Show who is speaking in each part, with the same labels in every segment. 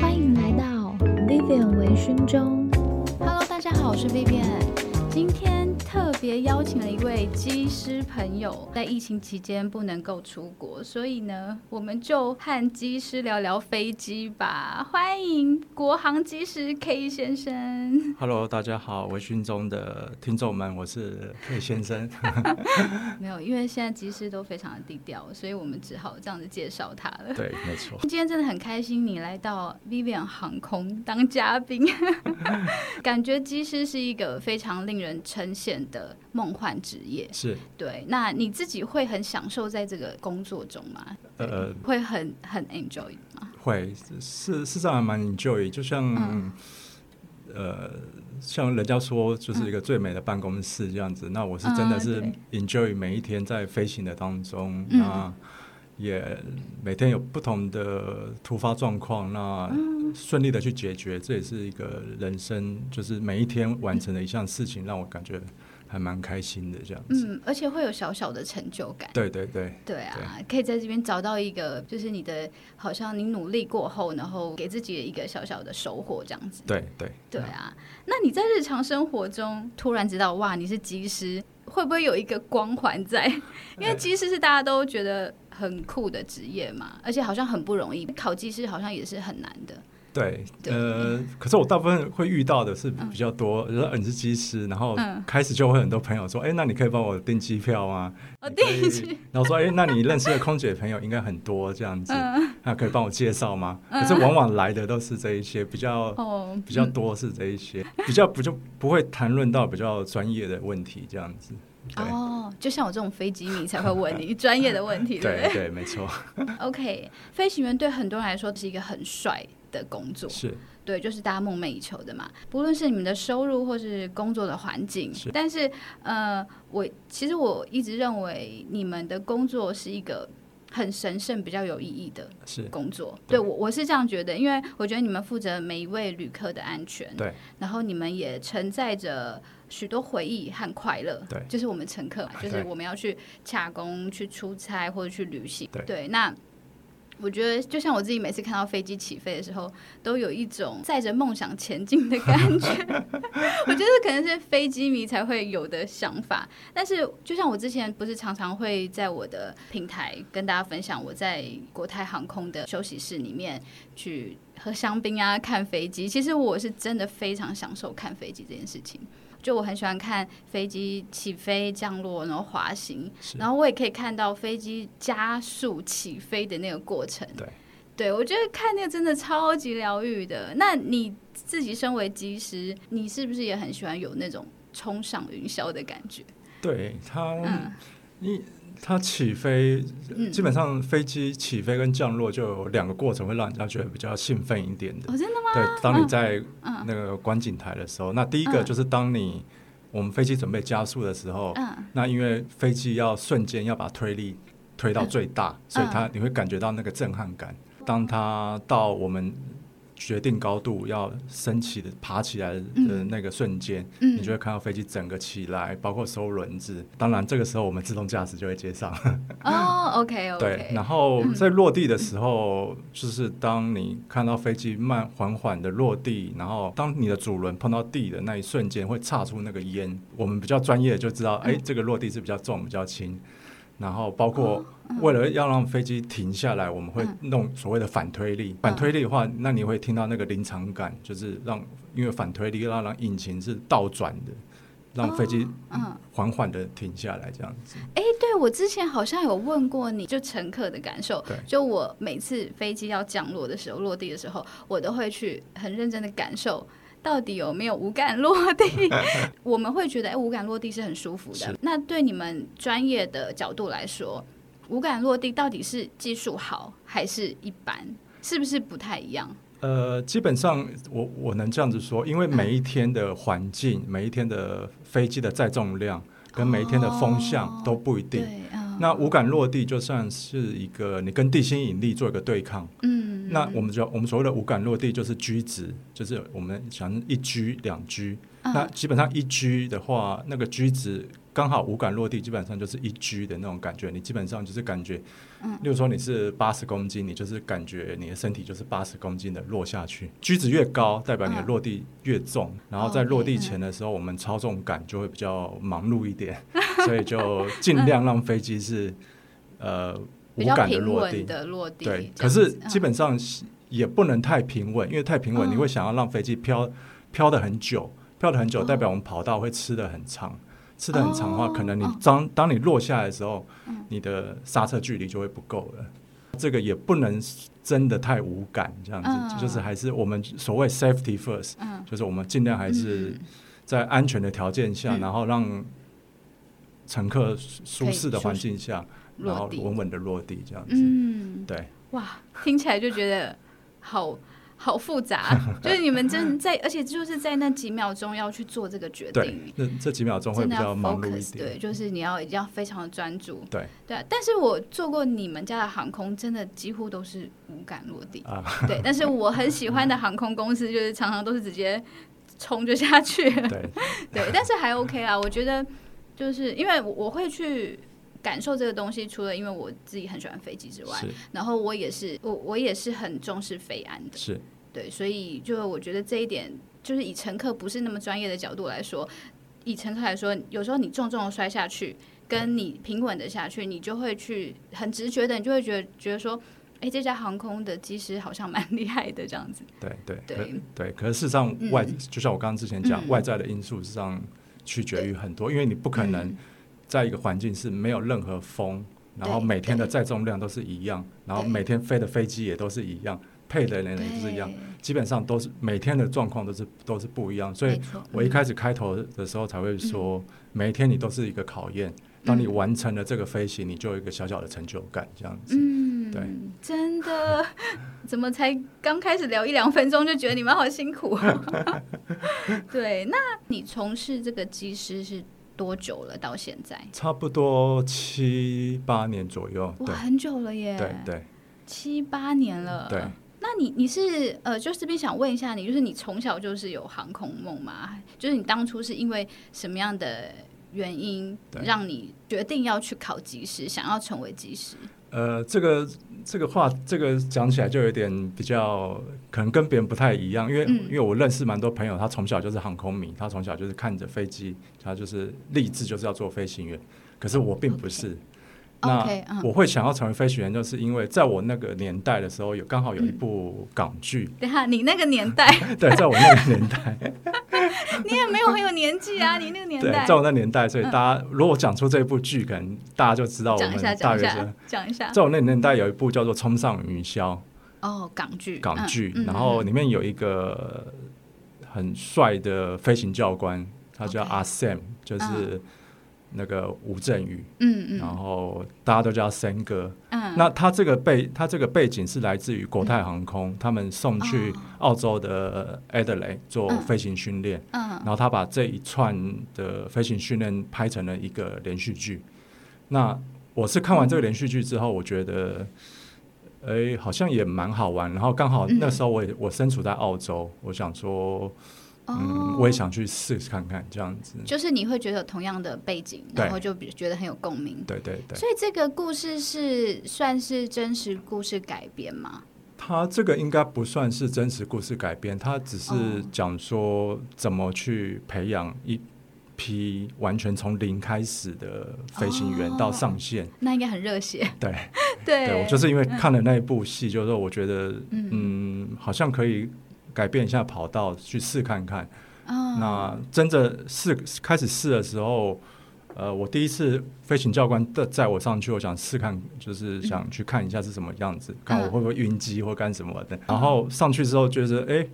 Speaker 1: 欢迎来到 Vivian 微醺中。
Speaker 2: Hello，大家好，我是 Vivian。今天特别邀请了一位机师朋友，在疫情期间不能够出国，所以呢，我们就和机师聊聊飞机吧。欢迎国航机师 K 先生。
Speaker 3: Hello，大家好，微醺中的听众们，我是 K 先生。
Speaker 2: 没有，因为现在机师都非常的低调，所以我们只好这样子介绍他了。
Speaker 3: 对，没错。
Speaker 2: 今天真的很开心，你来到 Vivian 航空当嘉宾， 感觉机师是一个非常令人称羡的梦幻职业。
Speaker 3: 是，
Speaker 2: 对，那你自己会很享受在这个工作中吗？
Speaker 3: 呃，
Speaker 2: 会很很 enjoy 吗？
Speaker 3: 会是是这样蛮 enjoy，就像、
Speaker 2: 嗯
Speaker 3: 呃，像人家说，就是一个最美的办公室这样子。那我是真的是
Speaker 2: 嗯啊
Speaker 3: enjoy 每一天在飞行的当中，
Speaker 2: 嗯
Speaker 3: 那也每天有不同的突发状况，那
Speaker 2: 嗯
Speaker 3: 顺利的去解决，这也是一个人生，就是每一天完成的一项事情，让我感觉还蛮开心的这样子。
Speaker 2: 嗯，而且会有小小的成就感。
Speaker 3: 对对对。
Speaker 2: 对啊，可以在这边找到一个，就是你的，好像你努力过后，然后给自己一个小小的收获，这样子。
Speaker 3: 对对
Speaker 2: 对啊，那你在日常生活中突然知道哇，你是机师，会不会有一个光环在？ 因
Speaker 3: 嗯
Speaker 2: 为机师是大家都觉得很酷的职业嘛，而且好像很不容易，考技师好像也是很难的。
Speaker 3: 对，
Speaker 2: 对嗯
Speaker 3: 呃，可是我大部分会遇到的是比较多，就是呃你是机师，然后开始就会很多朋友说，哎、那你可以帮我订机票吗？
Speaker 2: 哦
Speaker 3: 你可以
Speaker 2: 订机，
Speaker 3: 然后说，哎、那你认识的空姐朋友应该很多这样子，
Speaker 2: 嗯
Speaker 3: 那可以帮我介绍吗？可是往往来的都是这一些比较。
Speaker 2: 哦，
Speaker 3: 比较多是这一些，比较不就不会谈论到比较专业的问题这样子，对、
Speaker 2: 哦，就像我这种飞机迷才会问 你专业的问题，对不
Speaker 3: 对对，没错，
Speaker 2: 对？OK，飞行员对很多人来说是一个很帅的工作，
Speaker 3: 是
Speaker 2: 对，就是大家梦寐以求的嘛。不论是你们的收入或是工作的环境，
Speaker 3: 是
Speaker 2: 但是呃，我其实我一直认为你们的工作是一个很神圣、比较有意义的
Speaker 3: 是，
Speaker 2: 工作。对
Speaker 3: 对
Speaker 2: 我我是这样觉得，因为我觉得你们负责每一位旅客的安全，
Speaker 3: 对，
Speaker 2: 然后你们也承载着。许多回忆和快乐，
Speaker 3: 对
Speaker 2: 就是我们乘客嘛，就
Speaker 3: 对
Speaker 2: 是我们要去洽工、去出差或者去旅行，
Speaker 3: 对
Speaker 2: 那我觉得，就像我自己每次看到飞机起飞的时候，都有一种载着梦想前进的感 觉。我觉得可能是飞机迷才会有的想法。但是，就像我之前不是常常会在我的平台跟大家分享我在国泰航空的休息室里面去喝香槟啊、看飞机。其实我是真的非常享受看飞机这件事情。就我很喜欢看飞机起飞、降落，然后滑行，
Speaker 3: 是
Speaker 2: 然后我也可以看到飞机加速起飞的那个过程。
Speaker 3: 对，
Speaker 2: 对我觉得看那个真的超级疗愈的。那你自己身为机师，你是不是也很喜欢有那种冲上云霄的感觉？
Speaker 3: 对他，
Speaker 2: 嗯
Speaker 3: 你它起飞，基本上飞机起飞跟降落就有两个过程会让人家觉得比较兴奋一点的。
Speaker 2: 哦，真嗯的吗？
Speaker 3: 对，当你在那个观景台的时候，那第一个就是当你我们飞机准备加速的时候，
Speaker 2: 嗯
Speaker 3: 那因为飞机要瞬间要把推力推到最
Speaker 2: 嗯
Speaker 3: 大，所以它你会感觉到那个震撼感。当它到我们决定高度要升起的爬起来
Speaker 2: 嗯
Speaker 3: 的那个瞬间，你就会看到飞机整个起来，包括收轮子。当然，这个时候我们自动驾驶就会接上。
Speaker 2: 哦，OK
Speaker 3: 对，
Speaker 2: OK，
Speaker 3: 然后在落地的时候，就是当你看到飞机慢缓缓的落地，然后当你的主轮碰到地的那一瞬间，会岔出那个烟。我们比较专业就知道，哎，这个落地是比较重，比较轻。然后包括为了要让飞机停下来，我们会弄所谓的反推力。反推力的话，那你会听到那个临场感，就是让因为反推力要让引擎是倒转的，让飞机
Speaker 2: 嗯，
Speaker 3: 缓缓的停下来这样子。
Speaker 2: 哎，对我之前好像有问过你，就乘客的感受
Speaker 3: 对，
Speaker 2: 就我每次飞机要降落的时候，落地的时候，我都会去很认真的感受。到底有没有无感落 地？我们会觉得，哎、无感落地是很舒服的。那对你们专业的角度来说，无感落地到底是技术好还是一般？是不是不太一样？
Speaker 3: 呃，基本上我我能这样子说，因为每一天的环境、每一天的飞机的载重量跟每一天的风向都不一定。
Speaker 2: 对，嗯
Speaker 3: 那无感落地就算是一个你跟地心引力做一个对抗。
Speaker 2: 嗯，
Speaker 3: 那我们就我们所谓的无感落地就是 G 值，就是
Speaker 2: 嗯
Speaker 3: 我们想一 G 两 G、那基本上一 G 的话，那个 G 值刚好无感落地，基本上就是一 G 的那种感觉。你基本上就是感觉，
Speaker 2: 嗯
Speaker 3: 例如说你是八十公斤，你就是感觉你的身体就是八十公斤的落下去。G 值越高，代表你的
Speaker 2: 嗯
Speaker 3: 落地越重。然后在
Speaker 2: OK，
Speaker 3: 落地
Speaker 2: 嗯
Speaker 3: 前的时候，我们操纵感就会比较忙碌一点，所以就尽量让飞机是呃
Speaker 2: 嗯比
Speaker 3: 无
Speaker 2: 较
Speaker 3: 感的
Speaker 2: 平
Speaker 3: 落
Speaker 2: 稳
Speaker 3: 地。
Speaker 2: 的落地。
Speaker 3: 对，
Speaker 2: 这样
Speaker 3: 可是
Speaker 2: 子
Speaker 3: 基本上是也不能太平稳，因为太平稳
Speaker 2: 嗯
Speaker 3: 你会想要让飞机飘飘的很久，飘的很久
Speaker 2: 哦
Speaker 3: 代表我们跑道会吃的很长，吃的很长的话，
Speaker 2: 哦
Speaker 3: 可能你
Speaker 2: 嗯
Speaker 3: 当当你落下来的时候
Speaker 2: 嗯，
Speaker 3: 你的刹车距离就会不够了。这个也不能真的太无感，这样子
Speaker 2: 嗯
Speaker 3: 就是还是我们所谓 safety first，
Speaker 2: 嗯
Speaker 3: 就是我们尽量还是
Speaker 2: 嗯
Speaker 3: 在安全的条件下，
Speaker 2: 嗯
Speaker 3: 然后让乘客舒
Speaker 2: 可
Speaker 3: 舒
Speaker 2: 以
Speaker 3: 适的
Speaker 2: 舒
Speaker 3: 环
Speaker 2: 适
Speaker 3: 境下，然后
Speaker 2: 落地
Speaker 3: 稳稳的落地这样子。
Speaker 2: 嗯，
Speaker 3: 对，
Speaker 2: 哇，听起来就觉得好 好复 杂，就是你们真在，而且就是在那几秒钟要去做这个决
Speaker 3: 对
Speaker 2: 定，，
Speaker 3: 那这几秒钟会
Speaker 2: 真
Speaker 3: 比
Speaker 2: 的要
Speaker 3: 较忙碌一
Speaker 2: focus，对，
Speaker 3: 点。
Speaker 2: 就是你要一定要非常的专注，
Speaker 3: 对
Speaker 2: 对啊。但是我坐过你们家的航空，真的几乎都是无感落地，
Speaker 3: 啊
Speaker 2: 对。但是我很喜欢的航空公司，就是常常都是直接冲就下去了，
Speaker 3: 对，
Speaker 2: 对，但是还 OK 啦。我觉得就是因为我我会去感受这个东西，除了因为我自己很喜欢飞机之外，
Speaker 3: 是
Speaker 2: 然后我也是我我也是很重视飞安的，
Speaker 3: 是，
Speaker 2: 对，所以就我觉得这一点，就是以乘客不是那么专业的角度来说，以乘客来说，有时候你重重的摔下去，跟你平稳的下去，你就会去很直觉的，你就会觉得觉得说。哎，这家航空的机师好像蛮厉害的，这样子。
Speaker 3: 对对
Speaker 2: 对
Speaker 3: 可对。可是事实上
Speaker 2: 嗯
Speaker 3: 外，就像我刚刚之前讲，
Speaker 2: 嗯
Speaker 3: 外在的因素事实上取决于很多，因为你不可能
Speaker 2: 嗯
Speaker 3: 在一个环境是没有任何风，然后
Speaker 2: 对
Speaker 3: 每天的
Speaker 2: 对
Speaker 3: 载重量都是一样，然后
Speaker 2: 对
Speaker 3: 每天飞的飞机也都是一样，配的人也是一样，基本上都是每天的状况都是都是不一样，所
Speaker 2: 对，嗯
Speaker 3: 以
Speaker 2: 没错
Speaker 3: 我一
Speaker 2: 嗯
Speaker 3: 开始开头的时候才会说，每一天你都是一个考验。当
Speaker 2: 嗯
Speaker 3: 你完成了这个飞行，你就有一个小小的成就感，这样子。
Speaker 2: 嗯，
Speaker 3: 对，
Speaker 2: 真的， 怎么才刚开始聊一两分钟就觉得你们好辛 苦、哦？对，那你从事这个技师是多久了？到现在？
Speaker 3: 差不多七八年左右，
Speaker 2: 哇，
Speaker 3: 对
Speaker 2: 很久了耶，
Speaker 3: 对对
Speaker 2: 七八年了。
Speaker 3: 对，
Speaker 2: 那你你是呃，就是这边想问一下你，就是你从小就是有航空梦吗？就是你当初是因为什么样的原因
Speaker 3: 对
Speaker 2: 让你决定要去考技师，想要成为技师？
Speaker 3: 呃，这个这个话，这个讲起来就有点比较，可能跟别人不太一样，因为、
Speaker 2: 嗯
Speaker 3: 因为我认识蛮多朋友，他从小就是航空迷，他从小就是看着飞机，他就是立志就是要做飞行员，可是我并不是。那
Speaker 2: OK，嗯
Speaker 3: 我会想要成为飞行员，就是因为在我那个年代的时候，有刚好有一部港 剧，
Speaker 2: 等一下，你那个年代，
Speaker 3: 对，在我那个年代，
Speaker 2: 你也没有很有年纪啊，你那个年
Speaker 3: 对，
Speaker 2: 代嗯
Speaker 3: 在。我那年代，所以大家、如果讲出这部剧，可能大家就知道我
Speaker 2: 讲一
Speaker 3: 们
Speaker 2: 下，
Speaker 3: 大
Speaker 2: 讲一
Speaker 3: 约是
Speaker 2: 下。，讲一下。
Speaker 3: 在我那年代有一部叫做《冲上云霄
Speaker 2: 哦，港剧，》
Speaker 3: 港剧，
Speaker 2: 嗯嗯
Speaker 3: 然后
Speaker 2: 嗯
Speaker 3: 里面有一个很帅的飞行教官，他叫
Speaker 2: OK
Speaker 3: 阿 Sam，就是那个吴镇宇，
Speaker 2: 嗯
Speaker 3: 然
Speaker 2: 嗯
Speaker 3: 后大家都叫他森哥。
Speaker 2: 嗯，
Speaker 3: 那他这个背他这个背景是来自于国泰航空，他们送去
Speaker 2: 哦
Speaker 3: 澳洲的呃 Adelaide 做
Speaker 2: 嗯
Speaker 3: 飞行训练，然
Speaker 2: 嗯
Speaker 3: 后他把这一串的飞行训练拍成了一个连续剧。那我是看完这个连续剧之后，我觉得，哎，好像也蛮好玩。然后刚好
Speaker 2: 嗯
Speaker 3: 那时候我也我身处在澳洲，我想说，
Speaker 2: 哦
Speaker 3: 嗯，，我也，想去试试看看这样子。
Speaker 2: 就是你会觉得有同样的背景，
Speaker 3: 对
Speaker 2: 然后就比觉得很有共鸣。
Speaker 3: 对对对，
Speaker 2: 所以这个故事是算是真实故事改编吗？
Speaker 3: 他这个应该不算是真实故事改编，他只是
Speaker 2: 哦
Speaker 3: 讲说怎么去培养一批完全从零开始的飞行员
Speaker 2: 哦
Speaker 3: 到上线。
Speaker 2: 那应该很热血。
Speaker 3: 对，
Speaker 2: 对
Speaker 3: 对我就是因为看了那一部戏，就是说我觉得
Speaker 2: 嗯
Speaker 3: 嗯好像可以改变一下跑道去试看看。
Speaker 2: 哦
Speaker 3: 那真的试开始试的时候，呃，我第一次飞行教官的载我上去，我想试看，就是想去看一下是什么样
Speaker 2: 嗯
Speaker 3: 子，看我会不会晕机或干什么的。然后上去之后就是，哎、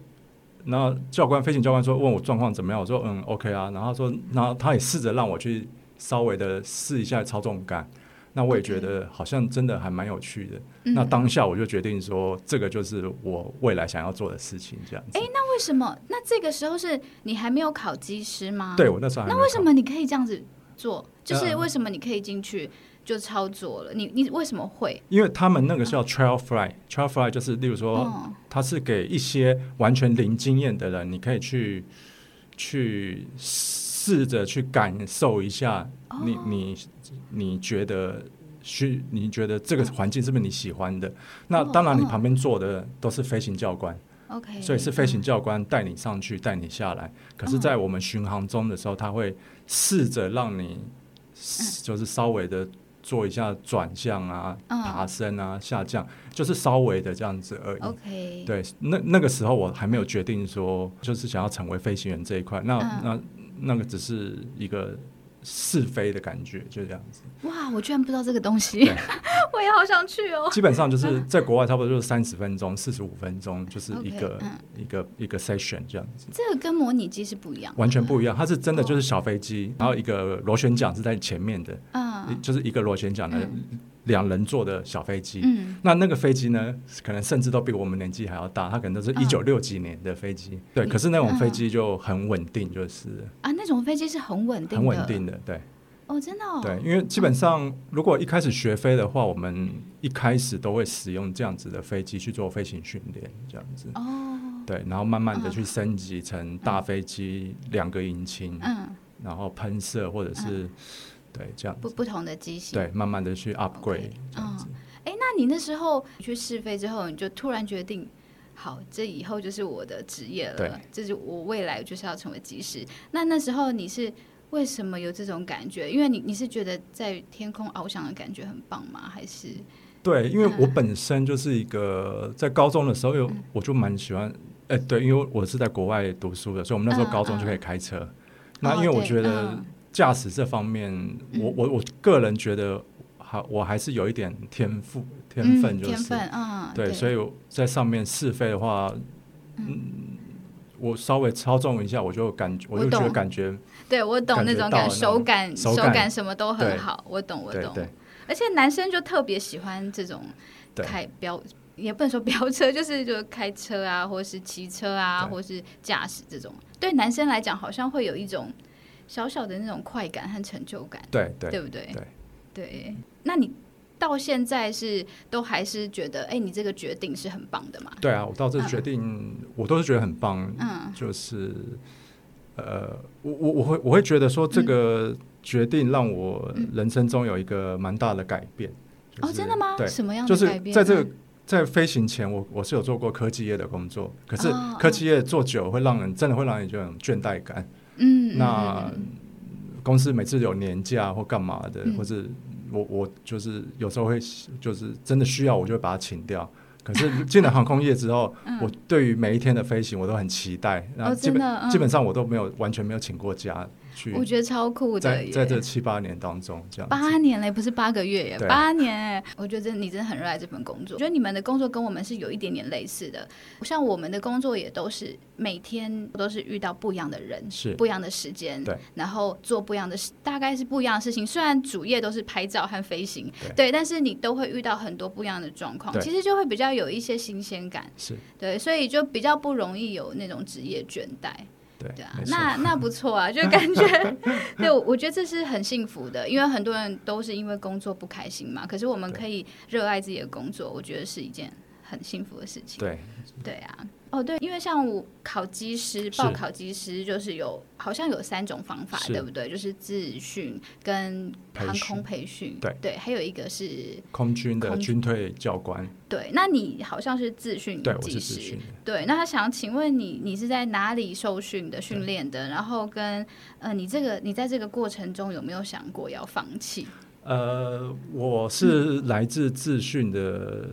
Speaker 3: 那教官飞行教官说问我状况怎么样，我说嗯 OK 啊，然后他说，那他也试着让我去稍微的试一下操纵杆。那我也觉得好像真的还蛮有趣的。
Speaker 2: 嗯
Speaker 3: 那当下我就决定说，这个就是我未来想要做的事情，这样子。
Speaker 2: 那为什么？那这个时候是你还没有考技师吗？
Speaker 3: 对。我那时候还
Speaker 2: 那
Speaker 3: 没
Speaker 2: 为
Speaker 3: 有
Speaker 2: 什
Speaker 3: 考
Speaker 2: 么你可以这样子做？就是
Speaker 3: 嗯
Speaker 2: 为什么你可以进去就操作了？你你为什么会？
Speaker 3: 因为他们那个叫 trial fly，trial fly 就是例如说，
Speaker 2: 嗯
Speaker 3: 它是给一些完全零经验的人，你可以去去试试着去感受一下
Speaker 2: 哦
Speaker 3: 你、你你觉得需你觉得这个环境是不是你喜欢的？那
Speaker 2: 哦
Speaker 3: 当然，你
Speaker 2: 嗯
Speaker 3: 旁边坐的都是飞行教官，
Speaker 2: OK，
Speaker 3: 所以是飞行教官带你上去，带你下来。可
Speaker 2: 嗯
Speaker 3: 是，在我们巡航中的时候，他会试着让你就是稍微的做一下转向啊、
Speaker 2: 嗯
Speaker 3: 爬升啊、下降，就是稍微的这样子而已。
Speaker 2: OK，，
Speaker 3: 对，那那个时候我还没有决定说，就是想要成为飞行员这一块。那、
Speaker 2: 嗯
Speaker 3: 那那个只是一个试飞的感觉，就这样子。
Speaker 2: 哇，我居然不知道这个东西
Speaker 3: 对，
Speaker 2: 我也好想去哦。
Speaker 3: 基本上就是在国外，差不多就是三十分钟、四十五分钟，就是一
Speaker 2: OK，
Speaker 3: 个
Speaker 2: 嗯
Speaker 3: 一个一个 session 这样子，
Speaker 2: 这个跟模拟机是不一样的，
Speaker 3: 完全不一样。它是真的就是小飞机，然后一个螺旋桨是在前面的，
Speaker 2: 嗯
Speaker 3: 就是一个螺旋桨的两人座的小飞机。
Speaker 2: 嗯
Speaker 3: 那那个飞机呢，可能甚至都比我们年纪还要大，它可能都是
Speaker 2: 嗯
Speaker 3: 一九六几年的飞机。对，可是那种飞机就很稳定，就是
Speaker 2: 啊，那种飞机是很稳定的，
Speaker 3: 很稳定的。嗯对
Speaker 2: 哦，真的哦，
Speaker 3: 对，因为基本上如果一开始学飞的话，我们一开始都会使用这样子的飞机去做飞行训练，这样子。
Speaker 2: 哦，
Speaker 3: 对，然后慢慢的去升级成大飞机，两个引擎，
Speaker 2: 嗯，
Speaker 3: 然后喷射或者是对这样
Speaker 2: 不
Speaker 3: 子，
Speaker 2: 不同的机型，
Speaker 3: 对，慢慢的去 upgrade 这样子。
Speaker 2: 哎，那你那时候去试飞之后，你就突然决定，好，这以后就是我的职业了
Speaker 3: 对，
Speaker 2: 这是我未来就是要成为技师。那那时候你是为什么有这种感觉？因为你你是觉得在天空翱翔的感觉很棒吗？还是
Speaker 3: 对，因为我本身就是一个在高中的时候，有
Speaker 2: 嗯
Speaker 3: 我就蛮喜欢，哎、对，因为我是在国外读书的，所以我们那时候
Speaker 2: 嗯
Speaker 3: 高中就可以开车。那因为
Speaker 2: 哦
Speaker 3: 我
Speaker 2: 对
Speaker 3: 觉得
Speaker 2: 嗯
Speaker 3: 驾驶这方面，我我我个人觉得还我还是有一点天赋天
Speaker 2: 嗯
Speaker 3: 分，就是、
Speaker 2: 天分啊、嗯
Speaker 3: 对，所
Speaker 2: 以
Speaker 3: 以我在上面试飞的话，嗯，我稍微操纵一下，我就感觉我
Speaker 2: 我
Speaker 3: 就觉得
Speaker 2: 懂
Speaker 3: 感觉
Speaker 2: 对我懂
Speaker 3: 感
Speaker 2: 那
Speaker 3: 觉
Speaker 2: 种
Speaker 3: 到
Speaker 2: 感，
Speaker 3: 那
Speaker 2: 手
Speaker 3: 种
Speaker 2: 感
Speaker 3: 手
Speaker 2: 手
Speaker 3: 感
Speaker 2: 感什么都很
Speaker 3: 对
Speaker 2: 好，我懂我
Speaker 3: 对
Speaker 2: 懂。
Speaker 3: 对
Speaker 2: 而且男生就特别喜欢这种
Speaker 3: 对
Speaker 2: 开飙，也不能说飙车， 就是就开车啊，或是骑车啊，
Speaker 3: 对
Speaker 2: 或是驾驶这种。对男生来讲，好像会有一种小小的那种快感和成就感，
Speaker 3: 对对
Speaker 2: 不对？
Speaker 3: 对
Speaker 2: 对那你到现在是都还是觉得，哎、你这个决定是很棒的嘛？
Speaker 3: 对啊，我到这决定，我都是觉得很棒，
Speaker 2: 嗯
Speaker 3: 就是呃，我我我会我会觉得说这个决定让我人生中有一个蛮大的改变。就是
Speaker 2: 嗯哦，真的吗？
Speaker 3: 对，
Speaker 2: 什么样
Speaker 3: 就
Speaker 2: 的
Speaker 3: 是
Speaker 2: 改变？啊
Speaker 3: 在这个在飞行前，我我是有做过科技业的工作，可是
Speaker 2: 哦
Speaker 3: 科技业做久会让人真的会让人有种倦怠感。
Speaker 2: 嗯，嗯，
Speaker 3: 那
Speaker 2: 嗯嗯
Speaker 3: 公司每次有年假或干嘛的，
Speaker 2: 嗯
Speaker 3: 或是我我就是有时候会就是真的需要，我就会把它请掉。可是进了航空业之 后，我对于每一天的飞行我都很期待，然后
Speaker 2: 嗯
Speaker 3: 基
Speaker 2: 真
Speaker 3: 本、
Speaker 2: 的嗯
Speaker 3: 基本上我都没有完全没有请过假去
Speaker 2: 我觉得超酷的
Speaker 3: 嗯在
Speaker 2: 耶，
Speaker 3: 在这七八年当中这样子。
Speaker 2: 八年嘞，不是八个月耶，
Speaker 3: 对
Speaker 2: 八年哎！我觉得你真的很热爱这份工作。我觉得你们的工作跟我们是有一点点类似的，像我们的工作也都是每天都是遇到不一样的人，
Speaker 3: 是
Speaker 2: 不一样的时间，
Speaker 3: 对，
Speaker 2: 然后做不一样的事，大概是不一样的事情。虽然主业都是拍照和飞行，
Speaker 3: 对
Speaker 2: 但是你都会遇到很多不一样的状况，
Speaker 3: 对
Speaker 2: 其实就会比较有一些新鲜感，
Speaker 3: 是，
Speaker 2: 对，所以就比较不容易有那种职业倦怠。
Speaker 3: 对，
Speaker 2: 对啊
Speaker 3: 没，错
Speaker 2: 那那不错 啊，就感觉， 对，我我觉得这是很幸福的，因为很多人都是因为工作不开心嘛，可是我们
Speaker 3: 对
Speaker 2: 可以热爱自己的工作，我觉得是一件很幸福的事情。
Speaker 3: 对
Speaker 2: 对啊，哦对，因为像我考机师、
Speaker 3: 是
Speaker 2: 报考机师，就是有好像有三种方法，
Speaker 3: 是
Speaker 2: 对不对？就是自训跟
Speaker 3: 培
Speaker 2: 航
Speaker 3: 训
Speaker 2: 空培训，
Speaker 3: 对
Speaker 2: 对，还有一个是
Speaker 3: 空军的
Speaker 2: 空
Speaker 3: 军退教官，
Speaker 2: 对，那你好像是自训
Speaker 3: 对我是
Speaker 2: 技
Speaker 3: 咨
Speaker 2: 师
Speaker 3: 询，的。
Speaker 2: 对，那他想请问你，你是在哪里受训的、训练的？然后跟呃，你这个你在这个过程中有没有想过要放弃？
Speaker 3: 呃，我是来自自训的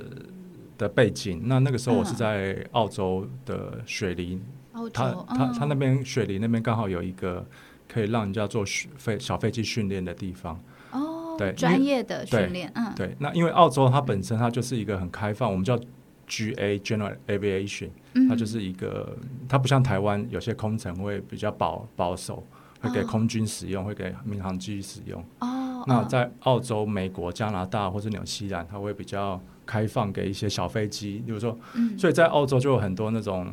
Speaker 3: 的背景，那那个时候我是在澳洲的雪梨，
Speaker 2: 嗯澳
Speaker 3: 他
Speaker 2: 洲，
Speaker 3: 他他
Speaker 2: 嗯
Speaker 3: 那边雪梨那边刚好有一个可以让人家做训飞小飞机训练的地方。
Speaker 2: 哦，
Speaker 3: 对因为
Speaker 2: 专业的
Speaker 3: 对
Speaker 2: 训练，嗯，
Speaker 3: 对，那因为澳洲它本身它就是一个很开放，我们叫 GA General Aviation，
Speaker 2: 嗯，
Speaker 3: 它就是一个它不像台湾有些空乘会比较保保守，会给
Speaker 2: 哦
Speaker 3: 空军使用，会给民航机使用。
Speaker 2: 哦，
Speaker 3: 那
Speaker 2: 嗯
Speaker 3: 在澳洲、美国、加拿大或是纽西兰，它会比较开放给一些小飞机，比如说，
Speaker 2: 嗯
Speaker 3: 所以在澳洲就有很多那种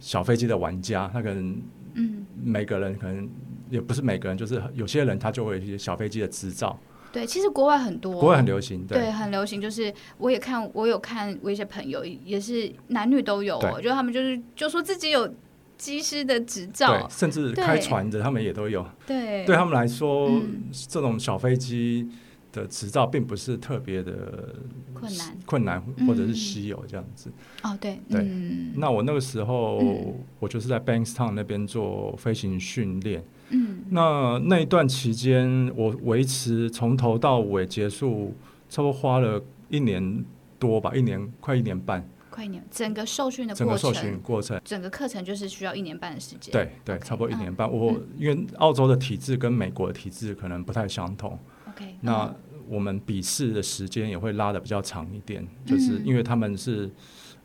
Speaker 3: 小飞机的玩家，他可能
Speaker 2: 嗯，
Speaker 3: 每个人可能也不是每个人，就是有些人他就会有一些小飞机的执照，
Speaker 2: 对，其实国外很多，
Speaker 3: 国外很流行，
Speaker 2: 哦对，很流行，就是我也看，我有看，我一些朋友也是男女都有、哦，
Speaker 3: 对
Speaker 2: 就他们就是就说自己有机师的执
Speaker 3: 对
Speaker 2: 照，，
Speaker 3: 甚至
Speaker 2: 对
Speaker 3: 开船的他们也都有。
Speaker 2: 对
Speaker 3: 对他们来说，
Speaker 2: 嗯
Speaker 3: 这种小飞机的执照并不是特别的
Speaker 2: 困难
Speaker 3: 困难
Speaker 2: 嗯
Speaker 3: 或者是稀有这样子。
Speaker 2: 哦，对，
Speaker 3: 对
Speaker 2: 嗯
Speaker 3: 那我那个时候，
Speaker 2: 嗯
Speaker 3: 我就是在 Bankstown 那边做飞行训练。
Speaker 2: 嗯
Speaker 3: 那那一段期间，我维持从头到尾结束，差不多花了一年多吧，一年快一年半，
Speaker 2: 快一点，整个受训的
Speaker 3: 整
Speaker 2: 呃过
Speaker 3: 个受
Speaker 2: 程，
Speaker 3: 训过程。
Speaker 2: 整个课程就是需要一年半的时间，，
Speaker 3: 对对，
Speaker 2: OK，
Speaker 3: 差不多一
Speaker 2: 嗯
Speaker 3: 年半。我因为澳洲的体制跟美国的体制可能不太相同，
Speaker 2: ，OK，
Speaker 3: 那
Speaker 2: 嗯
Speaker 3: 我们笔试的时间也会拉的比较长一点，就是
Speaker 2: 嗯
Speaker 3: 因为他们是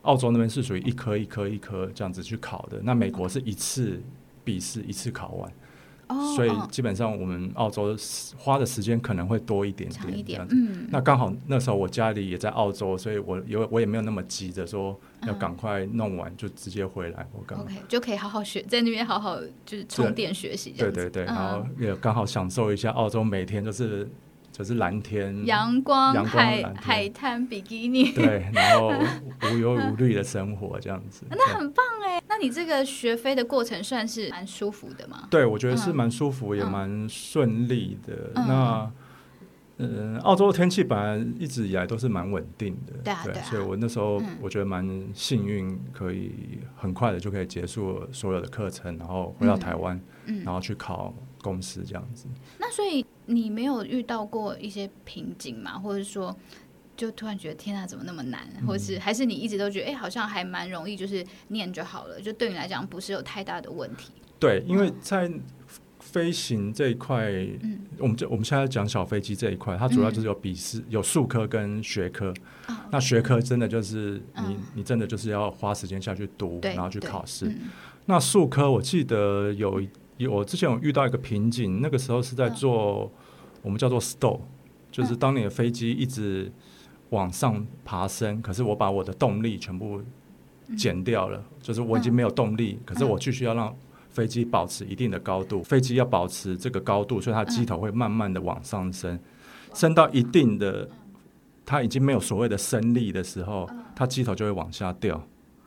Speaker 3: 澳洲那边是属于一科一科一科这样子去考的，那美国是一次笔试一次考完，
Speaker 2: 哦，
Speaker 3: 所以
Speaker 2: 哦
Speaker 3: 基本上我们澳洲花的时间可能会多一点
Speaker 2: 长一
Speaker 3: 点这
Speaker 2: 点
Speaker 3: 样，子。
Speaker 2: 嗯，
Speaker 3: 那刚好那时候我家里也在澳洲，所以我有我也没有那么急着说要
Speaker 2: 嗯
Speaker 3: 赶快弄完就直接回来，我刚
Speaker 2: OK 就可以好好学，在那边好好就是充电学习这
Speaker 3: 对
Speaker 2: 样子，
Speaker 3: 对对，
Speaker 2: 嗯
Speaker 3: 然后也刚好享受一下澳洲每天就是就是蓝天
Speaker 2: 阳光、
Speaker 3: 嗯阳光
Speaker 2: 海
Speaker 3: 蓝天
Speaker 2: 海滩、比基 尼，
Speaker 3: 对，然后无忧无虑的生活这样子。
Speaker 2: 那很棒哎。那你这个学飞的过程算是蛮舒服的吗？
Speaker 3: 对，对我觉得是
Speaker 2: 嗯
Speaker 3: 蛮舒服，也
Speaker 2: 嗯
Speaker 3: 蛮顺利的。
Speaker 2: 嗯
Speaker 3: 那嗯、呃澳洲的天气本来一直以来都是蛮稳定的，
Speaker 2: 对啊对啊
Speaker 3: 所以我那时候
Speaker 2: 嗯
Speaker 3: 我觉得蛮幸运，可以很快的就可以结束所有的课程，然后回到台湾，
Speaker 2: 嗯
Speaker 3: 然，后去考公司这样子。
Speaker 2: 那所以你没有遇到过一些瓶颈吗？或者说，就突然觉得天啊，怎么那么难？
Speaker 3: 嗯
Speaker 2: 或是还是你一直都觉得，哎、好像还蛮容易，就是念就好了，就对你来讲不是有太大的问题。
Speaker 3: 对，因为在飞行这一块，
Speaker 2: 嗯
Speaker 3: 我们就我们现在讲小飞机这一块，它主要就是有笔试、有术科跟学科。
Speaker 2: 啊
Speaker 3: 那学科真的就是你，
Speaker 2: 嗯
Speaker 3: 你真的就是要花时间下去读，
Speaker 2: 对，
Speaker 3: 然后去
Speaker 2: 对
Speaker 3: 考试。
Speaker 2: 嗯
Speaker 3: 那术科，我记得有有我之前有遇到一个瓶颈，那个时候是在
Speaker 2: 嗯
Speaker 3: 做、我们叫做 stow，就是当你的飞机一直往上爬升，可是我把我的动力全部减掉了，就是我已经没有动力，可是我继续要让。飞机保持一定的高度，飞机要保持这个高度，所以它的机头会慢慢的往上升，升到一定的，它已经没有所谓的升力的时候，它机头就会往下掉。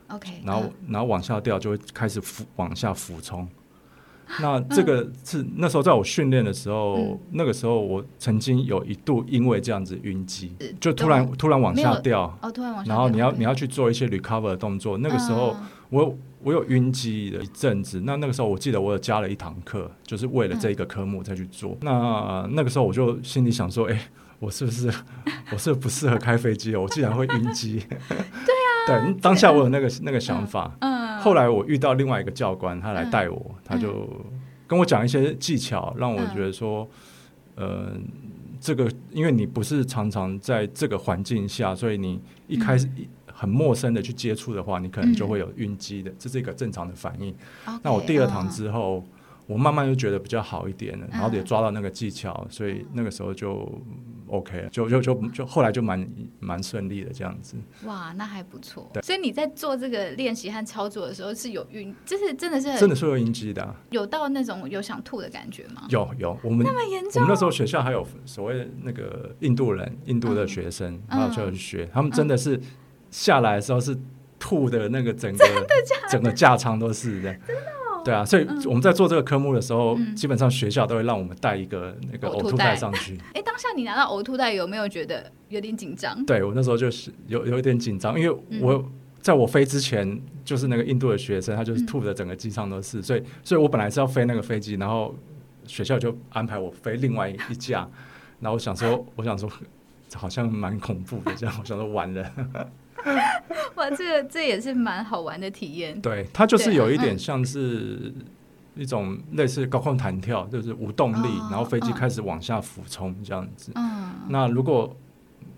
Speaker 2: OK，
Speaker 3: 然后
Speaker 2: 嗯
Speaker 3: 然后往下掉就会开始俯往下俯 冲。那这个是那时候在我训练的时候，
Speaker 2: 嗯
Speaker 3: 那个时候我曾经有一度因为这样子晕机
Speaker 2: 是，
Speaker 3: 就突然
Speaker 2: 都
Speaker 3: 突然往
Speaker 2: 没
Speaker 3: 下
Speaker 2: 有
Speaker 3: 掉，
Speaker 2: 哦，突然往上
Speaker 3: 然后你要
Speaker 2: 跳
Speaker 3: 你要去做一些 recover 的动作。那个时候
Speaker 2: 嗯
Speaker 3: 我有我有晕机的一阵子，那那个时候我记得我有加了一堂课，就是为了这个科目再去做。那那个时候我就心里想说，哎、我是不是 我是不是不适合开飞机哦？我竟然会晕 机。对啊，对，当下我有那个那个想法。
Speaker 2: 嗯
Speaker 3: 后来我遇到另外一个教官，他来带我，他就跟我讲一些技巧，让我觉得说，呃，这个因为你不是常常在这个环境下，所以你一开始一很陌生的去接触的话，你可能就会有晕机的，这是一个正常的反应。
Speaker 2: OK，
Speaker 3: 那我第
Speaker 2: 嗯
Speaker 3: 二堂之后，我慢慢就觉得比较好一点了，然后也抓到那个技巧，所以那个时候就 OK 了，就就就就后来就蛮蛮顺利的这样子。
Speaker 2: 嗯哇，那还不错。
Speaker 3: 对
Speaker 2: 所以你在做这个练习和操作的时候是有晕，就是真的是很
Speaker 3: 真的是会晕机的啊、
Speaker 2: 有到那种有想吐的感觉吗？
Speaker 3: 有有，我们
Speaker 2: 那么严
Speaker 3: 我
Speaker 2: 重
Speaker 3: 们那时候学校还有所谓那个印度人、印度的学生，
Speaker 2: 嗯
Speaker 3: 然后就去学，他们真的是下来的时候是吐的那个整 个整个架舱都是的，真的、对啊，所以我们在做这个科目的时候，基本上学校都会让我们带一个那个
Speaker 2: 呕
Speaker 3: 呕
Speaker 2: 吐
Speaker 3: 吐
Speaker 2: 袋
Speaker 3: 袋上去。
Speaker 2: 哎、当下你拿到呕吐袋，有没有觉得有点紧张？
Speaker 3: 对我那时候就是有有一点紧张，因为
Speaker 2: 嗯
Speaker 3: 我。在我飞之前，就是那个印度的学生，他
Speaker 2: 嗯
Speaker 3: 就是吐的整个机舱都是，所以，所以我本来是要飞那个飞机，然后学校就安排我飞另外一架，然后我想说，我想说，好像蛮恐怖的，这样，我想说完了。
Speaker 2: 哇，这个这也是蛮好玩的体验。
Speaker 3: 对，它就是
Speaker 2: 对
Speaker 3: 有一
Speaker 2: 嗯
Speaker 3: 点像是一种类似高空弹跳，就是无动力，
Speaker 2: 哦
Speaker 3: 然后飞机
Speaker 2: 嗯
Speaker 3: 开始往下俯冲这样子。
Speaker 2: 嗯，
Speaker 3: 那如果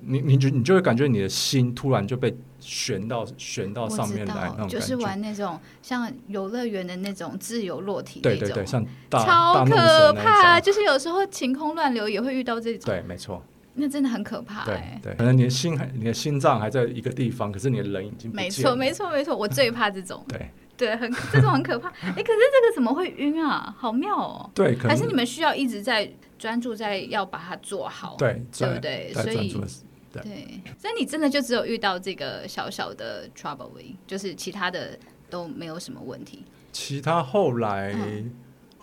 Speaker 3: 你你就你就会感觉你的心突然就被悬到悬到
Speaker 2: 我
Speaker 3: 上
Speaker 2: 知
Speaker 3: 面来那
Speaker 2: 道，
Speaker 3: 种感觉，
Speaker 2: 就是玩那种像游乐园的那种自由落体那
Speaker 3: 对
Speaker 2: 种，
Speaker 3: 对对，像大
Speaker 2: 超
Speaker 3: 大怒
Speaker 2: 可
Speaker 3: 神那
Speaker 2: 怕。
Speaker 3: 一种，
Speaker 2: 就是有时候晴空乱流也会遇到这种，
Speaker 3: 对，没错，
Speaker 2: 那真的很可怕、
Speaker 3: 对
Speaker 2: 哎，
Speaker 3: 对，可能你的心还你的心脏还在一个地方，可是你的人已经不
Speaker 2: 没
Speaker 3: 见
Speaker 2: 错
Speaker 3: 了
Speaker 2: 没错没错，我最怕这种，
Speaker 3: 对
Speaker 2: 对，很这种很可怕。哎、可是这个怎么会晕啊？好妙哦！
Speaker 3: 对，可
Speaker 2: 还是你
Speaker 3: 能
Speaker 2: 们需要一直在专注在要把它做好，
Speaker 3: 对
Speaker 2: 对不
Speaker 3: 在
Speaker 2: 对？
Speaker 3: 在
Speaker 2: 所
Speaker 3: 专
Speaker 2: 以
Speaker 3: 注的时对
Speaker 2: 对，所以你真的就只有遇到这个小小的 trouble，就是其他的都没有什么问题。
Speaker 3: 其他后来、
Speaker 2: 嗯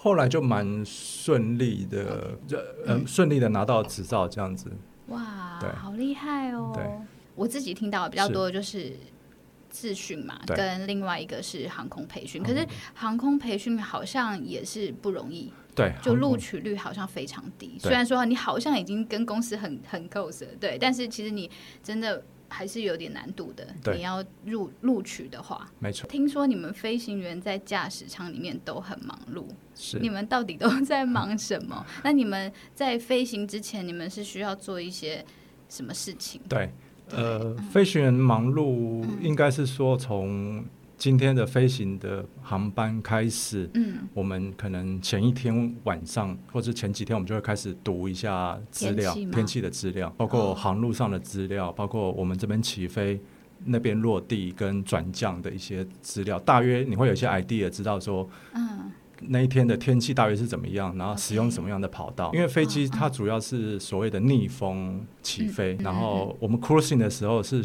Speaker 3: 后来就蛮顺利的，就呃
Speaker 2: 嗯
Speaker 3: 顺利的拿到执照这样子。
Speaker 2: 哇
Speaker 3: 对，
Speaker 2: 好厉害
Speaker 3: 对
Speaker 2: 哦！我自己听到的比较多的就是自训嘛，
Speaker 3: 对嗯
Speaker 2: 跟另外一个是航空培训。可是航空培训好像也是不容易，
Speaker 3: 对，
Speaker 2: 就
Speaker 3: 航
Speaker 2: 录
Speaker 3: 空
Speaker 2: 取率好像非常低。
Speaker 3: 对
Speaker 2: 虽然说你好像已经跟公司很很 close 了，对，但是其实你真的还是有点难度的。
Speaker 3: 对
Speaker 2: 你要入录取的话，
Speaker 3: 没错
Speaker 2: 听说你们飞行员在驾驶舱里面都很忙碌，
Speaker 3: 是
Speaker 2: 你们到底都 在忙什么？那你们在飞行之前，你们是需要做一些什么事情？
Speaker 3: 对，呃，飞行员忙碌应该是说从今天的飞行的航班开始，
Speaker 2: 嗯，
Speaker 3: 我们可能前一天晚上或者前几天，我们就会开始读一下资料
Speaker 2: 天气，吗
Speaker 3: 天气的资料，包
Speaker 2: 哦
Speaker 3: 括航路上的资料，包括我们这边起飞。那边落地跟转降的一些资料，大约你会有一些 idea，知道说
Speaker 2: 嗯，
Speaker 3: 那一天的天气大约是怎么样，然后
Speaker 2: OK
Speaker 3: 使用什么样的跑
Speaker 2: 嗯
Speaker 3: 道？因为飞机它主要是所谓的逆风起飞，
Speaker 2: 嗯
Speaker 3: 然后我们 cruising 的时候是，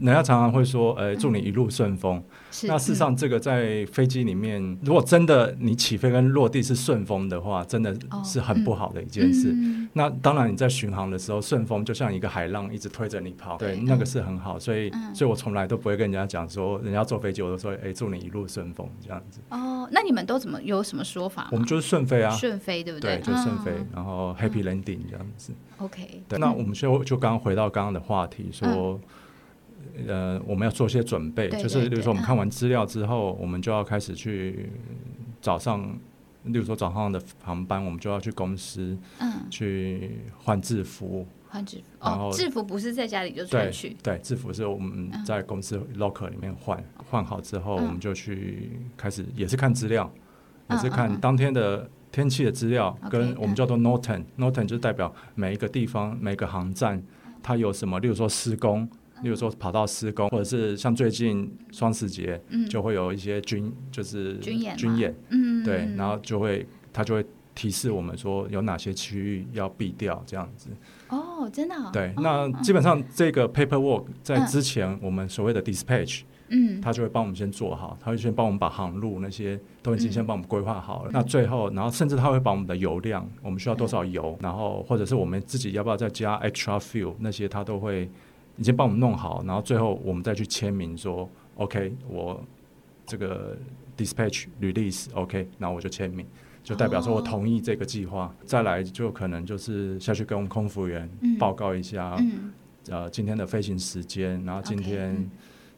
Speaker 3: 人家常常会说，呃，祝你一路顺风。
Speaker 2: 是。
Speaker 3: 那事实
Speaker 2: 嗯
Speaker 3: 上，这个在飞机里面，如果真的你起飞跟落地是顺风的话，真的
Speaker 2: 哦
Speaker 3: 是很不好的一件事。
Speaker 2: 嗯
Speaker 3: 那当然，你在巡航的时候，顺风就像一个海浪一直推着你跑，
Speaker 2: 对
Speaker 3: 对，
Speaker 2: 嗯
Speaker 3: 那个是很好。所以，
Speaker 2: 嗯
Speaker 3: 所以我从来都不会跟人家讲说，人家坐飞机，我都说，哎，祝你一路顺风这样子。
Speaker 2: 哦，那你们都怎么有什么说法吗？
Speaker 3: 我们就是顺飞啊，
Speaker 2: 顺飞，对不
Speaker 3: 对，就顺飞
Speaker 2: 嗯，
Speaker 3: 然后 happy landing 这样子。
Speaker 2: OK，
Speaker 3: 对，那我们就就刚刚回到刚刚的话题，说，呃，我们要做些准备，
Speaker 2: 嗯对对
Speaker 3: 就是比如
Speaker 2: 对
Speaker 3: 说我们
Speaker 2: 嗯
Speaker 3: 看完资料之后，我们就要开始去早上，例如说早上的航班，我们就要去公司
Speaker 2: 嗯，
Speaker 3: 去换制服。
Speaker 2: 换制服
Speaker 3: 然
Speaker 2: 哦
Speaker 3: 后，
Speaker 2: 制服不是在家里就
Speaker 3: 对
Speaker 2: 穿去，
Speaker 3: 对，制服是我们
Speaker 2: 嗯
Speaker 3: 在公司 locker 里面换，换好之后，我
Speaker 2: 嗯
Speaker 3: 们就去开始也是看资料，也
Speaker 2: 嗯
Speaker 3: 是
Speaker 2: 嗯
Speaker 3: 看
Speaker 2: 嗯
Speaker 3: 当天的天气的资料，
Speaker 2: OK，
Speaker 3: 跟我们
Speaker 2: 嗯
Speaker 3: 叫做 Norton，Norton 就代表每一个地方每个航站
Speaker 2: 嗯
Speaker 3: 它有什么，例如说施工，例如说跑道施工，或者是像最近双十节
Speaker 2: 嗯，
Speaker 3: 就会有一些军就是
Speaker 2: 军演嘛
Speaker 3: 军演，
Speaker 2: 嗯，
Speaker 3: 对，然后就会它就会提示我们说有哪些区域要避掉这样子。
Speaker 2: 哦，真的哦，
Speaker 3: 对
Speaker 2: 哦，
Speaker 3: 那
Speaker 2: 嗯
Speaker 3: 基本上这个 paperwork 在
Speaker 2: 嗯
Speaker 3: 之前我们所谓的 dispatch，
Speaker 2: 嗯，
Speaker 3: 他就会帮我们先做好，他会先帮我们把航路那些都已经
Speaker 2: 嗯
Speaker 3: 先帮我们规划好了。那最后，然后甚至他会把我们的油量，我们需要多少油，然后或者是我们自己要不要再加 extra fuel 那些，他都会已经帮我们弄好。然后最后我们再去签名说 OK，我这个 dispatch release OK，然后我就签名。就代表说我
Speaker 2: 哦
Speaker 3: 同意这个计划，再来就可能就是下去跟我们空服员
Speaker 2: 嗯
Speaker 3: 报告一下，
Speaker 2: 嗯，
Speaker 3: 呃今天的飞行时间，然后今
Speaker 2: OK，
Speaker 3: 天
Speaker 2: 嗯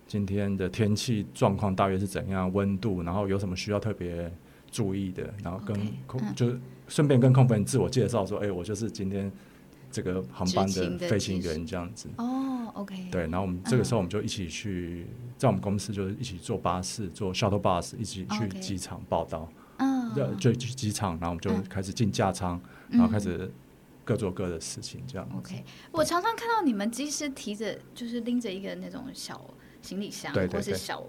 Speaker 3: 今天的天气状况大约是怎样，温度，然后有什么需要特别注意的，然后跟
Speaker 2: OK，
Speaker 3: 空
Speaker 2: 嗯
Speaker 3: 就是顺便跟空服员自我介绍说，哎、我就是今天这个航班
Speaker 2: 执
Speaker 3: 的
Speaker 2: 勤的
Speaker 3: 飞行
Speaker 2: 技
Speaker 3: 员这样子。
Speaker 2: 哦，OK，
Speaker 3: 对，然后我们这个时候我们就一起去，在我们公司就是一起坐巴士，坐 shuttle bus，一起去
Speaker 2: OK
Speaker 3: 机场报道，
Speaker 2: 嗯，
Speaker 3: 要就去机场，然后我们就
Speaker 2: 嗯
Speaker 3: 开始进架舱，然后开始各做各的事情，这样子。
Speaker 2: OK，我常常看到你们机师提着，就是拎着一个那种小行李箱，
Speaker 3: 对对
Speaker 2: 或是
Speaker 3: 对
Speaker 2: 小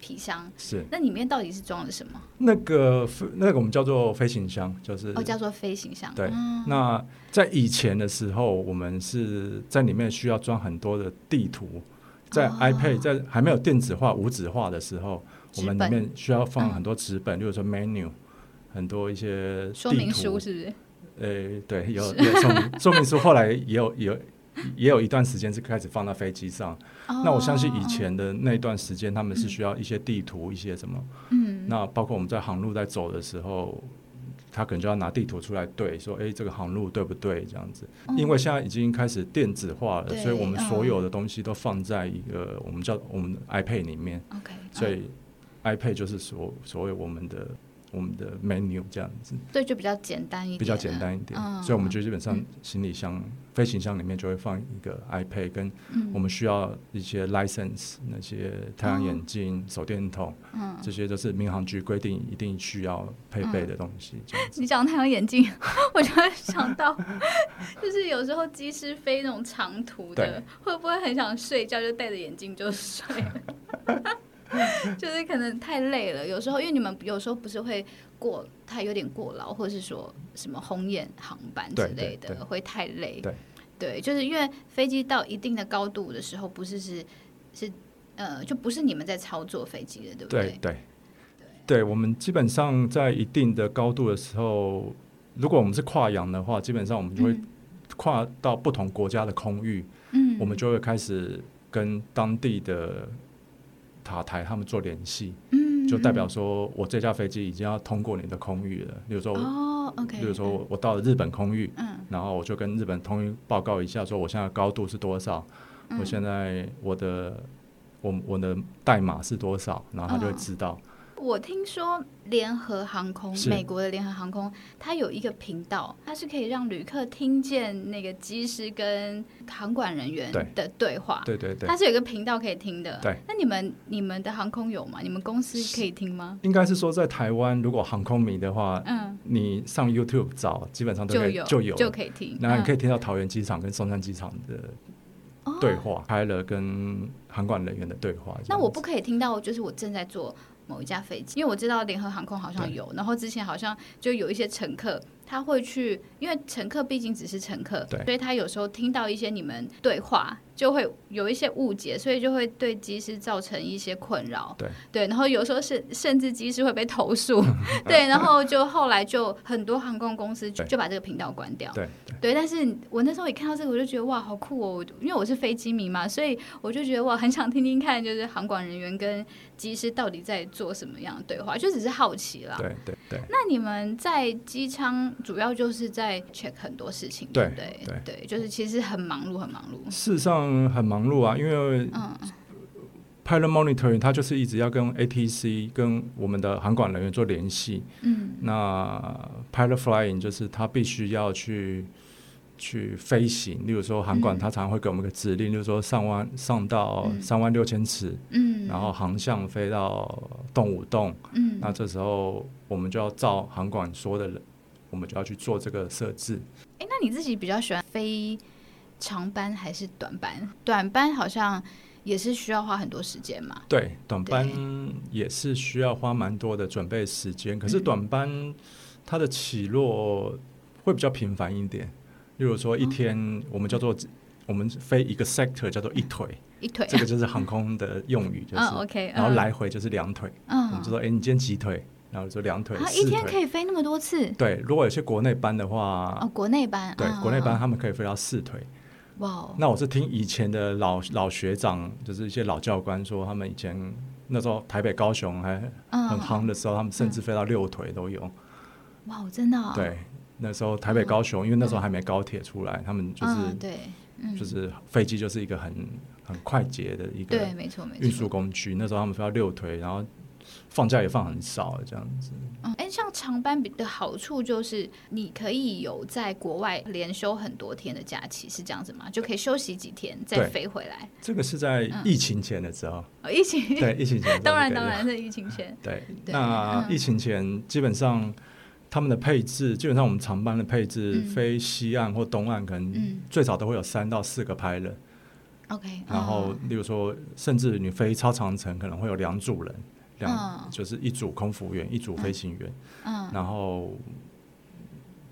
Speaker 2: 皮箱，
Speaker 3: 是
Speaker 2: 那里面到底是装了什么？
Speaker 3: 那个飞那个我们叫做飞行箱，就是
Speaker 2: 哦，叫做飞行箱。
Speaker 3: 对
Speaker 2: 嗯
Speaker 3: 那在以前的时候，我们是在里面需要装很多的地图，在
Speaker 2: 哦
Speaker 3: iPad 在还没有电子化、无纸化的时候，我
Speaker 2: 纸
Speaker 3: 们里
Speaker 2: 本嗯
Speaker 3: 面需要放很多纸本，例如说 menu，很多一些
Speaker 2: 说
Speaker 3: 地
Speaker 2: 明
Speaker 3: 图
Speaker 2: 书。是不是？
Speaker 3: 呃， 对，有有说明说明书，后来也有也有也有一段时间是开始放到飞机上。那我相信以
Speaker 2: 哦，
Speaker 3: 前的那段时间，他们是需要一些地图，一些什么。
Speaker 2: 嗯，
Speaker 3: 那包括我们在航路在走的时候，他可能就要拿地图出来对，说，哎、这个航路对不对？这样子，
Speaker 2: 嗯
Speaker 3: 因为现在已经开始电子化了，
Speaker 2: 对嗯
Speaker 3: 所以我们所有的东西都放在一个我们叫我们的 iPad 里面，
Speaker 2: OK，
Speaker 3: 所
Speaker 2: 嗯
Speaker 3: 以 iPad 就是所所谓我们的我们的 menu 这样子，
Speaker 2: 对就比较简单一点，
Speaker 3: 比较简，单一点，
Speaker 2: 嗯
Speaker 3: 所以我们就基本上
Speaker 2: 嗯
Speaker 3: 行李箱、飞行箱里面就会放一个 iPad 跟
Speaker 2: 嗯
Speaker 3: 我们需要一些 license 那些太阳
Speaker 2: 哦
Speaker 3: 眼镜、手电筒。
Speaker 2: 嗯。
Speaker 3: 这些都是民航局规定一定需要配备的东西。这样子
Speaker 2: 你讲太阳眼镜，我就会想到，就是有时候机师飞那种长途的
Speaker 3: 对，
Speaker 2: 会不会很想睡觉，就戴着眼镜就睡了？ 就是可能太累了，有时候因为你们有时候不是会过太有点过劳，或是说什么红眼航班之
Speaker 3: 对
Speaker 2: 类的，
Speaker 3: 对对
Speaker 2: 会太累。
Speaker 3: 对
Speaker 2: 对，就是因为飞机到一定的高度的时候，不是是是呃，就不是你们在操作飞机的，对不
Speaker 3: 对对，对我们基本上在一定的高度的时候，如果我们是跨洋的话，基本上我们就会
Speaker 2: 嗯
Speaker 3: 跨到不同国家的空域，
Speaker 2: 嗯，
Speaker 3: 我们就会开始跟当地的塔台他们做联系，
Speaker 2: 嗯
Speaker 3: 就代表说我这架飞机已经要通过你的空域了。比如说我，
Speaker 2: 哦，OK，
Speaker 3: 比如说我我到了日本空域，
Speaker 2: 嗯，
Speaker 3: 然后我就跟日本空域报告一下，说我现在的高度是多少，
Speaker 2: 嗯，
Speaker 3: 我现在我的我我的代码是多少，然后他就会
Speaker 2: 嗯
Speaker 3: 知道。
Speaker 2: 我听说联合航空，
Speaker 3: 是
Speaker 2: 美国的联合航空，它有一个频道，它是可以让旅客听见那个机师跟航管人员
Speaker 3: 对
Speaker 2: 的对话。
Speaker 3: 对对对
Speaker 2: 它。是有一个频道可以听的。
Speaker 3: 对。
Speaker 2: 那你们你们的航空有吗？你们公司可以听吗？
Speaker 3: 应该是说，在台湾，如果航空迷的话，
Speaker 2: 嗯，
Speaker 3: 你上 YouTube 找，基本上都
Speaker 2: 就
Speaker 3: 可以
Speaker 2: 有
Speaker 3: 就有了。
Speaker 2: 可以嗯听。
Speaker 3: 然后你可
Speaker 2: 以
Speaker 3: 以听到桃园机场跟松山机场的对。
Speaker 2: 哦
Speaker 3: 话，开了跟航管人员的对话。啊这样子
Speaker 2: 那我不可以听到，就是我正在坐某一架飞机，因为我知道联合航空好像有，然后之前好像就有一些乘客他会去，因为乘客毕竟只是乘客，
Speaker 3: 对
Speaker 2: 所以他有时候听到一些你们对话，就会有一些误解，所以就会对机师造成一些困扰。
Speaker 3: 对
Speaker 2: 对，然后有时候是甚至机师会被投 诉，对，然后就后来就很多航空公司就
Speaker 3: 对
Speaker 2: 就把这个频道关掉。
Speaker 3: 对
Speaker 2: 对，但是我那时候一看到这个，我就觉得哇，好酷哦！我因为我是飞机迷嘛，所以我就觉得哇，很想听听看，就是航管人员跟机师到底在做什么样的对话，就只是好奇啦。
Speaker 3: 对对对，
Speaker 2: 那你们在机舱主要就是在 check 很多事情，
Speaker 3: 对
Speaker 2: 不对？对，就是其实很忙碌，很忙碌。
Speaker 3: 事实上很忙碌啊，因为
Speaker 2: 嗯
Speaker 3: Pilot Monitoring 它就是一直要跟 ATC 跟我们的航管人员做联系。
Speaker 2: 嗯
Speaker 3: 那 Pilot Flying 就是他必须要去。去飞行，例如说航管，
Speaker 2: 嗯
Speaker 3: 他常常会给我们一个指令，例如说上万上到
Speaker 2: 嗯
Speaker 3: 三万六千尺，
Speaker 2: 嗯，
Speaker 3: 然后航向飞到动五洞，
Speaker 2: 嗯
Speaker 3: 那这时候我们就要照航管说的，我们就要去做这个设置。
Speaker 2: 哎，那你自己比较喜欢飞长班还是短班？短班好像也是需要花很多时间嘛。
Speaker 3: 对，短班也是需要花蛮多的准备时间，可是
Speaker 2: 嗯
Speaker 3: 短班它的起落会比较频繁一点。例如说一天，
Speaker 2: 嗯
Speaker 3: 我们叫做、我们飞一个 sector 叫做一腿，
Speaker 2: 一腿，啊
Speaker 3: 这个就是航空的用语，就是、
Speaker 2: 嗯，OK，
Speaker 3: 然后
Speaker 2: 嗯
Speaker 3: 来回就是两腿，
Speaker 2: 嗯，
Speaker 3: 我们就说哎、你今天几腿，然后就两腿、
Speaker 2: 啊，一
Speaker 3: 四
Speaker 2: 天
Speaker 3: 腿。
Speaker 2: 可以飞那么多次？
Speaker 3: 对，如果有些国内班的话，
Speaker 2: 哦，国内班，
Speaker 3: 啊对
Speaker 2: 嗯
Speaker 3: 国内班，他们可以飞到四腿。
Speaker 2: 哇哦，
Speaker 3: 那我是听以前的老老学长，就是一些老教官说，他们以前那时候台北、高雄还
Speaker 2: 嗯
Speaker 3: 很夯的时候，他们甚至飞到六腿都有。
Speaker 2: 哇哦，真的、哦，
Speaker 3: 对，那时候台北、高雄，因为那时候还没高铁出来，他们就是、
Speaker 2: 嗯，对，嗯，
Speaker 3: 就是飞机就是一个很很快捷的一
Speaker 2: 对，
Speaker 3: 个
Speaker 2: 没错，没
Speaker 3: 运
Speaker 2: 错
Speaker 3: 输，工具。那时候他们飞到六腿，然后放假也放很少这样子。
Speaker 2: 嗯，哎，像长班比的好处就是你可以有在国外连休很多天的假期，是这样子吗？就可以休息几天再
Speaker 3: 对
Speaker 2: 飞回来，
Speaker 3: 这个是在疫情前的时候，
Speaker 2: 哦，疫情，
Speaker 3: 对，疫情前的时候
Speaker 2: 嗯当然
Speaker 3: 就可以
Speaker 2: 当
Speaker 3: 了
Speaker 2: 然是疫情 前，
Speaker 3: 对，
Speaker 2: 对
Speaker 3: 那
Speaker 2: 嗯
Speaker 3: 疫情前基本上他们的配置，基本上我们长班的配置，
Speaker 2: 嗯
Speaker 3: 非西岸或东岸可能
Speaker 2: 嗯
Speaker 3: 最少都会有三到四个 pilot，、
Speaker 2: ，OK，
Speaker 3: 然后
Speaker 2: 嗯
Speaker 3: 例如说，甚至你飞超长程可能会有两组人，两、
Speaker 2: 嗯
Speaker 3: 就是一组空服员，一组飞行员，
Speaker 2: 嗯，
Speaker 3: 然后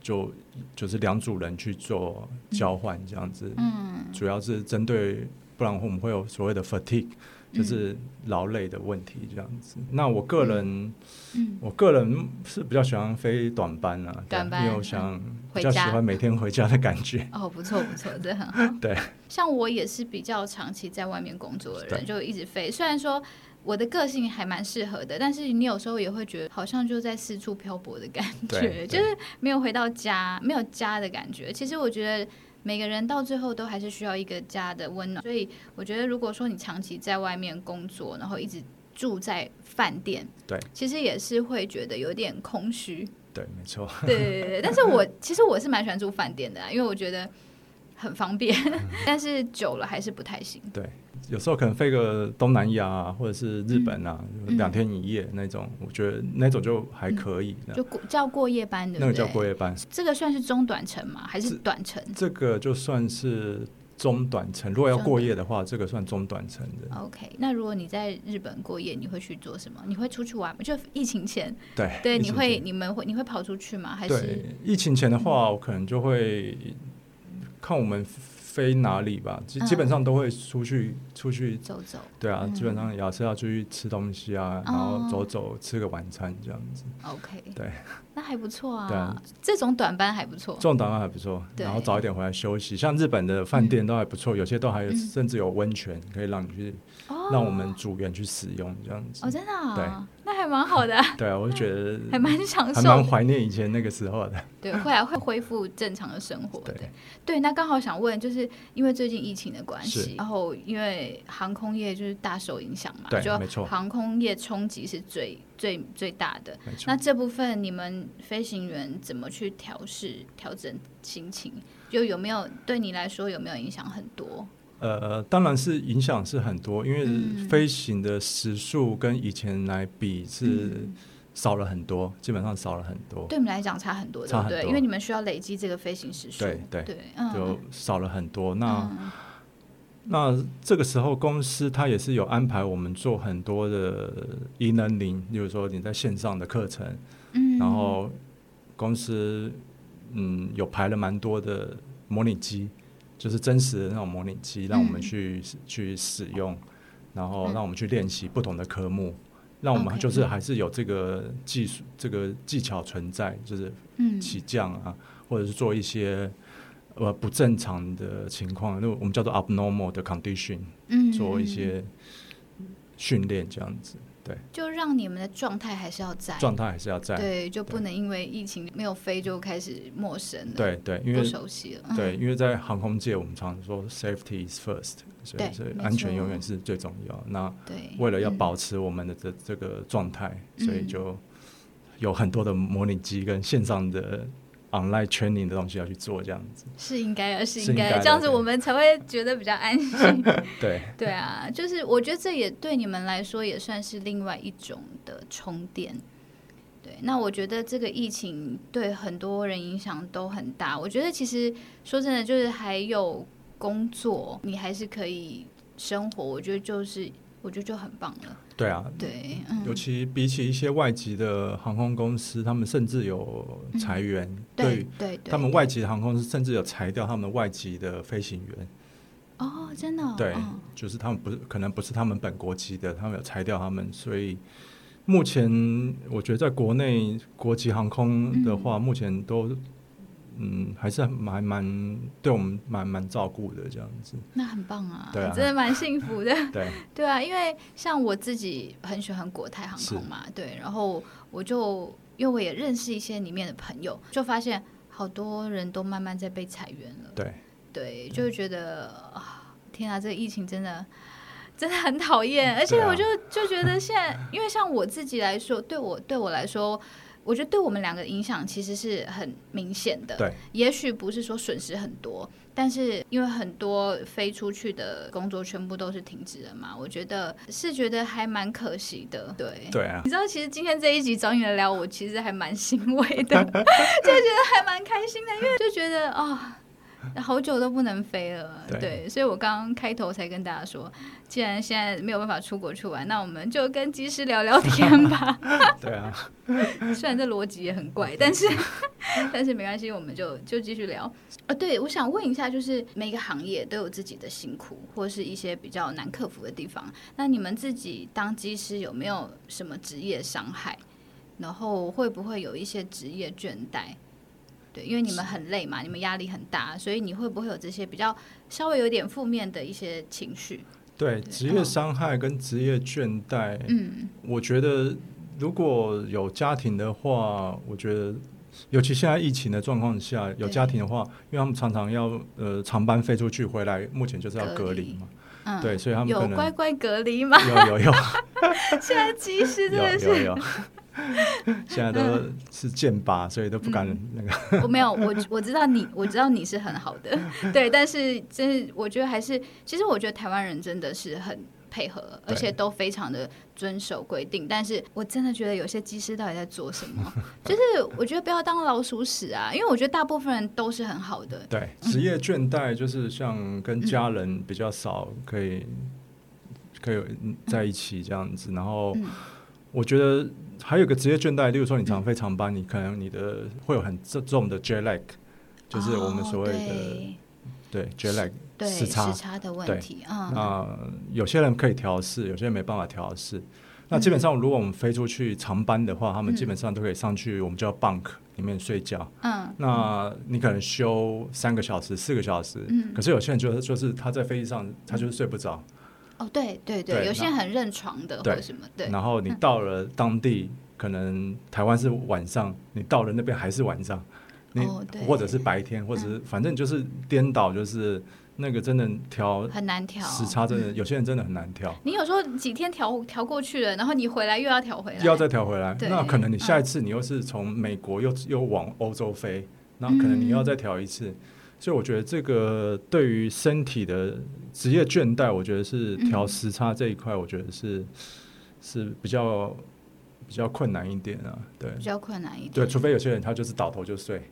Speaker 3: 就就是两组人去做交换这样子，
Speaker 2: 嗯，
Speaker 3: 主要是针对，不然我们会有所谓的 fatigue，就是劳累的问题这样子。那我个人。
Speaker 2: 嗯，
Speaker 3: 我个人是比较喜欢飞短班啊，对
Speaker 2: 短班嗯
Speaker 3: 因为我想比
Speaker 2: 回
Speaker 3: 较喜
Speaker 2: 家
Speaker 3: 欢每天回家的感觉。
Speaker 2: 哦，不错不错，这很好。
Speaker 3: 对，
Speaker 2: 像我也是比较长期在外面工作的人，
Speaker 3: 对
Speaker 2: 就一直飞。虽然说我的个性还蛮适合的，但是你有时候也会觉得好像就在四处漂泊的感觉，
Speaker 3: 对对
Speaker 2: 就是没有回到家，没有家的感觉。其实我觉得。每个人到最后都还是需要一个家的温暖，所以我觉得，如果说你长期在外面工作，然后一直住在饭店，
Speaker 3: 对，
Speaker 2: 其实也是会觉得有点空虚。
Speaker 3: 对，没错，
Speaker 2: 对对对对，但是我其实我是蛮喜欢住饭店的啊，因为我觉得很方便，
Speaker 3: 嗯
Speaker 2: 但是久了还是不太行。
Speaker 3: 对。有时候可能飞个东南亚、啊、或者是日本啊，
Speaker 2: 嗯
Speaker 3: 两、天一夜那种，我觉得那种就还可以。那
Speaker 2: 就过叫过夜班，对不嗯
Speaker 3: 那
Speaker 2: 对？
Speaker 3: 个叫过夜班，
Speaker 2: 这个算是中短程吗？还是
Speaker 3: 这
Speaker 2: 短程
Speaker 3: 这个就算是中短程。如果要过夜的话，这个算中短程的。
Speaker 2: ？OK，那如果你在日本过夜，你会去做什么？你会出去玩吗？就疫情前，
Speaker 3: 对
Speaker 2: 对，
Speaker 3: 疫
Speaker 2: 你
Speaker 3: 情
Speaker 2: 会
Speaker 3: 前
Speaker 2: 你们会你会跑出去吗？还是
Speaker 3: 对疫情前的话，我可能就会看我们飞哪里吧，基
Speaker 2: 嗯
Speaker 3: 基本上都会出去出去，
Speaker 2: 走走，
Speaker 3: 对啊，
Speaker 2: 嗯哦
Speaker 3: 基本上也是要出去吃东西啊，然后走走吃个晚餐这样子，
Speaker 2: OK，
Speaker 3: 对，
Speaker 2: 那还不错啊，
Speaker 3: 对啊
Speaker 2: 这种短班还不错
Speaker 3: 这，种档案还不错。
Speaker 2: 对
Speaker 3: 然后早一点回来休息，像日本的饭店都还不错，有些都还有
Speaker 2: 嗯
Speaker 3: 甚至有温泉可以让你去，
Speaker 2: 哦
Speaker 3: 让我们组员去使用这样
Speaker 2: 哦，
Speaker 3: 子。
Speaker 2: 真的、啊，那还蛮好的 啊、
Speaker 3: 对啊，我就觉得
Speaker 2: 还蛮享
Speaker 3: 还
Speaker 2: 受
Speaker 3: 蛮
Speaker 2: 的，
Speaker 3: 怀念以前那个时候的。
Speaker 2: 对，后来会恢复正常的生活的。
Speaker 3: 嗯对
Speaker 2: 对，那刚好想问，就是因为最近疫情的关系
Speaker 3: 是，
Speaker 2: 然后因为航空业就是大受影响嘛，
Speaker 3: 对
Speaker 2: 就
Speaker 3: 没错
Speaker 2: 航空业冲击是最最最大的。
Speaker 3: 没错
Speaker 2: 那这部分你们飞行员怎么去调试、调整心情？就有没有对你来说有没有影响很多？
Speaker 3: 呃，当然是影响是很多，因为
Speaker 2: 嗯
Speaker 3: 飞行的时速跟以前来比是
Speaker 2: 嗯
Speaker 3: 少了很多，基本上少了很多，
Speaker 2: 对你们来讲差很多，对
Speaker 3: 差
Speaker 2: 不
Speaker 3: 很
Speaker 2: 对？
Speaker 3: 多
Speaker 2: 因为你们需要累积这个飞行时数，
Speaker 3: 对对
Speaker 2: 对，嗯，
Speaker 3: 就少了很多。那
Speaker 2: 嗯
Speaker 3: 那这个时候，公司它也是有安排我们做很多的 e l e 例如说你在线上的课程，
Speaker 2: 嗯，
Speaker 3: 然后公司嗯有排了蛮多的模拟机，就是真实的那种模拟机，让我
Speaker 2: 嗯
Speaker 3: 们去、去使用，然后
Speaker 2: 嗯
Speaker 3: 让我们去练习不同的科目，让我们
Speaker 2: OK
Speaker 3: 就是还是有这个技术这个技巧存在，就是
Speaker 2: 嗯，
Speaker 3: 起降啊，或者是做一些。呃，不正常的情况，那我们叫做 abnormal 的 condition，
Speaker 2: 嗯
Speaker 3: 做一些训练，这样子，
Speaker 2: 就让你们的状态还是要在，
Speaker 3: 状态还是要在。
Speaker 2: 对，就不
Speaker 3: 对
Speaker 2: 能因为疫情没有飞就开始陌生了，，
Speaker 3: 对对，因为
Speaker 2: 不熟悉了，嗯
Speaker 3: 对，因为在航空界，我们常说 safety is first，所
Speaker 2: 对
Speaker 3: 以所以
Speaker 2: 没
Speaker 3: 安全
Speaker 2: 错
Speaker 3: 永远是最重要。那
Speaker 2: 对，
Speaker 3: 为了要
Speaker 2: 嗯
Speaker 3: 保持我们的这这个状态，所以
Speaker 2: 嗯
Speaker 3: 就有很多的模拟机跟线上的 online training 的东西要去做，这样子。
Speaker 2: 嗯是应该的，是
Speaker 3: 是
Speaker 2: 应
Speaker 3: 应
Speaker 2: 该
Speaker 3: 该
Speaker 2: 的，
Speaker 3: 的
Speaker 2: 这样子
Speaker 3: 对
Speaker 2: 我们才会觉得比较安心。
Speaker 3: 对，
Speaker 2: 对啊，就是我觉得这也对你们来说也算是另外一种的充电。对，那我觉得这个疫情对很多人影响都很大。我觉得其实说真的，就是还有工作，你还是可以生活，我觉得就是我觉得就很棒了。
Speaker 3: 对啊。
Speaker 2: 对，
Speaker 3: 尤
Speaker 2: 嗯，
Speaker 3: 其比起一些外籍的航空公司，他们甚至有裁员，对
Speaker 2: 嗯对
Speaker 3: 于
Speaker 2: 对对，
Speaker 3: 他们外籍的航空公司甚至有裁掉他们外籍的飞行员。
Speaker 2: 哦，真的哦、
Speaker 3: 对
Speaker 2: 嗯，
Speaker 3: 就是他们不是可能不是他们本国籍的，他们有裁掉他们，所以目前我觉得在国内国际航空
Speaker 2: 嗯
Speaker 3: 的话，目前都嗯还是蛮蛮对我们蛮蛮照顾的这样子，
Speaker 2: 那很棒啊，
Speaker 3: 嗯对啊
Speaker 2: 真的蛮幸福的。
Speaker 3: 对，
Speaker 2: 对啊，因为像我自己很喜欢国泰航空嘛，对，然后我就因为我也认识一些里面的朋友，就发现好多人都慢慢在被裁员了，
Speaker 3: 对嗯
Speaker 2: 对，就觉得啊，天啊，这个疫情真的。 真的很讨厌，而且
Speaker 3: 对啊
Speaker 2: 我就就觉得现在，因为像我自己来说，对我对我来说，我觉得对我们两个影响其实是很明显的。
Speaker 3: 对，
Speaker 2: 也许不是说损失很多，但是因为很多飞出去的工作全部都是停止了嘛，我觉得是觉得还蛮可惜的。对。
Speaker 3: 对啊
Speaker 2: 你，知道，其实今天这一集找你来聊，我其实还蛮欣慰的，就觉得还蛮开心的，因为就觉得啊、好久都不能飞了，
Speaker 3: 对
Speaker 2: 所以我刚刚开头才跟大家说，既然现在没有办法出国去玩，那我们就跟机师聊聊天吧。
Speaker 3: 对啊，
Speaker 2: 虽然这逻辑也很怪，但是 但是没关系，我们就就继续聊。呃，对，我想问一下，就是每个行业都有自己的辛苦，或是一些比较难克服的地方。那你们自己当技师有没有什么职业伤害？然后会不会有一些职业倦怠？对，因为你们很累嘛，你们压力很大，所以你会不会有这些比较稍微有点负面的一些情绪？
Speaker 3: 对职业伤害跟职业倦怠，
Speaker 2: 嗯，
Speaker 3: 我觉得如果有家庭的话，我觉得。尤其现在疫情的状况下，有
Speaker 2: 对
Speaker 3: 家庭的话，因为他们常常要呃长班飞出去回来，目前就是要
Speaker 2: 隔
Speaker 3: 隔
Speaker 2: 离
Speaker 3: 离嘛，
Speaker 2: 嗯
Speaker 3: 对，所以他们可
Speaker 2: 有
Speaker 3: 能
Speaker 2: 乖乖隔离吗？
Speaker 3: 有有有
Speaker 2: 现在技师真的
Speaker 3: 有
Speaker 2: 是
Speaker 3: 有 有，现在都是剑拔，所以都不敢那 个。
Speaker 2: 我没有，我我知道你，我知道你是很好的，对，但是真是我觉得还是，其实我觉得台湾人真的是很配合，而
Speaker 3: 对
Speaker 2: 且都非常的遵守规定。但是我真的觉得有些技师到底在做什么？ 就是我觉得不要当老鼠屎啊，因为我觉得大部分人都是很好的，
Speaker 3: 对，职业倦怠就是像跟家人比较少可以可以在一起这样子，然后
Speaker 2: 嗯
Speaker 3: 我觉得还有个职业倦怠，例如说你常飞长班，你可能你的会有很重重的 jet lag，就是我们所谓
Speaker 2: 哦
Speaker 3: 的
Speaker 2: 对
Speaker 3: 对 jet lag
Speaker 2: 对
Speaker 3: 时差。
Speaker 2: 的问
Speaker 3: 对
Speaker 2: 题啊，
Speaker 3: 那有些人可以调试，有些人没办法调试。那基本上，如果我们飞出去长班的话，他们基本上都可以上去，我们叫 bunk 里面睡觉。
Speaker 2: 嗯
Speaker 3: 那你可能休三个小时、四个小时，
Speaker 2: 嗯
Speaker 3: 可是有些人觉得就是他在飞机上，他就是睡不着。
Speaker 2: 哦，对对对，
Speaker 3: 对
Speaker 2: 有些人很认床的
Speaker 3: 对
Speaker 2: 或什么，对，
Speaker 3: 然后你到了当地，可能台湾是晚上，你到了那边还是晚上，你、
Speaker 2: 哦对嗯
Speaker 3: 或者是白天，或者是、反正就是颠倒，就是那个真的调
Speaker 2: 很难调
Speaker 3: 时差，真的、有些人真的很难调。
Speaker 2: 你有时候几天调调过去了，然后你回来又要调回来，
Speaker 3: 又要再调回来，
Speaker 2: 对
Speaker 3: 那可能你下一次你又是从美国又又往欧洲飞，那可能你又要再调一次。
Speaker 2: 嗯
Speaker 3: 所以我觉得这个对于身体的职业倦怠，我觉得是调时差这一块，我觉得是、是比较比较困难一点啊。对
Speaker 2: 比较困难一点。
Speaker 3: 对，除非有些人他就是倒头就睡。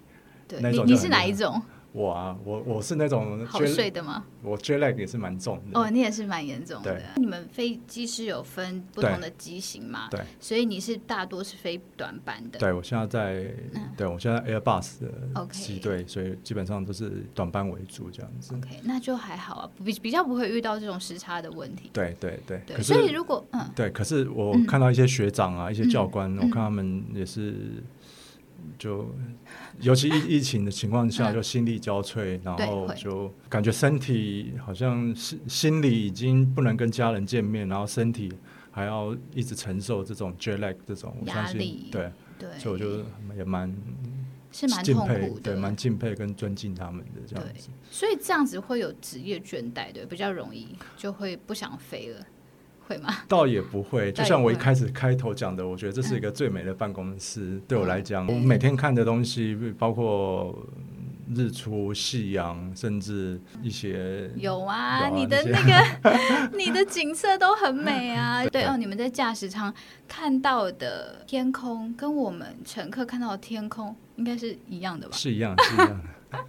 Speaker 2: 对，
Speaker 3: 那
Speaker 2: 你
Speaker 3: 种
Speaker 2: 你
Speaker 3: 就是很
Speaker 2: 哪
Speaker 3: 厉
Speaker 2: 一
Speaker 3: 害
Speaker 2: 种？
Speaker 3: 我啊，我我是那种
Speaker 2: 好
Speaker 3: jet-
Speaker 2: 睡的吗？
Speaker 3: 我 jet lag 也是蛮重的。
Speaker 2: 哦，你也是蛮严重的
Speaker 3: 对。
Speaker 2: 你们飞机师有分不
Speaker 3: 对
Speaker 2: 同的机型嘛？
Speaker 3: 对，
Speaker 2: 所以你是大多是飞短班的。嗯
Speaker 3: 对，我现在在，对我现在 Airbus 的
Speaker 2: OK
Speaker 3: 机队所以基本上都是短班为主这样子。
Speaker 2: OK，那就还好啊，比比较不会遇到这种时差的问题。
Speaker 3: 对对对，
Speaker 2: 对，
Speaker 3: 可
Speaker 2: 所以
Speaker 3: 是
Speaker 2: 如果嗯，
Speaker 3: 对，可是我
Speaker 2: 嗯
Speaker 3: 看到一些学长啊，一些教官，我
Speaker 2: 嗯
Speaker 3: 看他们也是就，尤其疫疫情的情况
Speaker 2: 嗯
Speaker 3: 下，就心力交瘁，然
Speaker 2: 对
Speaker 3: 后
Speaker 2: 会
Speaker 3: 就感觉身体好像心心里已经不能跟家人见面，然后身体还要一直承受这种 jet lag 这种，我
Speaker 2: 压
Speaker 3: 相信
Speaker 2: 力
Speaker 3: 对，
Speaker 2: 对，
Speaker 3: 所以我就也蛮
Speaker 2: 是蛮
Speaker 3: 敬
Speaker 2: 痛
Speaker 3: 佩
Speaker 2: 苦，
Speaker 3: 对，蛮
Speaker 2: 的。
Speaker 3: 敬佩跟尊敬他们的这样
Speaker 2: 对
Speaker 3: 子。
Speaker 2: 所以这样子会有职业倦怠，对，比较容易就会不想飞了，会吗？
Speaker 3: 倒也不会，
Speaker 2: 倒
Speaker 3: 就
Speaker 2: 也
Speaker 3: 像我一
Speaker 2: 不会
Speaker 3: 开始开头讲的，我觉得这是一个最美的办公室。对我来讲，我每天看的东西，包括嗯日出、夕阳，甚至一些
Speaker 2: 有啊，
Speaker 3: 有啊
Speaker 2: 你的
Speaker 3: 那
Speaker 2: 那个 你的景色都很美啊。
Speaker 3: 对
Speaker 2: 对哦，你们在驾驶舱看到的天空，跟我们乘客看到的天空应该是一样的吧？
Speaker 3: 是一样，是一 样的。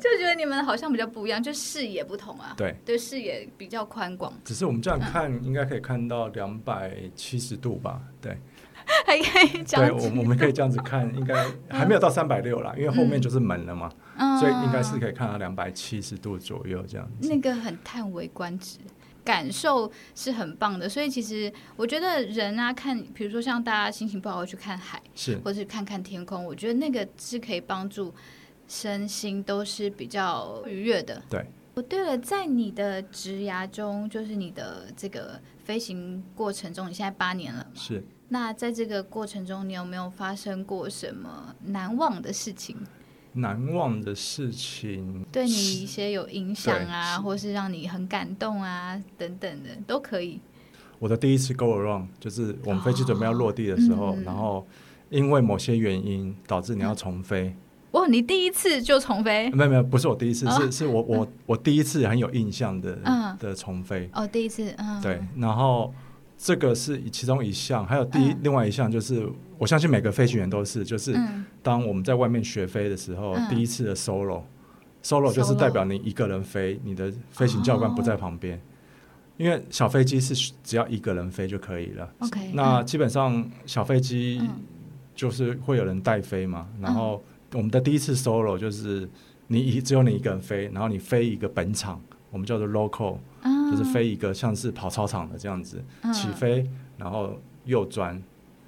Speaker 2: 就觉得你们好像比较不一样，就视野不同啊。
Speaker 3: 对，
Speaker 2: 对，视野比较宽广，
Speaker 3: 只是我们这样看，应该可以看到两百七十度吧？对，
Speaker 2: 还可以讲
Speaker 3: 对，我我们可以这样子嗯看，应该还没有到三百六啦，因为后面就是门了嘛，
Speaker 2: 嗯
Speaker 3: 所以应该是可以看到两百七十度左右这样子。
Speaker 2: 那个很叹为观止，感受是很棒的。所以其实我觉得人啊，看比如说像大家心情不好会去看海，
Speaker 3: 是
Speaker 2: 或是看看天空，我觉得那个是可以帮助身心都是比较愉悦的。
Speaker 3: 对。
Speaker 2: 哦，对了，在你的职涯中，就是你的这个飞行过程中，你现在八年了嘛？
Speaker 3: 是。
Speaker 2: 那在这个过程中，你有没有发生过什么难忘的事情？
Speaker 3: 难忘的事情，
Speaker 2: 对你一些有影响啊，
Speaker 3: 对
Speaker 2: 或是让你很感动啊等等的都可以。
Speaker 3: 我的第一次 go around 就是我们飞机准备要落地的时候，
Speaker 2: 哦嗯
Speaker 3: 然后因为某些原因导致你要重飞。
Speaker 2: 哇，你第一次就重飞？
Speaker 3: 没有没有，不是我第一次，
Speaker 2: 嗯哦
Speaker 3: 是是我我我第一次很有印象的、
Speaker 2: 嗯
Speaker 3: 的重飞。
Speaker 2: 哦，第一次，嗯，
Speaker 3: 对，然后这个是其中一项，还有第一、
Speaker 2: 嗯
Speaker 3: 另外一项就是，我相信每个飞行员都是，就是
Speaker 2: 嗯，
Speaker 3: 当我们在外面学飞的时候，
Speaker 2: 嗯
Speaker 3: 第一次的 solo。solo 就是
Speaker 2: solo
Speaker 3: 代表你一个人飞，你的飞行教官不在旁
Speaker 2: 哦
Speaker 3: 边，因为小飞机是只要一个人飞就可以了。
Speaker 2: OK，
Speaker 3: 那
Speaker 2: 嗯
Speaker 3: 基本上小飞机
Speaker 2: 嗯
Speaker 3: 就是会有人带飞嘛，然后我们的第一次 solo 就是你一只有你一个人飞，然后你飞一个本场，我们叫做 local，
Speaker 2: 啊
Speaker 3: 就是飞一个像是跑操场的这样子，
Speaker 2: 嗯
Speaker 3: 起飞然后右转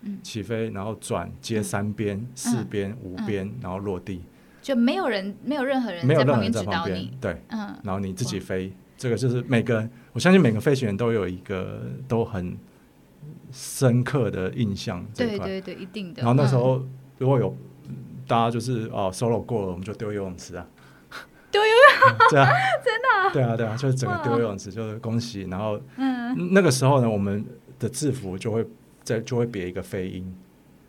Speaker 2: 嗯，
Speaker 3: 起飞然后转接三边、四边、五边，然后落地，
Speaker 2: 就没有人，没有任何人
Speaker 3: 没有
Speaker 2: 在
Speaker 3: 任
Speaker 2: 旁
Speaker 3: 何
Speaker 2: 边
Speaker 3: 人在
Speaker 2: 指
Speaker 3: 旁
Speaker 2: 导
Speaker 3: 边
Speaker 2: 你，，
Speaker 3: 对，
Speaker 2: 嗯，
Speaker 3: 然后你自己飞，这个就是每个我相信每个飞行员都有一个都很深刻的印象这一
Speaker 2: 对
Speaker 3: 块。
Speaker 2: 对对，一定的。
Speaker 3: 然后那时
Speaker 2: 嗯
Speaker 3: 候如果有嗯大家就是哦 solo 过了，我们就丢游泳池啊，
Speaker 2: 丢游
Speaker 3: 泳 池，对啊，真的，对啊对啊，就是整个丢游泳池就是恭喜。然后嗯，那个时候呢，我们的制服就会在就会别一个飞鹰，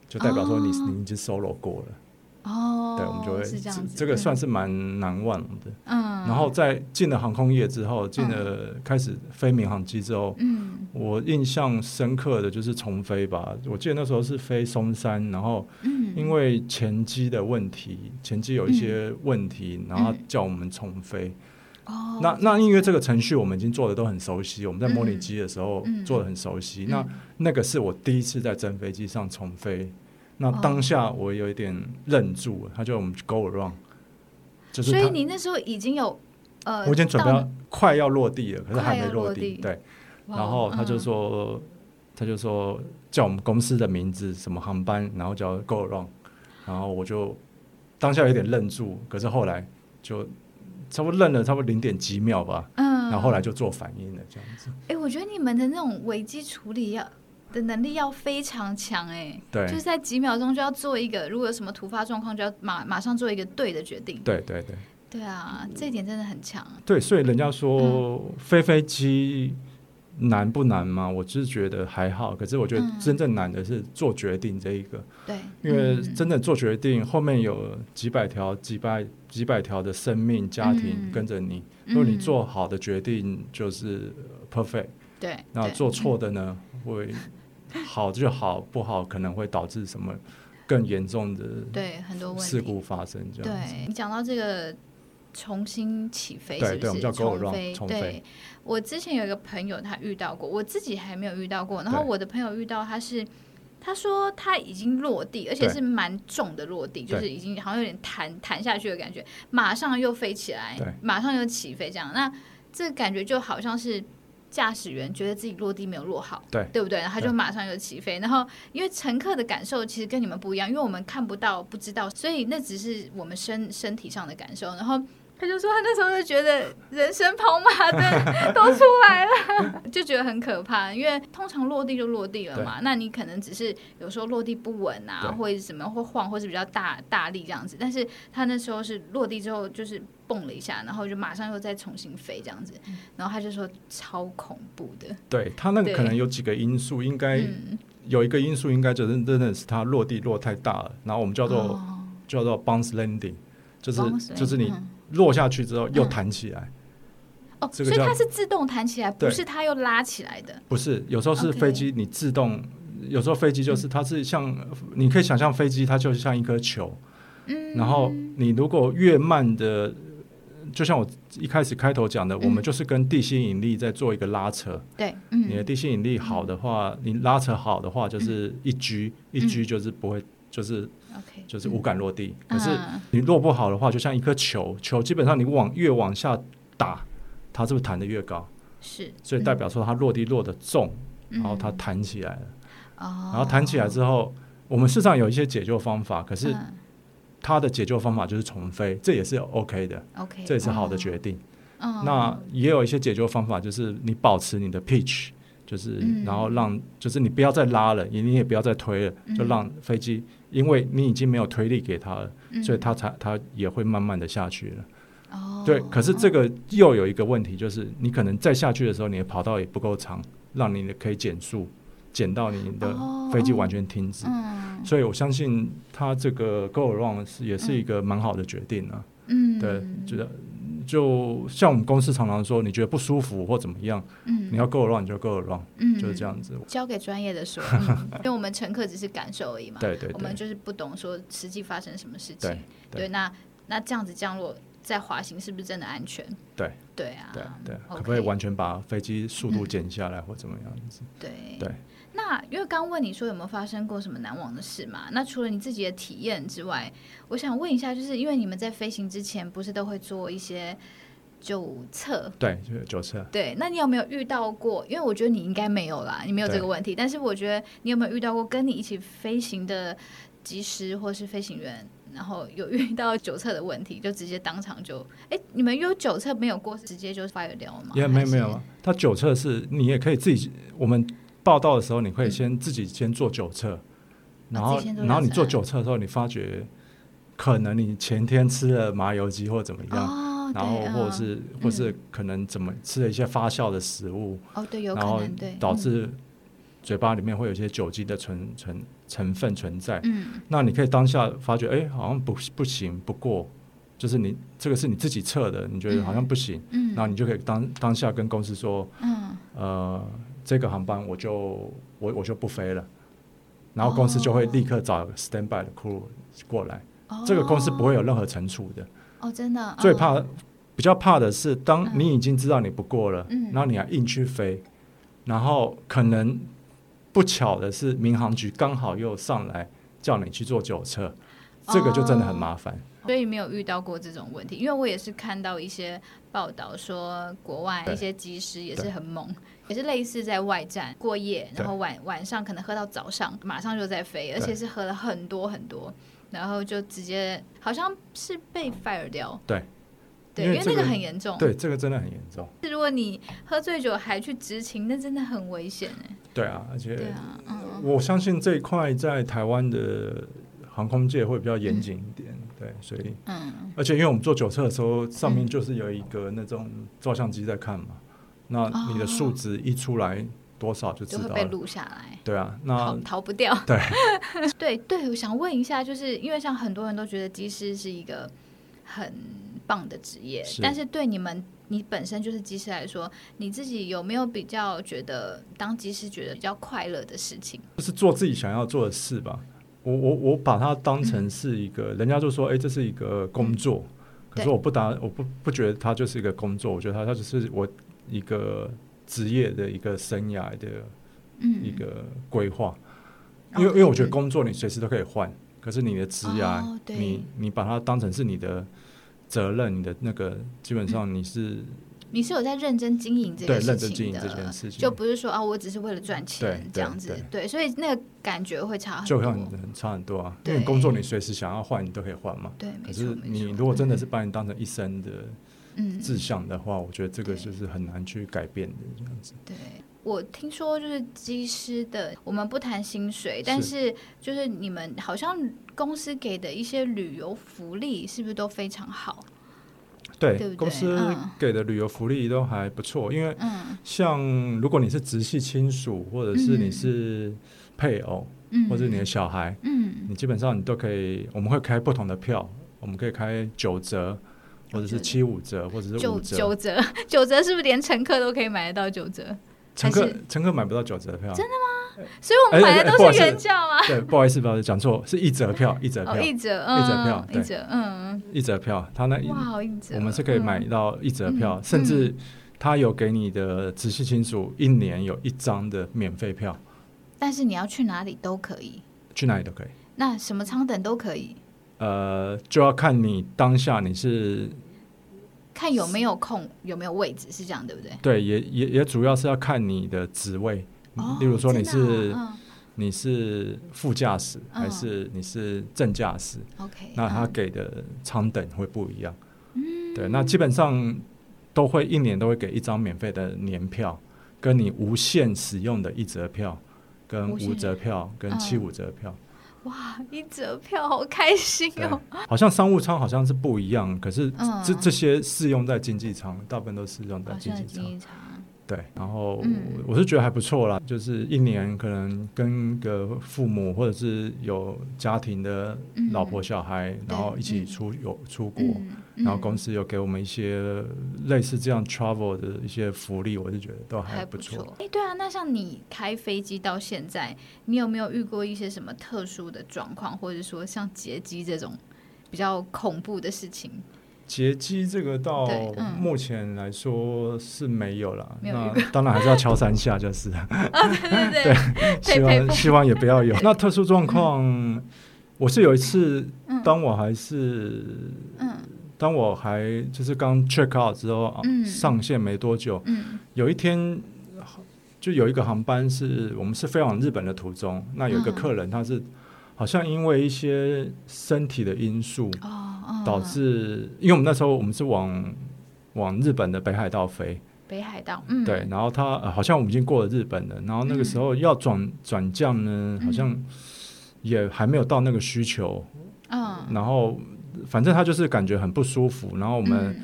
Speaker 3: 就代表说你、
Speaker 2: 哦
Speaker 3: 你已经 solo 过了，
Speaker 2: 哦，
Speaker 3: 对，我们就会
Speaker 2: 是这样子，
Speaker 3: 这个算
Speaker 2: 嗯
Speaker 3: 是蛮难忘的。
Speaker 2: 嗯，
Speaker 3: 然后在进了航空业之后，进了开始飞民航机之后。
Speaker 2: 嗯
Speaker 3: 我印象深刻的就是重飞吧，我记得那时候是飞松山，然后
Speaker 2: 嗯，
Speaker 3: 因为前机的问题，前机有一些问题，然后他叫我们重飞。
Speaker 2: 哦，
Speaker 3: 那那因为这个程序我们已经做的都很熟悉，我们在模拟
Speaker 2: 嗯
Speaker 3: 机的时候
Speaker 2: 嗯
Speaker 3: 做的很熟悉。
Speaker 2: 嗯
Speaker 3: 那那个是我第一次在真飞机上重飞，那当下
Speaker 2: 嗯
Speaker 3: 我有一点愣住了，他叫我们 go around，就是
Speaker 2: 所以
Speaker 3: 他
Speaker 2: 你那时候已经有呃，
Speaker 3: 我已经准备
Speaker 2: 到
Speaker 3: 要快要落地了，可是
Speaker 2: 快
Speaker 3: 还没
Speaker 2: 要落
Speaker 3: 落
Speaker 2: 地
Speaker 3: 对，
Speaker 2: 哇嗯
Speaker 3: 然后他就说，他就说叫我们公司的名字，什么航班，然后叫 Go Around，然后我就当下有点愣住，可是后来就差不多愣了差不多零点几秒吧，
Speaker 2: 嗯，
Speaker 3: 然后后来就做反应了，这样子。
Speaker 2: 哎、我觉得你们的那种危机处理要的能力要非常强哎、
Speaker 3: 对
Speaker 2: 就是在几秒钟就要做一个，如果有什么突发状况，就要马马上做一个对的决定。
Speaker 3: 对对对
Speaker 2: 对啊，这一点真的很强。
Speaker 3: 对，所以人家说飞飞机难不难嘛？我只是觉得还好，可是我觉得
Speaker 2: 嗯
Speaker 3: 真正难的是做决定这一个。
Speaker 2: 对，
Speaker 3: 因为
Speaker 2: 嗯
Speaker 3: 真的做决定，后面有几百条、几百几百条的生命、家
Speaker 2: 嗯
Speaker 3: 庭跟着你。如果你
Speaker 2: 嗯
Speaker 3: 做好的决定，就是呃 perfect；
Speaker 2: 对，
Speaker 3: 那
Speaker 2: 对
Speaker 3: 做错的呢，会好就好，不好可能会导致什么更严重的
Speaker 2: 对很多问题
Speaker 3: 事故发生。这样子，
Speaker 2: 对你讲到这个重新起飞，
Speaker 3: 对
Speaker 2: 是不是
Speaker 3: 对我们叫 go
Speaker 2: 重
Speaker 3: around，
Speaker 2: 飞。
Speaker 3: 重
Speaker 2: 对
Speaker 3: 飞，
Speaker 2: 我之前有一个朋友他遇到过，我自己还没有遇到过。然后
Speaker 3: 对
Speaker 2: 我的朋友遇到他是，他说他已经落地，而且
Speaker 3: 对
Speaker 2: 是蛮重的落地，就是
Speaker 3: 对
Speaker 2: 已经好像有点弹弹下去的感觉，马上又飞起来
Speaker 3: 对，
Speaker 2: 马上又起飞这样。那这感觉就好像是。驾驶员觉得自己落地没有落好，
Speaker 3: 对
Speaker 2: 对不对？然后他就
Speaker 3: 对
Speaker 2: 马上又起飞，然后因为乘客的感受其实跟你们不一样，因为我们看不到、不知道，所以那只是我们身身体上的感受。然后他就说，他那时候就觉得人生跑马灯都出来了， 就觉得很可怕。因为通常落地就落地了嘛，那你可能只是有时候落地不稳啊
Speaker 3: 对，
Speaker 2: 或者是怎么样或晃，或是比较大大力这样子。但是他那时候是落地之后就是蹦了一下，然后就马上又再重新飞这样子。
Speaker 3: 嗯
Speaker 2: 然后他就说超恐怖的，
Speaker 3: 对它那个
Speaker 2: 对
Speaker 3: 可能有几个因素，应该
Speaker 2: 嗯，
Speaker 3: 有一个因素应该就是真的是它落地落太大了，然后我们叫做
Speaker 2: 哦
Speaker 3: 叫做 bounce landing，就是
Speaker 2: ，bounce
Speaker 3: 就是你
Speaker 2: landing，嗯
Speaker 3: 落下去之后又
Speaker 2: 嗯
Speaker 3: 弹起来。
Speaker 2: 哦，
Speaker 3: 这
Speaker 2: 所
Speaker 3: 个
Speaker 2: 以
Speaker 3: 叫
Speaker 2: 它是自动弹起来，不
Speaker 3: 对
Speaker 2: 是它又拉起来的。
Speaker 3: 不是，有时候是
Speaker 2: OK
Speaker 3: 飞机你自动有时候飞机就是它是像，你可以想象飞机它就是像一颗球，
Speaker 2: 嗯，
Speaker 3: 然后你如果越慢的，就像我一开始开头讲的，我们就是跟地心引力在做一个拉扯。
Speaker 2: 对，
Speaker 3: 你的
Speaker 2: 嗯嗯，
Speaker 3: 地心引力好的话，你拉扯好的话就是一 g，一
Speaker 2: 嗯
Speaker 3: g 就是不会，就是
Speaker 2: OK，
Speaker 3: 就是无感落地。可
Speaker 2: 嗯
Speaker 3: 是
Speaker 2: 嗯
Speaker 3: 你落不好的话，就像一颗球，球基本上你往越往下打，它是不是弹得越高？
Speaker 2: 是，
Speaker 3: 所以代表说它落地落得重，
Speaker 2: 嗯
Speaker 3: 然后它弹起来了。
Speaker 2: 哦，
Speaker 3: 然后弹起来之后，我们市场有一些解救方法，可是
Speaker 2: 嗯
Speaker 3: 它的解救方法就是重飞，这也是 OK 的，
Speaker 2: OK，
Speaker 3: 这也是好的决定。
Speaker 2: 嗯。嗯，
Speaker 3: 那也有一些解救方法，就是你保持你的 pitch，就是、
Speaker 2: 嗯
Speaker 3: 然后让就是你不要再拉了，你你也不要再推了，就
Speaker 2: 嗯
Speaker 3: 让飞机，因为你已经没有推力给它了，
Speaker 2: 嗯
Speaker 3: 所以它才它也会慢慢的下去了。
Speaker 2: 哦，
Speaker 3: 对，可是这
Speaker 2: 个
Speaker 3: 个又有一个问题，就是你可能再下去的时候，你的跑道也不够长，让你的可以减速，减到你的
Speaker 2: 哦
Speaker 3: 飞机完全停止。
Speaker 2: 嗯
Speaker 3: 所以我相信他这个 go around 是也是一个蛮好的决定啊。
Speaker 2: 嗯，
Speaker 3: 对，觉得就像我们公司常常说，你觉得不舒服或怎么样，
Speaker 2: 嗯
Speaker 3: 你要 go around 你就 go around，、
Speaker 2: 嗯
Speaker 3: 就是这样子。
Speaker 2: 交给专业的 说，嗯因为我们乘客只是感受而已嘛，
Speaker 3: 对对
Speaker 2: 我们
Speaker 3: 对
Speaker 2: 就是不懂说实际发生什么事情，
Speaker 3: 对对
Speaker 2: 对，那那这样子降落在滑行是不是真的安全？
Speaker 3: 对
Speaker 2: 对啊，
Speaker 3: 对对，可
Speaker 2: OK 嗯
Speaker 3: 不可以完全把飞机速度减下来或怎么样子？
Speaker 2: 对
Speaker 3: 对。
Speaker 2: 那因为刚问你说有没有发生过什么难忘的事嘛？那除了你自己的体验之外，我想问一下，就是因为你们在飞行之前不是都会做一些酒测？
Speaker 3: 对，就是九车。
Speaker 2: 对，那你有没有遇到过？因为我觉得你应该没有啦，你没有这
Speaker 3: 对
Speaker 2: 个问题。但是我觉得你有没有遇到过跟你一起飞行的机师或是飞行员，然后有遇到酒测的问题， 就直接当场就哎、你们有酒测没有过，直接就 fire 掉吗？
Speaker 3: 也没有
Speaker 2: 还是
Speaker 3: 没有，它九测是你也可以自己，我们报道的时候你可以先自己先做九测，然
Speaker 2: 嗯自
Speaker 3: 后
Speaker 2: 己先做
Speaker 3: 然后你
Speaker 2: 九测
Speaker 3: 做九测的时候，你发觉可能你前天吃了麻油鸡或怎么样，
Speaker 2: 哦，
Speaker 3: 然后
Speaker 2: 对
Speaker 3: 或
Speaker 2: 嗯
Speaker 3: 者是、或是可能怎么吃了一些发酵的食物，
Speaker 2: 哦，对，有可
Speaker 3: 然后
Speaker 2: 能对
Speaker 3: 导
Speaker 2: 嗯
Speaker 3: 致嘴巴里面会有一些酒精的存存成分存在。
Speaker 2: 嗯
Speaker 3: 那你可以当下发觉，哎，好像不不行，不过就是你这个是你自己测的，你觉得好像不行，
Speaker 2: 嗯
Speaker 3: 然后你就可以当当下跟公司说，
Speaker 2: 嗯，
Speaker 3: 呃，这个航班我就我我就不飞了。然后公司就会立刻找 standby 的 crew 过来，
Speaker 2: 哦
Speaker 3: 这个公司不会有任何惩处的。
Speaker 2: 哦，真的
Speaker 3: 最
Speaker 2: 嗯
Speaker 3: 怕、比较怕的是，当
Speaker 2: 嗯
Speaker 3: 你已经知道你不过了，
Speaker 2: 嗯
Speaker 3: 然后你还硬去飞，然后可能不巧的是，民航局刚好又上来叫你去做酒测，这个就真的很麻烦。
Speaker 2: 所以没有遇到过这种问题。因为我也是看到一些报道说，国外
Speaker 3: 对
Speaker 2: 一些机师也是
Speaker 3: 对
Speaker 2: 很猛，也是类似在外站过夜，
Speaker 3: 对
Speaker 2: 然后晚晚上可能喝到早上，马上就在飞，而且是喝了很多很多，然后就直接好像是被 fire 掉。
Speaker 3: 对，
Speaker 2: 对，
Speaker 3: 因
Speaker 2: 因
Speaker 3: 为
Speaker 2: 为
Speaker 3: 这
Speaker 2: 那个
Speaker 3: 个
Speaker 2: 很严重。
Speaker 3: 对，这个真的很严重。
Speaker 2: 如果你喝醉酒还去执勤，那真的很危险哎。
Speaker 3: 对啊，而且
Speaker 2: 对啊，嗯，
Speaker 3: 我相信这一块在台湾的航空界会比较严谨一点。对，所以
Speaker 2: 嗯，
Speaker 3: 而且因为我们做酒测的时候，上面
Speaker 2: 嗯
Speaker 3: 就是有一个那种照相机在看嘛，那你的
Speaker 2: 哦
Speaker 3: 数值一出来多少就知
Speaker 2: 就会
Speaker 3: 道
Speaker 2: 被
Speaker 3: 了。
Speaker 2: 录下来。
Speaker 3: 对啊，
Speaker 2: 逃
Speaker 3: 那
Speaker 2: 逃不掉。
Speaker 3: 对
Speaker 2: 对对，我想问一下，就是因为像很多人都觉得机师是一个很棒的职业，
Speaker 3: 是
Speaker 2: 但是对你们你本身就是机师来说，你自己有没有比较觉得当机师觉得比较快乐的事情？
Speaker 3: 就是做自己想要做的事吧。我我我把它当成是一个，人家就说，哎、这是一个工作。可
Speaker 2: 嗯
Speaker 3: 是
Speaker 2: 对
Speaker 3: 我不打，我不不觉得它就是一个工作，我觉得它它就是我一个职业的一个生涯的
Speaker 2: 嗯，
Speaker 3: 一个规划。
Speaker 2: 哦
Speaker 3: 因为因为我觉
Speaker 2: 嗯
Speaker 3: 得工作你随时都可以换，可是你的职涯
Speaker 2: 哦，对
Speaker 3: 你你把它当成是你的责任，你的那个基本
Speaker 2: 嗯
Speaker 3: 上你是
Speaker 2: 你是有在认真经营这
Speaker 3: 对
Speaker 2: 件事情的，
Speaker 3: 认真经营这件事情
Speaker 2: 就不是说啊，我只是为了赚
Speaker 3: 对
Speaker 2: 钱这样
Speaker 3: 对
Speaker 2: 子，对，所以那个感觉会差很
Speaker 3: 就
Speaker 2: 多，
Speaker 3: 会很很差很多啊。因
Speaker 2: 对
Speaker 3: 为你工作你随时想要换，你都可以换嘛。
Speaker 2: 对，
Speaker 3: 可
Speaker 2: 没
Speaker 3: 是
Speaker 2: 错，
Speaker 3: 你
Speaker 2: 没错
Speaker 3: 如果真的是把你当成一生的
Speaker 2: 嗯
Speaker 3: 志向的话，我觉得这个
Speaker 2: 对
Speaker 3: 就是很难去改变的这样子。
Speaker 2: 对，我听说就是机师的，我们不谈薪水，但是就是你们好像公司给的一些旅游福利是不是都非常好？
Speaker 3: 对，
Speaker 2: 对不对
Speaker 3: 公司
Speaker 2: 嗯
Speaker 3: 给的旅游福利都还不错，因为
Speaker 2: 嗯
Speaker 3: 像如果你是直系亲属，或者是
Speaker 2: 嗯
Speaker 3: 你是配偶，
Speaker 2: 嗯，
Speaker 3: 或者你的小孩，
Speaker 2: 嗯
Speaker 3: 你基本上你都可以，我们会开不同的票，我们可以开九折，或者是七五折，或者是
Speaker 2: 九
Speaker 3: 五折。
Speaker 2: 九折， 九折是不是连乘客都可以买得到九折？
Speaker 3: 乘
Speaker 2: 还
Speaker 3: 客
Speaker 2: 是
Speaker 3: 乘客买不到九折的票，真的
Speaker 2: 所以我们
Speaker 3: 哎哎
Speaker 2: 买
Speaker 3: 哎
Speaker 2: 的
Speaker 3: 不
Speaker 2: 都
Speaker 3: 好意
Speaker 2: 是
Speaker 3: 思
Speaker 2: 原价吗？
Speaker 3: 对，不好意思，不好意思，讲错，是一折票，一折票，
Speaker 2: 哦，一折，
Speaker 3: 一折票
Speaker 2: 嗯，
Speaker 3: 对
Speaker 2: 一折，嗯，
Speaker 3: 一折票，他那一
Speaker 2: 哇，一折，
Speaker 3: 我们是可以买
Speaker 2: 嗯
Speaker 3: 到一折票，
Speaker 2: 嗯
Speaker 3: 甚至他有给你的直系亲属一年有一张的免费票，
Speaker 2: 但是你要去哪里都可以，
Speaker 3: 去哪里都可以。
Speaker 2: 那什么舱等都可以，
Speaker 3: 呃，就要看你当下你是
Speaker 2: 看有没有空，有没有位置，是这样对不对？
Speaker 3: 对，也也也主要是要看你的职位，
Speaker 2: 哦
Speaker 3: 例如说你是、
Speaker 2: 嗯
Speaker 3: 你是副驾驶
Speaker 2: 嗯
Speaker 3: 还是你是正驾驶，
Speaker 2: ，OK，
Speaker 3: 那他
Speaker 2: 嗯
Speaker 3: 给的舱等会不一样。对，那基本上都会一年都会给一张免费的年票，跟你无限使用的一折票。跟
Speaker 2: 无限
Speaker 3: 五折票，跟
Speaker 2: 嗯
Speaker 3: 七五折 票，
Speaker 2: 哇，一折票好开心
Speaker 3: 对
Speaker 2: 哦！，
Speaker 3: 好像商务舱好像是不一样，可是
Speaker 2: 嗯
Speaker 3: 这这些适用在经济舱，大部分都适用在
Speaker 2: 好
Speaker 3: 经
Speaker 2: 像
Speaker 3: 济
Speaker 2: 经
Speaker 3: 舱。
Speaker 2: 济舱，
Speaker 3: 对，然后
Speaker 2: 嗯
Speaker 3: 我是觉得还不错啦，就是一年可能跟个父母或者是有家庭的老婆小孩，然后一起出游出国，
Speaker 2: 嗯，
Speaker 3: 然后公
Speaker 2: 司
Speaker 3: 司有给我们一些类似这样 travel 的一些福利，我就觉得都
Speaker 2: 还
Speaker 3: 不错。
Speaker 2: 哎，对啊，那像你开飞机到现在，你有没有遇过一些什么特殊的状况，或者说像劫机这种比较恐怖的事情？
Speaker 3: 劫机这个到
Speaker 2: 对嗯
Speaker 3: 目前来说是没有啦，
Speaker 2: 没有遇
Speaker 3: 那当然还是要敲三下， 就是了
Speaker 2: 对对对，
Speaker 3: 希
Speaker 2: 佩服
Speaker 3: 望希望也不 要有。那特殊状况，我是有一次，
Speaker 2: 嗯
Speaker 3: 当我还是
Speaker 2: 嗯
Speaker 3: 当我还就是刚 check out 之后，啊
Speaker 2: 嗯
Speaker 3: 上线没多久，
Speaker 2: 嗯
Speaker 3: 有一天就有一个航班是我们是飞往日本的途中，那有一个
Speaker 2: 嗯
Speaker 3: 客人他是好像因为一些身体的因素
Speaker 2: 哦哦，
Speaker 3: 导致，因为我们那时候我们是往往日本的北海道飞，
Speaker 2: 北海道，嗯，
Speaker 3: 对，，然后他、呃好像我们已经过了日本了，然后那个时候要转转降呢，好像也还没有到那个需求，
Speaker 2: 嗯，
Speaker 3: 然后反正他就是感觉很不舒服，然后我
Speaker 2: 我
Speaker 3: 们。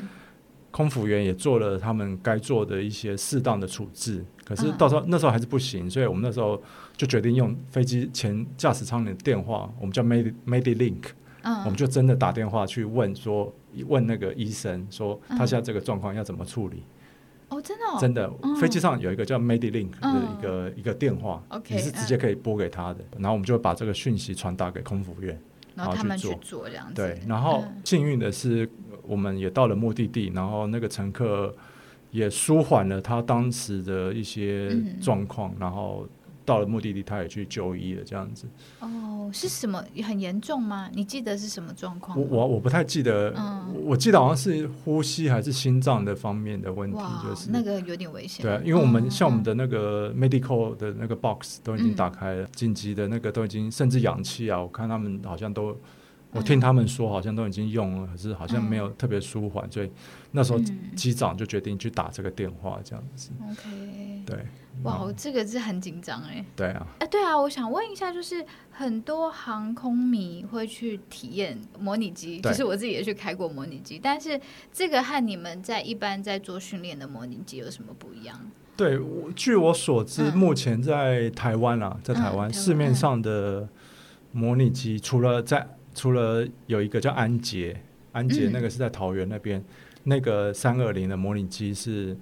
Speaker 3: 空服员也做了他们该做的一些适当的处置，可
Speaker 2: 嗯
Speaker 3: 是到时候、那时候还是不行，所以我们那时候就决定用飞机前驾驶舱里的电话，我们叫 Medi Medi Link，、
Speaker 2: 嗯，
Speaker 3: 我们就真的打电话去问说问那个医生说他现在这个状况要怎么处理。
Speaker 2: 哦，真的嗯哦，
Speaker 3: 真的，
Speaker 2: 嗯
Speaker 3: 飞机上有一个叫 Medi Link 的
Speaker 2: 嗯
Speaker 3: 一个、一个电话
Speaker 2: OK，嗯
Speaker 3: 你是直接可以拨给他的，然后我们就会把这个讯息传达给空服员。
Speaker 2: 然后
Speaker 3: 然后
Speaker 2: 他
Speaker 3: 去
Speaker 2: 们去
Speaker 3: 做
Speaker 2: 做这样子，
Speaker 3: 对，然后
Speaker 2: 嗯
Speaker 3: 幸运的是，我们也到了目的地，然后那个乘客也舒缓了他当时的一些
Speaker 2: 嗯
Speaker 3: 状况，然后到了目的地，他也去就医了，这样子。
Speaker 2: 哦，是什么很严重吗？你记得是什么状况
Speaker 3: 我
Speaker 2: 吗？
Speaker 3: 我我不太记得，
Speaker 2: 哦嗯
Speaker 3: 我记得好像是呼吸还是心脏的方面的问题
Speaker 2: 哇，，
Speaker 3: 就是
Speaker 2: 那个有点危险。
Speaker 3: 对啊，因为我们
Speaker 2: 嗯
Speaker 3: 像我们
Speaker 2: 嗯
Speaker 3: 的那个 medical 的那个 box 都已经打开了，紧急的那个都已经，甚至氧气啊，我看他们好像都，我听他们说好像都已经用了，可是好像没有特别舒缓，所以那时候
Speaker 4: 嗯
Speaker 3: 机长就决定去打这个电话，这样子。
Speaker 2: 嗯 OK，
Speaker 3: 对
Speaker 2: 哇，我这个是很紧张哎。
Speaker 3: 对啊，
Speaker 2: 啊，对啊，我想问一下，就是很多航空迷会去体验模拟机，
Speaker 3: 对
Speaker 2: 就是我自己也去开过模拟机，但是这个和你们在一般在做训练的模拟机有什么不一样？
Speaker 3: 对，我据我所知，
Speaker 2: 嗯
Speaker 3: 目前在台湾啊，在台
Speaker 2: 嗯
Speaker 3: 湾、
Speaker 2: 台湾嗯
Speaker 3: 市面上的模拟机，除了在除了有一个叫安捷，安捷
Speaker 2: 嗯
Speaker 3: 那个是在桃园那边，那个三二零的模拟机是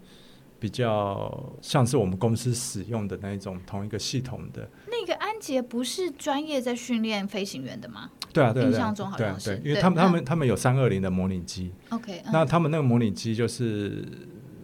Speaker 3: 比较像是我们公司使用的那一种同一个系统的。
Speaker 2: 那个安杰不是专业在训练飞行员的吗
Speaker 3: 对啊，对啊，
Speaker 2: 印
Speaker 3: 对啊
Speaker 2: 象中好
Speaker 3: 对啊
Speaker 2: 像，
Speaker 3: 对
Speaker 2: 是，
Speaker 3: 因为
Speaker 2: 对
Speaker 3: 他
Speaker 2: 嗯
Speaker 3: 们他们他们有三二零的模拟机，
Speaker 2: ？OK，嗯
Speaker 3: 那他们那个模拟机就是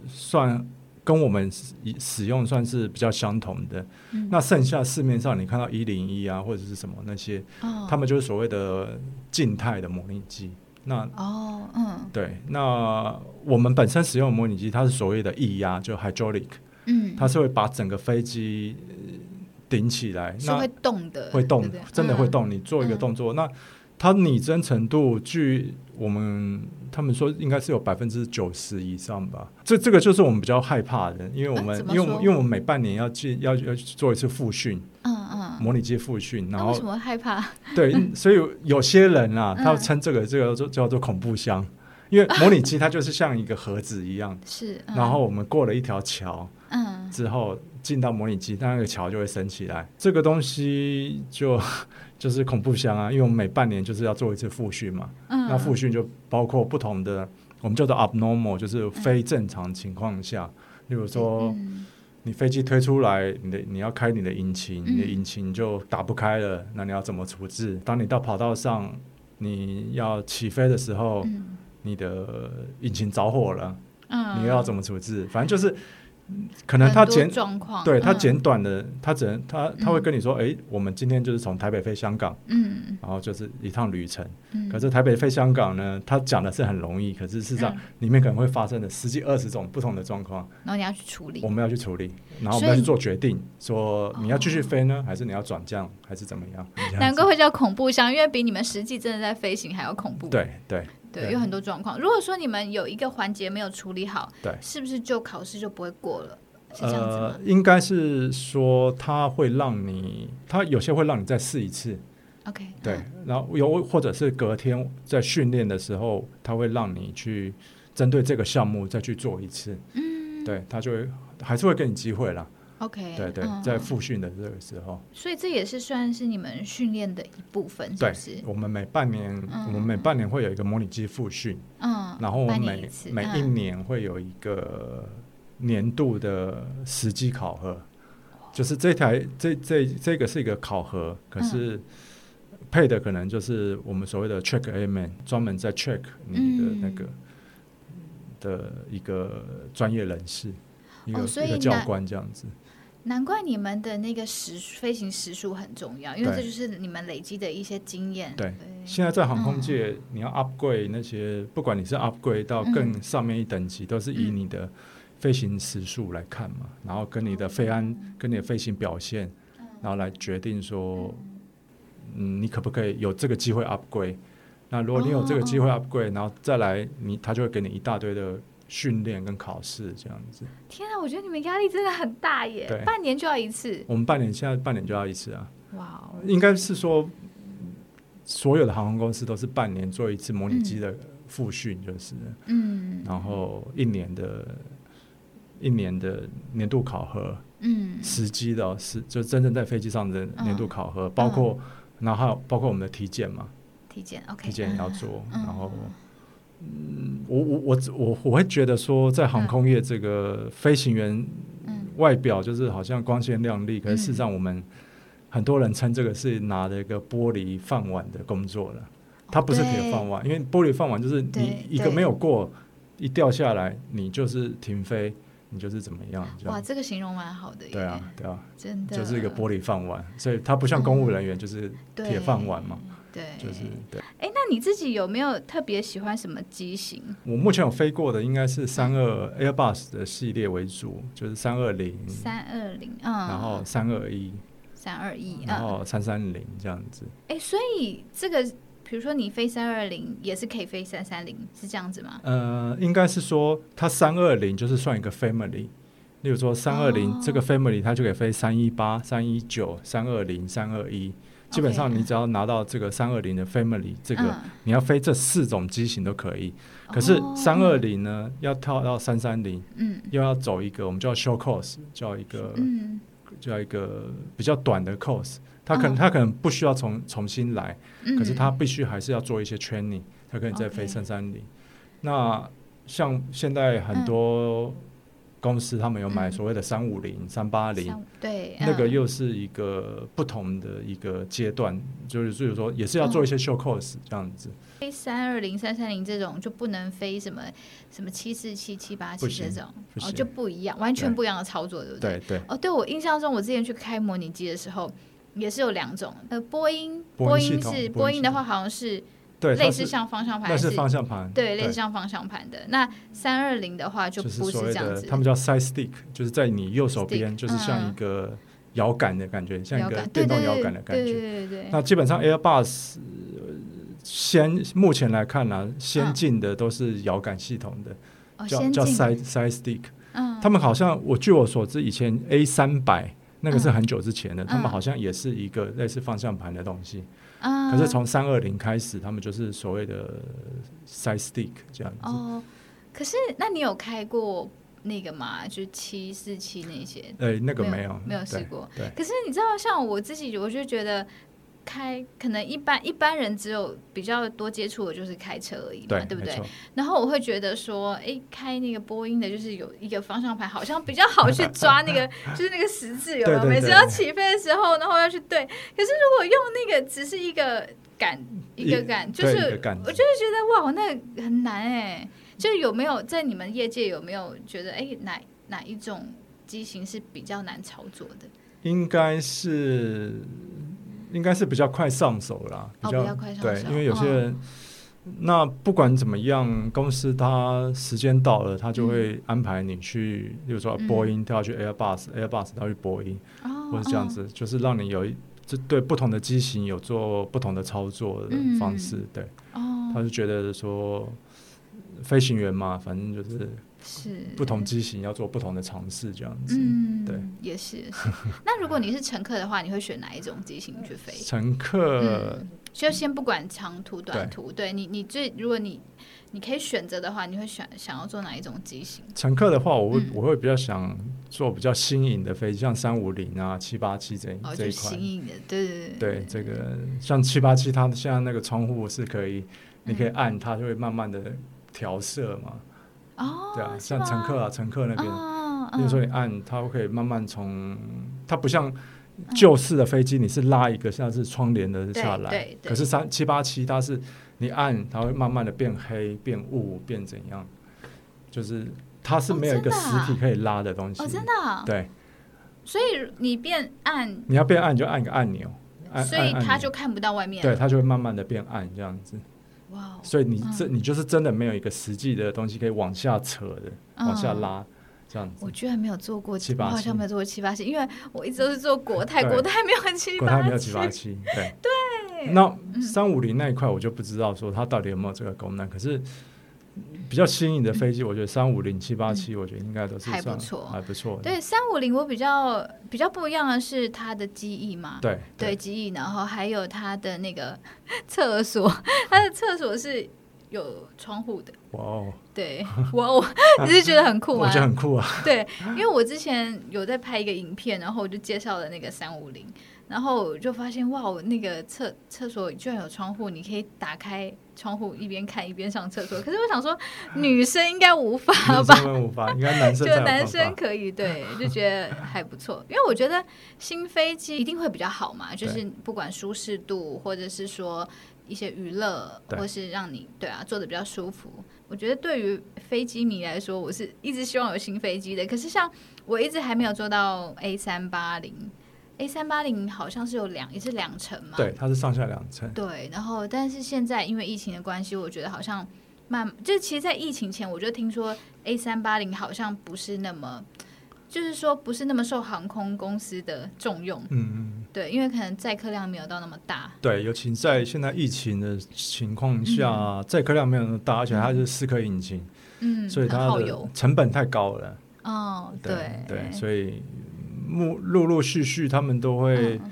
Speaker 3: 算跟我们使使用算是比较相同的。
Speaker 2: 嗯
Speaker 3: 那剩下市面上你看到一零一啊或者是什么那些，
Speaker 2: 哦
Speaker 3: 他们就是所谓的静态的模拟机。那
Speaker 2: 哦，嗯
Speaker 3: 对，那我们本身使用的模拟机，它是所谓的液压，就 hydraulic，
Speaker 2: 嗯，
Speaker 3: 它是会把整个飞机呃顶起来，
Speaker 2: 是
Speaker 3: 那
Speaker 2: 会动的，
Speaker 3: 会动
Speaker 2: 对不对，
Speaker 3: 真的会
Speaker 2: 嗯。
Speaker 3: 动。你做一个动作，那它拟真程度，据我们他们说应该是有百分之九十以上吧。这这个就是我们比较害怕的，因为我
Speaker 2: 啊
Speaker 3: 们、
Speaker 2: 怎么
Speaker 3: 因为我们
Speaker 2: 说
Speaker 3: 因为我们每半年要进要要去做一次复训，
Speaker 2: 嗯嗯嗯，
Speaker 3: 模拟机复训，然
Speaker 2: 那为
Speaker 3: 后
Speaker 2: 什么会害怕？
Speaker 3: 对，所以有些人啊，
Speaker 2: 嗯
Speaker 3: 他称这个这个就叫做恐怖箱，因为模拟机它就是像一个盒子一样，
Speaker 2: 是，嗯
Speaker 3: 然后我们过了一条桥。
Speaker 2: 嗯
Speaker 3: 之后进到模拟机，那那个桥就会升起来。这个东西就 就是恐怖箱啊，因为我们每半年就是要做一次复训嘛。
Speaker 2: 嗯，
Speaker 3: 那复训就包括不同的，我们叫做 abnormal，就是非正常情况下，例如说
Speaker 2: 嗯
Speaker 3: 你飞机推出来，你的你要开你的引擎，
Speaker 2: 嗯
Speaker 3: 你的引擎就打不开了，那你要怎么处置？当你到跑道上，你要起飞的时候，
Speaker 2: 嗯
Speaker 3: 你的引擎着火了，
Speaker 2: 嗯，
Speaker 3: 你又要怎么处置？反正就是。嗯可能它
Speaker 2: 很多
Speaker 3: 减
Speaker 2: 状况，
Speaker 3: 对他
Speaker 2: 嗯
Speaker 3: 简短的，他只能他他会
Speaker 2: 嗯
Speaker 3: 跟你说，诶，我们今天就是从台北飞香港，
Speaker 2: 嗯
Speaker 3: 然后就是一趟旅程。
Speaker 2: 嗯，
Speaker 3: 可是台北飞香港呢，他讲的是很容易，可是事实上
Speaker 2: 嗯
Speaker 3: 里面可能会发生的十几二十种不同的状况，
Speaker 2: 然后你要去处理
Speaker 3: 我，们要去处理，然后我
Speaker 2: 所
Speaker 3: 们要
Speaker 2: 以
Speaker 3: 去做决定，说你要继续
Speaker 2: 哦
Speaker 3: 飞呢，还是你要转降，还是怎么样？这样
Speaker 2: 难
Speaker 3: 子
Speaker 2: 怪会叫恐怖箱，因为比你们实际真的在飞行还要恐怖。
Speaker 3: 对对
Speaker 2: 对
Speaker 3: 对
Speaker 2: 有很多状况。如果说你们有一个环节没有处理好，
Speaker 3: 对
Speaker 2: 是不是就考试就不会过了？是这样子吗
Speaker 3: 呃？，应该是说他会让你，他有些会让你再试一次，
Speaker 2: OK，
Speaker 3: 对
Speaker 2: 嗯，
Speaker 3: 然后有或者是隔天在训练的时候，他会让你去针对这个项目再去做一次，
Speaker 2: 嗯
Speaker 3: 对他就会还是会给你机会啦。
Speaker 2: ，OK，
Speaker 3: 对对，
Speaker 2: 嗯
Speaker 3: 在复训的这个时候，
Speaker 2: 所以这也是算是你们训练的一部分，是
Speaker 3: 对
Speaker 2: 不嗯是？
Speaker 3: 我们每半年，
Speaker 2: 嗯
Speaker 3: 我们每半年会有一个模拟机复训，
Speaker 2: 嗯，
Speaker 3: 然后我
Speaker 2: 半
Speaker 3: 们
Speaker 2: 年
Speaker 3: 每
Speaker 2: 次
Speaker 3: 每一
Speaker 2: 嗯
Speaker 3: 年会有一个年度的实际考核，就是这台这这这个是一个考核，可
Speaker 2: 嗯
Speaker 3: 是。配的可能就是我们所谓的 check a m a n 专门在 check 你的那个、
Speaker 2: 嗯
Speaker 3: 的一个专业人士，一个、
Speaker 2: 哦所以
Speaker 3: 一个
Speaker 2: 那
Speaker 3: 教官这样子。
Speaker 2: 难怪你们的那个时飞行时数很重要，因为
Speaker 3: 对
Speaker 2: 这就是你们累积的一些经验。
Speaker 3: 对现在在航空界，你要 upgrade 那些，不管你是 upgrade 到更上面一等级，都是以你的飞行时数来看嘛，然后跟你的飞安、跟你的飞行表现，
Speaker 2: 嗯
Speaker 3: 然后来决定说，嗯，你可不可以有这个机会 upgrade？那如果你有这个机会 upgrade，、然后再来你，他就会给你一大堆的训练跟考试这样子。
Speaker 2: 天啊，我觉得你们压力真的很大耶
Speaker 3: 对，
Speaker 2: 半年就要一次，
Speaker 3: 我们半年现在半年就要一次啊，
Speaker 2: 哇哦，
Speaker 3: 应该是说所有的航空公司都是半年做一次模拟机的复训，就是，
Speaker 2: 嗯
Speaker 3: 然后一年的一年的年度考核，
Speaker 2: 嗯
Speaker 3: 实机的、哦、是就真正在飞机上的年度考核，包括、然后还有包括我们的体检嘛，
Speaker 2: 体检 OK，
Speaker 3: 体检也要
Speaker 2: 嗯
Speaker 3: 做，
Speaker 2: 嗯
Speaker 3: 然后。嗯，我我我只我我会觉得说，在航空业这个飞行员
Speaker 2: 嗯
Speaker 3: 外表就是好像光鲜亮丽，可是事实上我们很多人称这个是拿了一个玻璃饭碗的工作了，它不是铁饭碗，因为玻璃饭碗就是
Speaker 2: 对
Speaker 3: 你一个
Speaker 2: 对
Speaker 3: 没有过，一掉下来你就是停飞，你就是怎么样这
Speaker 2: 哇，
Speaker 3: 样。
Speaker 2: 这个形容蛮好的耶，
Speaker 3: 对啊，对啊，
Speaker 2: 真的
Speaker 3: 就是一个玻璃饭碗，所以它不像公务人员就是
Speaker 2: 对
Speaker 3: 铁饭碗嘛，
Speaker 2: 嗯对，
Speaker 3: 就是对。
Speaker 5: 哎，那你自己有没有特别喜欢什么机型？
Speaker 3: 我目前有飞过的应该是三二 Airbus 的系列为主，就是三二零，
Speaker 2: 三二零，
Speaker 3: 然
Speaker 2: 嗯，
Speaker 3: 后三二一，
Speaker 2: 三二一，嗯，
Speaker 3: 然后三三零这样子。
Speaker 2: 哎，所以这个比如说你飞三二零也是可以飞三三零，是这样子吗？
Speaker 3: 呃，应该是说它三二零就是算一个 family，例如说三二
Speaker 2: 哦
Speaker 3: 零这个 family 它就可以飞三一八、三一九、三二零、三二一。基本上你只要拿到这个三二零的 family，这个、
Speaker 2: 嗯
Speaker 3: 你要飞这四种机型都可以。可是
Speaker 2: 哦
Speaker 3: 三二零呢，要跳到三三零，
Speaker 2: 嗯
Speaker 3: 又要走一个我们叫 show course，叫一个、
Speaker 2: 嗯
Speaker 3: 叫一个比较短的 course。它可能、
Speaker 2: 哦
Speaker 3: 它可能不需要重重新来，
Speaker 2: 嗯，
Speaker 3: 可是他必须还是要做一些 training，才可以再飞
Speaker 2: OK
Speaker 3: 三三零。那像现在很多公司他们有买
Speaker 2: 嗯
Speaker 3: 所谓的三五零、三八零，
Speaker 2: 三对
Speaker 3: 那个
Speaker 2: 嗯
Speaker 3: 又是一个不同的一个阶段，就是就是说也是要做一
Speaker 2: 嗯
Speaker 3: 些 show course 这样子，
Speaker 2: 飞三二零、三三零这种就不能飞什么什么七四七、七八
Speaker 3: 不
Speaker 2: 七
Speaker 3: 行
Speaker 2: 这种，
Speaker 3: 不
Speaker 2: 哦
Speaker 3: 行
Speaker 2: 就不一样，完全
Speaker 3: 对
Speaker 2: 不一样的操作，对不
Speaker 3: 对对，
Speaker 2: 哦，对我印象中，我之前去开模拟机的时候，也是有两种，呃，波音，
Speaker 3: 波
Speaker 2: 波
Speaker 3: 音系
Speaker 2: 音
Speaker 3: 统
Speaker 2: 是
Speaker 3: 波
Speaker 2: 波
Speaker 3: 音系
Speaker 2: 音的
Speaker 3: 统
Speaker 2: 话，好像是
Speaker 3: 对，
Speaker 2: 类
Speaker 3: 它
Speaker 2: 似
Speaker 3: 是
Speaker 2: 像方向盘，
Speaker 3: 那
Speaker 2: 是
Speaker 3: 是方向盘，
Speaker 2: 对，类似像方向盘的。那三二零的话就
Speaker 3: 就是
Speaker 2: 不
Speaker 3: 所谓
Speaker 2: 这样
Speaker 3: 的
Speaker 2: 子，
Speaker 3: 他们叫 side stick，就是在你右手
Speaker 2: Stick，
Speaker 3: 边，就是像一
Speaker 2: 嗯
Speaker 3: 个摇杆的感觉，像一
Speaker 2: 摇
Speaker 3: 个
Speaker 2: 杆，对
Speaker 3: 电
Speaker 2: 对
Speaker 3: 动摇
Speaker 2: 对
Speaker 3: 杆的感
Speaker 2: 对
Speaker 3: 觉。
Speaker 2: 对对对对，
Speaker 3: 那基本上 Airbus 呃先目前来看呢、先进的都是摇杆系统的，
Speaker 2: 嗯哦，
Speaker 3: 叫
Speaker 2: 先
Speaker 3: 叫
Speaker 2: 进，
Speaker 3: side side stick。
Speaker 2: 嗯，
Speaker 3: 他们好像我据我所知，以前 A 三百那个是
Speaker 2: 嗯
Speaker 3: 很久之前的，他们
Speaker 2: 嗯
Speaker 3: 好像也是一个类似方向盘的东西。
Speaker 2: 啊
Speaker 3: 可是从三二零开始，他们就是所谓的 side stick 这样子。
Speaker 2: 哦，可是那你有开过那个吗？就是七四七那些，
Speaker 3: 哎，那个
Speaker 2: 没
Speaker 3: 没
Speaker 2: 有
Speaker 3: 有
Speaker 2: 没有试
Speaker 3: 对
Speaker 2: 过
Speaker 3: 对
Speaker 2: 可是你知道，像我自己，我就觉得开可能一般一般人只有比较多接触的就是开车而已嘛，
Speaker 3: 对，
Speaker 2: 对不
Speaker 3: 没
Speaker 2: 对
Speaker 3: 错？
Speaker 2: 然后我会觉得说，哎，开那个波音的，就是有一个方向盘，好像比较好去抓那 个，就是那个十字有没有？
Speaker 3: 对对对
Speaker 2: 每次要起飞的时候，然后要去对。可是如果用那个，只是一个杆一个杆，就
Speaker 3: 对
Speaker 2: 是
Speaker 3: 一个杆
Speaker 2: 我
Speaker 3: 子
Speaker 2: 就会觉得哇，那很难哎。就有没有在你们业界有没有觉得，哎，哪哪一种机型是比较难操作的？
Speaker 3: 应该是应该是比较快上手啦，
Speaker 2: 哦
Speaker 3: 比较,、
Speaker 2: 比较快上
Speaker 3: 对
Speaker 2: 手，哦
Speaker 3: 因为有些人、那不管怎么样，公司它时间到了，它就会安排你去，比如说
Speaker 2: 嗯
Speaker 3: 波音调去 Airbus，Airbus 调去波音，
Speaker 2: 哦，
Speaker 3: 或者这样子，就是让你有一。这对不同的机型有做不同的操作的方式，对，
Speaker 2: 哦，
Speaker 3: 他就觉得说，飞行员嘛，反正就是
Speaker 2: 是
Speaker 3: 不同机型要做不同的尝试这样子。
Speaker 2: 嗯，
Speaker 3: 对，
Speaker 2: 也是。也是那如果你是乘客的话，你会选哪一种机型去飞？
Speaker 3: 乘客
Speaker 2: 嗯，就先不管长途、短
Speaker 3: 对
Speaker 2: 途，对你，你最如果你你可以选择的话，你会想想要做哪一种机型？
Speaker 3: 乘客的话，我会、
Speaker 2: 嗯
Speaker 3: 我会比较想做比较新颖的飞机，像三五零啊、七八七这、
Speaker 2: 哦，
Speaker 3: 这
Speaker 2: 就
Speaker 3: 一
Speaker 2: 新
Speaker 3: 款。
Speaker 2: 颖的，对对对
Speaker 3: 对，这个像七八七，它现在那个窗户是可以，你可以
Speaker 2: 嗯
Speaker 3: 按它就会慢慢的调色嘛。
Speaker 2: 哦，
Speaker 3: 对啊，
Speaker 2: 是
Speaker 3: 像乘客啊，乘客那边，
Speaker 2: 哦，
Speaker 3: 比如
Speaker 2: 嗯
Speaker 3: 说你按它可以慢慢从，它不像旧式的飞机，你是拉一个像是窗帘的下来。
Speaker 2: 嗯对对对
Speaker 3: 可是三七八七它是你按它会慢慢的变黑、变雾、变怎样，就是它是
Speaker 2: 哦
Speaker 3: 没有一个
Speaker 2: 真的
Speaker 3: 实
Speaker 2: 啊
Speaker 3: 体可以拉的东西。
Speaker 2: 哦，真的啊、
Speaker 3: 对，
Speaker 2: 所以你变暗，
Speaker 3: 你要变暗你就按一个按钮，按
Speaker 2: 所以
Speaker 3: 按按
Speaker 2: 它
Speaker 3: 钮
Speaker 2: 就看不到外面。
Speaker 3: 对，它就会慢慢的变暗这样子。
Speaker 2: 哇哦，
Speaker 3: 所以你这、你就是真的没有一个实际的东西可以往下扯的，往下
Speaker 2: 嗯
Speaker 3: 拉这样子
Speaker 2: 我。居然没有做过
Speaker 3: 七八
Speaker 2: 我好
Speaker 3: 七
Speaker 2: 像没有做过七八七，因为我一直都是做国泰，
Speaker 3: 对
Speaker 2: 国泰没有七
Speaker 3: 国
Speaker 2: 八
Speaker 3: 泰
Speaker 2: 七，嗯
Speaker 3: 没有七八七，对对。那三五零那一块我就不知道说它到底有没有这个功能，可是。比较新颖的飞机，我觉得三五零、七八七，我觉得应该都是
Speaker 2: 嗯还不
Speaker 3: 算
Speaker 2: 错
Speaker 3: 还不错的。
Speaker 2: 对，三五零我比较比较不一样的是它的机翼嘛，
Speaker 3: 对
Speaker 2: 对记忆，然后还有它的那个 厕所，它的厕所是有窗户的。
Speaker 3: 哇哦，
Speaker 2: 对，哇哦， 你是觉得很酷
Speaker 3: 我
Speaker 2: 吗
Speaker 3: 觉？得很酷啊！
Speaker 2: 对，因为我之前有在拍一个影片，然后我就介绍了那个三五零，然后我就发现哇，我那个厕厕所居然有窗户，你可以打开窗户一边看一边上厕所。可是我想说，女生应该无法
Speaker 3: 男
Speaker 2: 吧？
Speaker 3: 生无法，应该男生
Speaker 2: 就
Speaker 3: 才有
Speaker 2: 男
Speaker 3: 办
Speaker 2: 生
Speaker 3: 法。
Speaker 2: 可以，对，就觉得还不错。因为我觉得新飞机一定会比较好嘛，就是不管舒适度，或者是说一些娱乐，
Speaker 3: 对
Speaker 2: 或是让你对啊坐的比较舒服。我觉得对于飞机迷来说，我是一直希望有新飞机的。可是像我一直还没有做到 A 三八零，A 三八零好像是有两也是两层嘛，
Speaker 3: 对，它是上下两层，
Speaker 2: 对，然后但是现在因为疫情的关系，我觉得好像慢，就是其实，在疫情前我就听说 A 三八零好像不是那么，就是说不是那么受航空公司的重用，
Speaker 3: 嗯嗯，
Speaker 2: 对，因为可能载客量没有到那么大，
Speaker 3: 对，尤其在现在疫情的情况下，载客量没有那么大，而且它是四颗引擎，
Speaker 2: 嗯，
Speaker 3: 所以
Speaker 2: 很
Speaker 3: 它
Speaker 2: 耗
Speaker 3: 的
Speaker 2: 油，
Speaker 3: 成本太高了。
Speaker 2: 哦，
Speaker 3: 对
Speaker 2: 对，
Speaker 3: 所以陆陆陆续续他们都会
Speaker 2: 嗯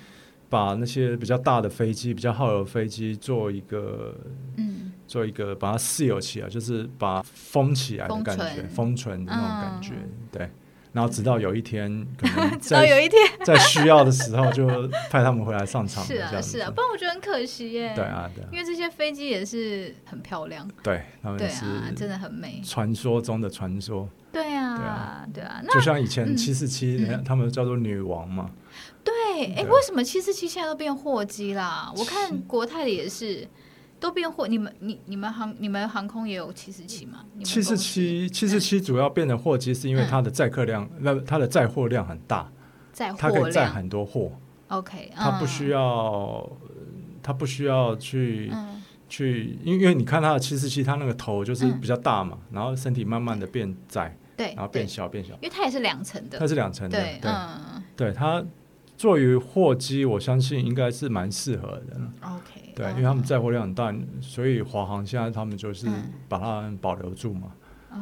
Speaker 3: 把那些比较大的飞机、比较耗油的飞机做一个
Speaker 2: 嗯
Speaker 3: 做一个把它 seal 起来，就是把它封起来的感觉，封存的那种感觉，对。然后直到有一天，可 能
Speaker 2: 嗯直到有
Speaker 3: 在
Speaker 2: 一天，
Speaker 3: 在需要的时候，就派他们回来上场。
Speaker 2: 是
Speaker 3: 这
Speaker 2: 啊
Speaker 3: 样子
Speaker 2: 是啊，不然我觉得很可惜耶，
Speaker 3: 对，啊，对啊
Speaker 2: 因，为这些飞机也是很漂亮，
Speaker 3: 对，他们
Speaker 2: 对
Speaker 3: 是
Speaker 2: 啊，真的很美，
Speaker 3: 传说中的传说，
Speaker 2: 对
Speaker 3: 对
Speaker 2: 啊
Speaker 3: 啊
Speaker 2: 对啊，
Speaker 3: 就
Speaker 2: 那
Speaker 3: 像以前
Speaker 2: 嗯
Speaker 3: 七四七，他们叫做女王嘛，
Speaker 2: 对，哎，
Speaker 3: 嗯对啊
Speaker 2: 为什么七四七现在都变货机啦？我看国泰的也是都变货，你们你你们航你们航空也有七四七吗？你们
Speaker 3: 七四
Speaker 2: 公司嗯
Speaker 3: 七七四七主要变成货机，是因为它的载客量，那、它的载货量很大，
Speaker 2: 载
Speaker 3: 它
Speaker 2: 呃货
Speaker 3: 可以载
Speaker 2: 量
Speaker 3: 很多货，
Speaker 2: ，OK，嗯
Speaker 3: 它不需
Speaker 2: 要，
Speaker 3: 要，呃它不需要去、
Speaker 2: 嗯
Speaker 3: 去，因为因为你看它的七四七，它那个头就是
Speaker 2: 嗯哎
Speaker 3: 比较大嘛，然后身体慢慢的变窄，
Speaker 2: 对，
Speaker 3: 然后
Speaker 2: 对
Speaker 3: 变，小变小，
Speaker 2: 因为它也是两层的
Speaker 3: 它，是两层的，对、
Speaker 2: 嗯
Speaker 3: 对，它作为货机，我相信应该是蛮适合的了。
Speaker 2: ，OK，
Speaker 3: 对，
Speaker 2: 嗯
Speaker 3: 因为他们载货量很大，所以华航现在他们就是
Speaker 2: 嗯
Speaker 3: 把它们保留住嘛。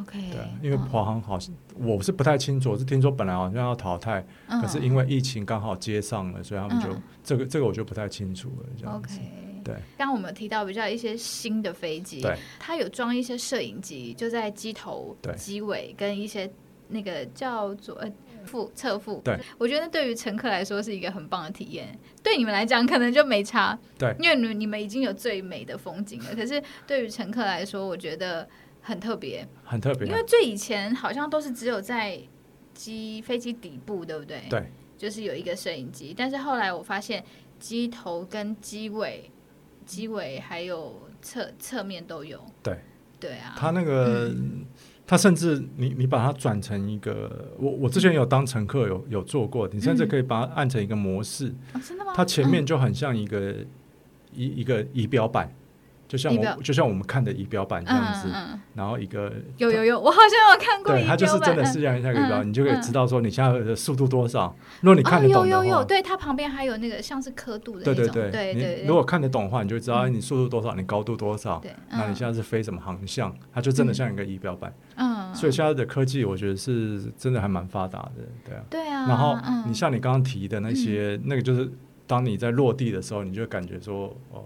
Speaker 2: OK，
Speaker 3: 对，啊因为
Speaker 2: 嗯
Speaker 3: 华航好像我是不太清楚，我是听说本来好像要淘汰，
Speaker 2: 嗯
Speaker 3: 可是因为疫情刚好接上了，所以他们就、
Speaker 2: 嗯
Speaker 3: 这个这个我就不太清楚了，这样子。
Speaker 2: OK。
Speaker 3: 对
Speaker 2: 刚刚我们提到比较一些新的飞机
Speaker 3: 对，
Speaker 2: 它有装一些摄影机，就在机头
Speaker 3: 对、
Speaker 2: 机尾跟一些那个叫做呃副侧副。
Speaker 3: 对，
Speaker 2: 我觉得对于乘客来说是一个很棒的体验，对你们来讲可能就没差，
Speaker 3: 对
Speaker 2: 因为你你们已经有最美的风景了。可是对于乘客来说，我觉得很特别，
Speaker 3: 很特别
Speaker 2: 因。为最以前好像都是只有在机飞机底部，对不对？
Speaker 3: 对，
Speaker 2: 就是有一个摄影机，但是后来我发现机头跟机尾、机尾还有侧侧面都有。
Speaker 3: 对，
Speaker 2: 对啊，
Speaker 3: 他那个。
Speaker 2: 嗯
Speaker 3: 他甚至你你把它转成一个，我我之前有当乘客有有做过，你甚至可以把它按成一个模式，
Speaker 2: 哦真的吗？
Speaker 3: 它前面就很像一个一一个仪表板，就像
Speaker 2: 仪表
Speaker 3: 我就像我们看的仪表板
Speaker 2: 嗯
Speaker 3: 这样子，
Speaker 2: 嗯嗯，
Speaker 3: 然后一个
Speaker 2: 有有有，我好像有看过仪
Speaker 3: 对，
Speaker 2: 表
Speaker 3: 它
Speaker 2: 板，
Speaker 3: 就是真的
Speaker 2: 嗯
Speaker 3: 是这样一下个
Speaker 2: 嗯
Speaker 3: 仪表，你就可
Speaker 2: 嗯
Speaker 3: 以知道说你现在的速度多少。如果你看得
Speaker 2: 哦、
Speaker 3: 懂的
Speaker 2: 有有有，
Speaker 3: 话，
Speaker 2: 对，它旁边还有那个像是刻度的
Speaker 3: 对
Speaker 2: 那种，
Speaker 3: 对对
Speaker 2: 对
Speaker 3: 你如果看得懂的话，你就知道哎
Speaker 2: 嗯
Speaker 3: 你速度多少，你高度多少，
Speaker 2: 对，
Speaker 3: 那你现在是飞什么航向，它就真的像一个仪表板。
Speaker 2: 嗯，
Speaker 3: 所以现在的科技，我觉得是真的还蛮发达的，对啊。
Speaker 2: 对啊，
Speaker 3: 然后
Speaker 2: 嗯
Speaker 3: 你像你刚刚提的那些，那个就是当你在落地的时候，你就感觉说，哦，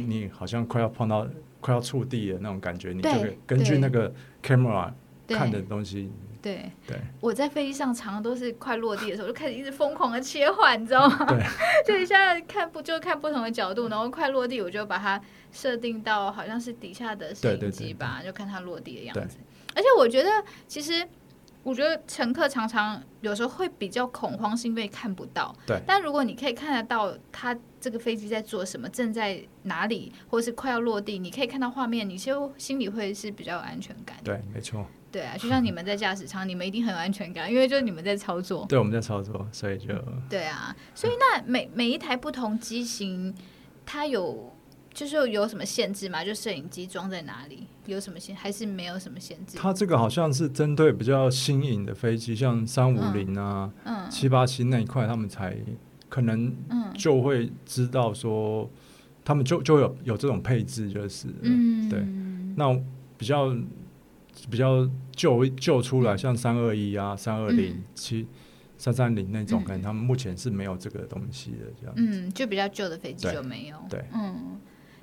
Speaker 2: 对
Speaker 3: 你好像快要碰到、快要触地的那种感觉，你就
Speaker 2: 对
Speaker 3: 可以根据
Speaker 2: 对
Speaker 3: 那个 camera
Speaker 2: 对
Speaker 3: 看的东西，
Speaker 2: 对。
Speaker 3: 对
Speaker 2: 我在飞机上常常都是快落地的时候，就开始一直疯狂的切换，你知道吗？
Speaker 3: 对，
Speaker 2: 就一下看不就看不同的角度，然后快落地，我就把它设定到好像是底下的摄
Speaker 3: 对对
Speaker 2: 影
Speaker 3: 对
Speaker 2: 机吧，就看它落地的样
Speaker 3: 对
Speaker 2: 子。而且我觉得，其实我觉得乘客常常有时候会比较恐慌，是因为看不到。
Speaker 3: 对
Speaker 2: 但如果你可以看得到它这个飞机在做什么，正在哪里，或是快要落地，你可以看到画面，你就心里会是比较有安全感的。
Speaker 3: 对，没错，
Speaker 2: 对啊，就像你们在驾驶舱，你们一定很有安全感，因为就是你们在操 作。
Speaker 3: 对，我们在操作，所以就
Speaker 2: 对啊，所以那每每一台不同机型，它有就是有什么限制吗？就摄影机装在哪里有什么限，还是没有什么限制？
Speaker 3: 它这个好像是针对比较新颖的飞机，像三五零啊、
Speaker 2: 嗯
Speaker 3: 七八七那一块，他们才可能
Speaker 2: 嗯
Speaker 3: 就会知道说，他们就就有有这种配置，就是了
Speaker 2: 嗯，
Speaker 3: 对那比较比较旧旧出来，像三二一啊、三二零
Speaker 2: 嗯
Speaker 3: 七、三三零那种，
Speaker 2: 嗯
Speaker 3: 可能他们目前是没有这个东西的这样。
Speaker 2: 嗯，就比较旧的飞机
Speaker 3: 对
Speaker 2: 就没有。
Speaker 3: 对
Speaker 2: 嗯，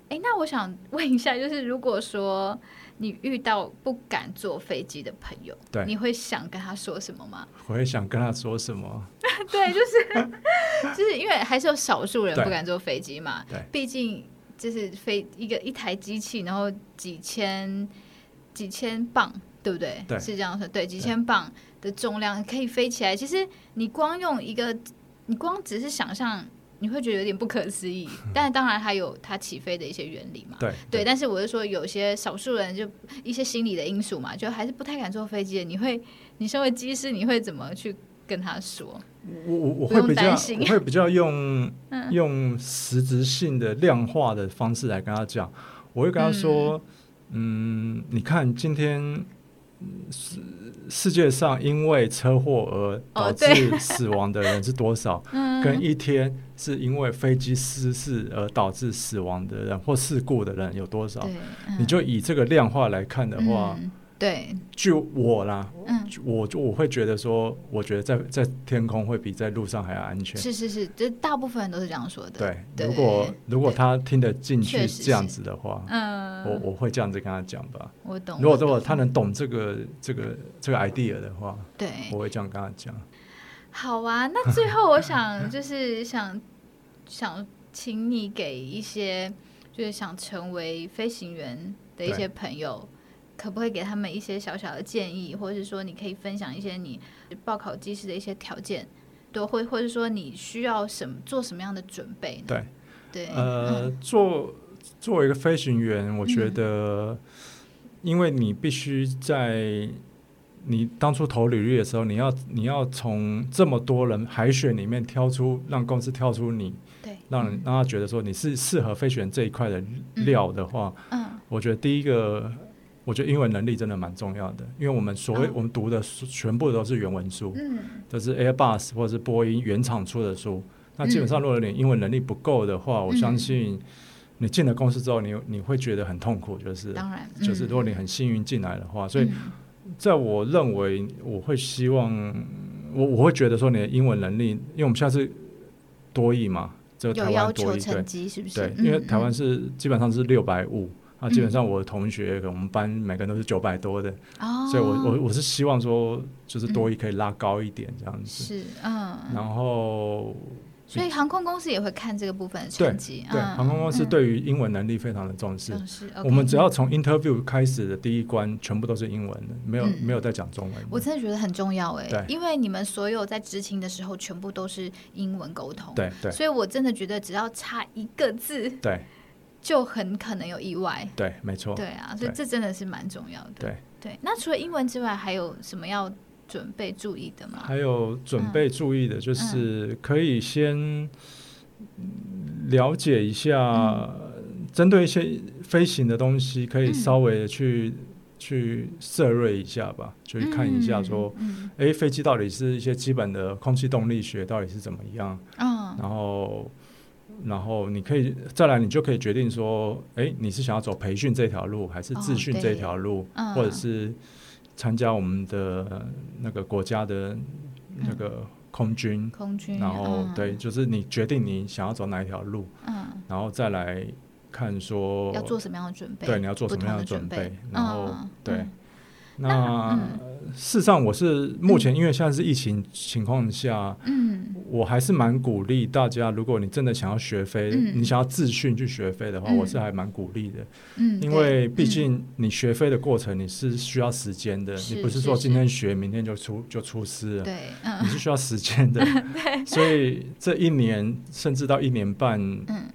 Speaker 2: 哎，那我想问一下，就是如果说你遇到不敢坐飞机的朋友，
Speaker 3: 对
Speaker 2: 你会想跟他说什么吗？
Speaker 3: 我也想跟他说什么，
Speaker 2: 对，就是就是因为还是有少数人
Speaker 3: 对
Speaker 2: 不敢坐飞机嘛
Speaker 3: 对，
Speaker 2: 毕竟就是飞一个一台机器，然后几千几千磅，对不对？
Speaker 3: 对
Speaker 2: 是这样说，对，几千磅的重量可以飞起来。其实你光用一个，你光只是想象你会觉得有点不可思议。但当然它有它起飞的一些原理嘛。
Speaker 3: 对
Speaker 2: 对，但是我是说，有些少数人就一些心理的因素嘛，就还是不太敢坐飞机的。你会，你身为机师，你会怎么去跟他说？
Speaker 3: 我我我
Speaker 2: 不
Speaker 3: 会
Speaker 2: 用
Speaker 3: 比较
Speaker 2: 担心嗯
Speaker 3: 我会比 较用用实质性的量化的方式来跟他讲，我会跟他说，嗯你看今天嗯世世界上因为车祸而导
Speaker 2: 哦
Speaker 3: 致
Speaker 2: 对嗯
Speaker 3: 死亡的人是 多少，跟一天是因为飞机失事而导致死亡的人或事故的人有多少
Speaker 2: 对，，嗯
Speaker 3: 你就以这个量化来看的话，
Speaker 2: 嗯对，
Speaker 3: 据我啦，
Speaker 2: 嗯，
Speaker 3: 我就我会觉得说，我觉得在在天空会比在路上还要安全。
Speaker 2: 是是是，这大部分人都是这样说的。
Speaker 3: 对，
Speaker 2: 对
Speaker 3: 如果如果他听得进去
Speaker 2: 确实是
Speaker 3: 这样子的话，
Speaker 2: 嗯，
Speaker 3: 我我会这样子跟他讲吧。
Speaker 2: 我懂。
Speaker 3: 如果
Speaker 2: 我
Speaker 3: 如果
Speaker 2: 懂
Speaker 3: 他能懂这个这个这个 idea 的话，
Speaker 2: 对，
Speaker 3: 我会这样跟他讲。
Speaker 2: 好啊，那最后我想就是想想请你给一些就是想成为飞行员的一
Speaker 3: 对
Speaker 2: 些朋友，可不可以给他们一些小小的建议，或者是说你可以分享一些你报考机师的一些条件，对，或或者说你需要什么做什么样的准备呢？
Speaker 3: 对，
Speaker 2: 对，嗯
Speaker 3: 呃，做作为一个飞行员，我觉
Speaker 2: 嗯
Speaker 3: 得，因为你必须在你当初投履历的时候，你要你要从这么多人海选里面挑出，让公司挑出你，
Speaker 2: 对，
Speaker 3: 让人让他觉得说你是适合飞行员这一块的料的话，
Speaker 2: 嗯，
Speaker 3: 我觉得第一个，我觉得英文能力真的蛮重要的，因为我们所谓、我们读的书全部都是原文书，
Speaker 2: 哦嗯，
Speaker 3: 都是 Airbus 或者是波音原厂出的书。那基本上，如果你英文能力不够的
Speaker 2: 嗯
Speaker 3: 话，我相信你进了公司之后，你你会觉得很痛苦，就是
Speaker 2: 当嗯然，嗯
Speaker 3: 就是如果你很幸运进来的话，所以在我认为，我会希望我我会觉得说你的英文能力，因为我们下次多译嘛，就
Speaker 2: 嗯有
Speaker 3: 台
Speaker 2: 要
Speaker 3: 湾多
Speaker 2: 求
Speaker 3: 译对
Speaker 2: 成绩是不是？
Speaker 3: 对，因为
Speaker 2: 嗯
Speaker 3: 台湾是基本上是六百五。啊，基本
Speaker 2: 嗯
Speaker 3: 上我的同学，我们班每个人都是九百多的，
Speaker 2: 哦，嗯
Speaker 3: 所以我我我是希望说，就是多一可以拉高一点这样子。
Speaker 2: 是嗯，
Speaker 3: 然后
Speaker 2: 所以航空公司也会看这个部分的成绩，
Speaker 3: 对，
Speaker 2: 嗯
Speaker 3: 航空公司
Speaker 2: 嗯
Speaker 3: 对于英文能力非常的重视。
Speaker 2: 嗯是 OK
Speaker 3: 我们只要从 interview 开始的第一关，全部都是英文的，没有、
Speaker 2: 嗯
Speaker 3: 没有在讲中文的。
Speaker 2: 我真的觉得很重要哎、
Speaker 3: 对
Speaker 2: 因为你们所有在执勤的时候，全部都是英文沟通，，
Speaker 3: 对对
Speaker 2: 所以我真的觉得只要差一个字，
Speaker 3: 对
Speaker 2: 就很可能有意外，
Speaker 3: 对，没错。
Speaker 2: 对啊，所以
Speaker 3: 哦对
Speaker 2: 这真的是蛮重要的，
Speaker 3: 对
Speaker 2: 那除了英文之外，还有什么要准备注意的吗？
Speaker 3: 还有准备注意的
Speaker 2: 嗯
Speaker 3: 就是，可以先嗯了解一下，针对一些飞行的东西，可以
Speaker 2: 嗯
Speaker 3: 稍微的去、去涉略一下吧，就是看一下说，
Speaker 2: 嗯，
Speaker 3: 诶，飞机到底是一些基本的空气动力学到底是怎么样，
Speaker 2: 嗯嗯
Speaker 3: 然后。然后你可以再来，你就可以决定说，诶，你是想要走培训这条路，还是自
Speaker 2: 哦
Speaker 3: 训
Speaker 2: 对
Speaker 3: 这条路？
Speaker 2: 嗯
Speaker 3: 或者是参加我们的呃那个国家的那个空军，
Speaker 2: 空嗯军，
Speaker 3: 然后
Speaker 2: 嗯
Speaker 3: 对，，就是你决定你想要走哪一条路，
Speaker 2: 嗯，
Speaker 3: 然后再来看说
Speaker 2: 要做什么样的准备？
Speaker 3: 对你要做什么样
Speaker 2: 不同的
Speaker 3: 准
Speaker 2: 准
Speaker 3: 备
Speaker 2: 备，
Speaker 3: 然后、
Speaker 2: 嗯
Speaker 3: 对
Speaker 2: 嗯。
Speaker 3: 那、事实上，我是目前因为现在是疫情情况下，
Speaker 2: 嗯
Speaker 3: 我还是蛮鼓励大家，如果你真的想要学飞，
Speaker 2: 嗯
Speaker 3: 你想要自训去学飞的话，
Speaker 2: 嗯
Speaker 3: 我是还蛮鼓励的。
Speaker 2: 嗯，对
Speaker 3: 因为毕
Speaker 2: 嗯
Speaker 3: 竟你学飞的过程你是需要时间的，
Speaker 2: 是
Speaker 3: 你不是
Speaker 2: 是
Speaker 3: 说
Speaker 2: 是
Speaker 3: 今天学明天就出就出师了，
Speaker 2: 对，嗯
Speaker 3: 你是需要时 间的。所以这一年甚至到一年半，
Speaker 2: 嗯，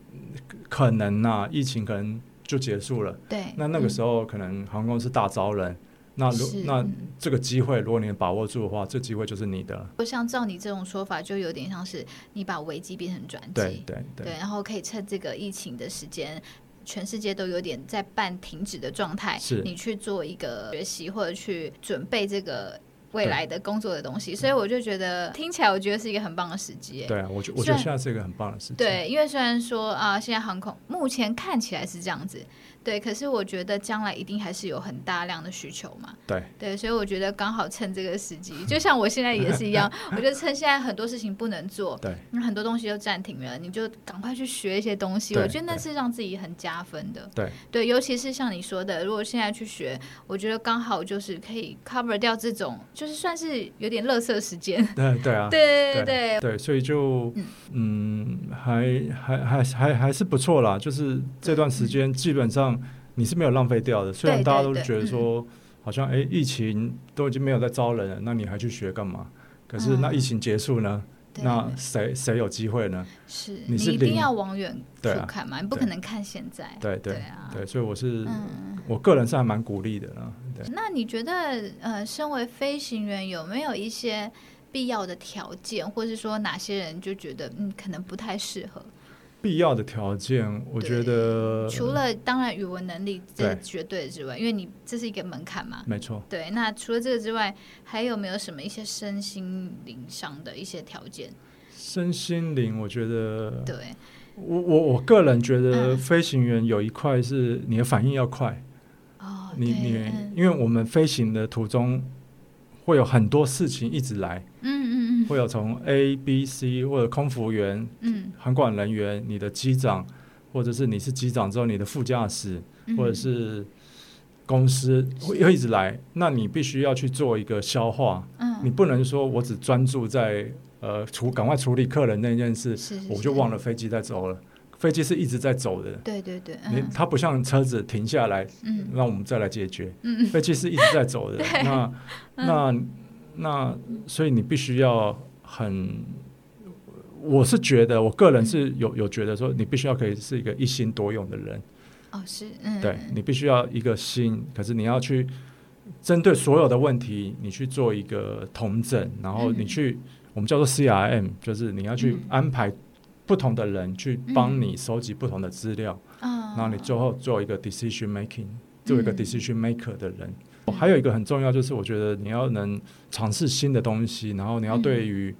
Speaker 3: 可能呐、疫情可能就结束了。
Speaker 2: 对，嗯
Speaker 3: 那那个时候可能航空公司大招人，那如
Speaker 2: 是
Speaker 3: 那
Speaker 2: 嗯
Speaker 3: 这个机会如果你把握住的话，这机会就是你的了。
Speaker 2: 不像照你这种说法，就有点像是你把危机变成转机，
Speaker 3: 对对
Speaker 2: 对，然后可以趁这个疫情的时间。全世界都有点在半停止的状态，
Speaker 3: 是
Speaker 2: 你去做一个学习或者去准备这个未来的工作的东西，所以我就觉得听起来我觉得是一个很棒的时机耶。
Speaker 3: 对啊，我觉我
Speaker 2: 虽
Speaker 3: 觉得
Speaker 2: 然
Speaker 3: 现在是一个很棒的事情。
Speaker 2: 对，因为虽然说啊、现在航空目前看起来是这样子，对，可是我觉得将来一定还是有很大量的需求嘛。
Speaker 3: 对
Speaker 2: 对，所以我觉得刚好趁这个时机，就像我现在也是一 样，我就趁现在很多事情不能做，
Speaker 3: 对
Speaker 2: 那很多东西都暂停了，你就赶快去学一些东西，
Speaker 3: 对
Speaker 2: 我觉得那
Speaker 3: 对
Speaker 2: 是让自己很加分的。
Speaker 3: 对
Speaker 2: 对，尤其是像你说的，如果现在去学，我觉得刚好就是可以 cover 掉这种，就是算是有点垃圾时间。
Speaker 3: 对对啊，
Speaker 2: 对对
Speaker 3: 对
Speaker 2: 对，
Speaker 3: 对，所以就嗯，还还还还还是不错啦。就是这段时间基本上你是没有浪费掉的，虽然
Speaker 2: 对
Speaker 3: 大家
Speaker 2: 对
Speaker 3: 都
Speaker 2: 对嗯
Speaker 3: 觉得说好像哎、诶疫情都已经没有在招人了，那你还去学干嘛？可是那疫情结束呢？
Speaker 2: 啊对
Speaker 3: 那
Speaker 2: 没
Speaker 3: 谁谁有机会呢？
Speaker 2: 是
Speaker 3: 你
Speaker 2: 你
Speaker 3: 是
Speaker 2: 一定
Speaker 3: 零
Speaker 2: 要往远处
Speaker 3: 对啊
Speaker 2: 看嘛，你不
Speaker 3: 对
Speaker 2: 可能看现在。
Speaker 3: 对对
Speaker 2: 对啊，
Speaker 3: 对，所以我是、
Speaker 2: 嗯，
Speaker 3: 我个人是还蛮鼓励的啊。对，
Speaker 2: 那你觉得呃，身为飞行员有没有一些必要的条件，或是说哪些人就觉得嗯可能不太适合？
Speaker 3: 必要的条件，我觉得
Speaker 2: 除了当然语文能力这
Speaker 3: 呃对嗯
Speaker 2: 是绝对之外，因为你这是一个门槛嘛。
Speaker 3: 没错。
Speaker 2: 对，那除了这个之外，还有没有什么一些身心灵上的一些条件？
Speaker 3: 身心灵，我觉得
Speaker 2: 对，
Speaker 3: 我我我个人觉得
Speaker 2: 嗯
Speaker 3: 飞行员有一块是你的反应要快，
Speaker 2: 哦，
Speaker 3: 你
Speaker 2: 对
Speaker 3: 你
Speaker 2: 嗯
Speaker 3: 因为我们飞行的途中会有很多事情一直来，
Speaker 2: 嗯嗯
Speaker 3: 会有从 A、B、C 或者空服员、
Speaker 2: 嗯
Speaker 3: 航管人员、你的机长，或者是你是机长之后你的副驾驶，
Speaker 2: 嗯，
Speaker 3: 或者是公司会会一直来，那你必须要去做一个消化，
Speaker 2: 嗯，
Speaker 3: 你不能说我只专注在呃处赶快处理客人那件事，
Speaker 2: 是是
Speaker 3: 我就忘了。飞机在走了。飞机是一直在走的
Speaker 2: 是，对对对，
Speaker 3: 你
Speaker 2: 嗯
Speaker 3: 它不像车子停下来，
Speaker 2: 嗯
Speaker 3: 让我们再来解决。
Speaker 2: 嗯
Speaker 3: 飞机是一直在走 的，那那那，所以你必须要很。我是觉得，我个人
Speaker 2: 嗯
Speaker 3: 是有有觉得说，你必须要可以是一个一心多用的人，
Speaker 2: 哦是嗯
Speaker 3: 对你必须要一个心，可是你要去针对所有的问题，你去做一个统整，然后你
Speaker 2: 嗯
Speaker 3: 去、我们叫做 CRM，就是你要去
Speaker 2: 嗯
Speaker 3: 安排不同的人去帮
Speaker 2: 嗯
Speaker 3: 你收集不同的资料，
Speaker 2: 啊，
Speaker 3: 然后你最后做一个 decision making，做一个
Speaker 2: 嗯
Speaker 3: decision maker 的人。还有一个很重要就是，我觉得你要能尝试新的东西，然后你要
Speaker 2: 嗯
Speaker 3: 对于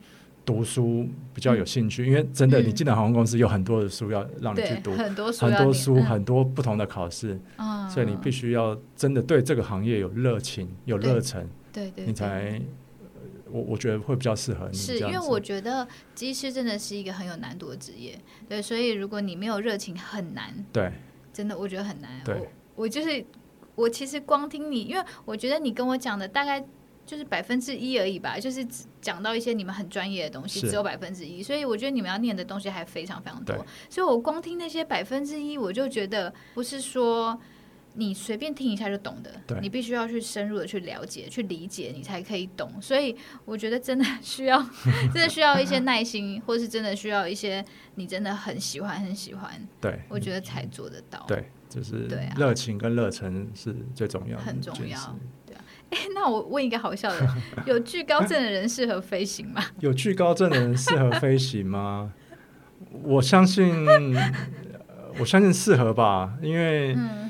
Speaker 3: 读书比较有兴趣，因为真的，
Speaker 2: 嗯
Speaker 3: 你进了航空公司有很多的书要让你去
Speaker 2: 对
Speaker 3: 读，
Speaker 2: 很多书
Speaker 3: 很
Speaker 2: 要嗯
Speaker 3: 多
Speaker 2: 念
Speaker 3: 书，很多不同的考试，
Speaker 2: 嗯，
Speaker 3: 所以你必
Speaker 2: 须
Speaker 3: 须要真的对这个行业有热情、有
Speaker 2: 对
Speaker 3: 热忱，
Speaker 2: 对对，
Speaker 3: 你
Speaker 2: 对
Speaker 3: 才呃我我觉得会比较适合你。
Speaker 2: 是
Speaker 3: 这
Speaker 2: 因
Speaker 3: 样
Speaker 2: 为
Speaker 3: 子
Speaker 2: 我觉得机师真的是一个很有难度的职业，对，所以如果你没有热情，很难，
Speaker 3: 对
Speaker 2: 真的我觉得很难。
Speaker 3: 对
Speaker 2: 我我就是我其实光听你，因为我觉得你跟我讲的大概。就是百分之一而已吧，就是只讲到一些你们很专业的东西，
Speaker 3: 是
Speaker 2: 只有百分之一，所以我觉得你们要念的东西还非常非常多
Speaker 3: 对。
Speaker 2: 所以我光听那些百分之一，我就觉得不是说你随便听一下就懂
Speaker 3: 对
Speaker 2: 的，你必须要去深入的去了解、去理解，你才可以懂。所以我觉得真的需 要，真的需要一些耐心，或是真的需要一些你真的很喜欢、很喜欢，
Speaker 3: 对
Speaker 2: 我觉得才做得到。
Speaker 3: 对，就是
Speaker 2: 对啊
Speaker 3: 热情跟热忱是最重要的，
Speaker 2: 很重要啊那我问一个好笑的， 有惧高症的人适合飞行吗？
Speaker 3: 有惧高症的人适合飞行吗？ 我相信，呃我相信适合吧，因为、
Speaker 2: 嗯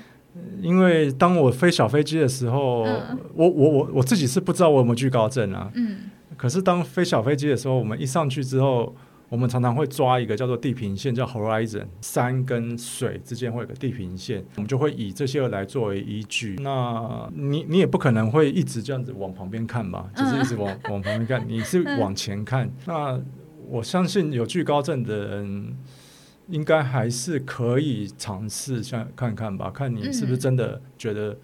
Speaker 3: 因为当我飞小飞机的时候，
Speaker 2: 嗯
Speaker 3: 我我我我自己是不知道我有没有惧高症啊。
Speaker 2: 嗯，
Speaker 3: 可是当飞小飞机的时候，我们一上去之后，我们常常会抓一个叫做地平线，叫 horizon，山跟水之间会有个地平线，我们就会以这些来作为依据。那你你也不可能会一直这样子往旁边看吧，就是一直往、往旁边看，你是往前看。那我相信有惧高症的人。应该还是可以尝试像看看吧，看你是不是
Speaker 2: 嗯
Speaker 3: 真的觉得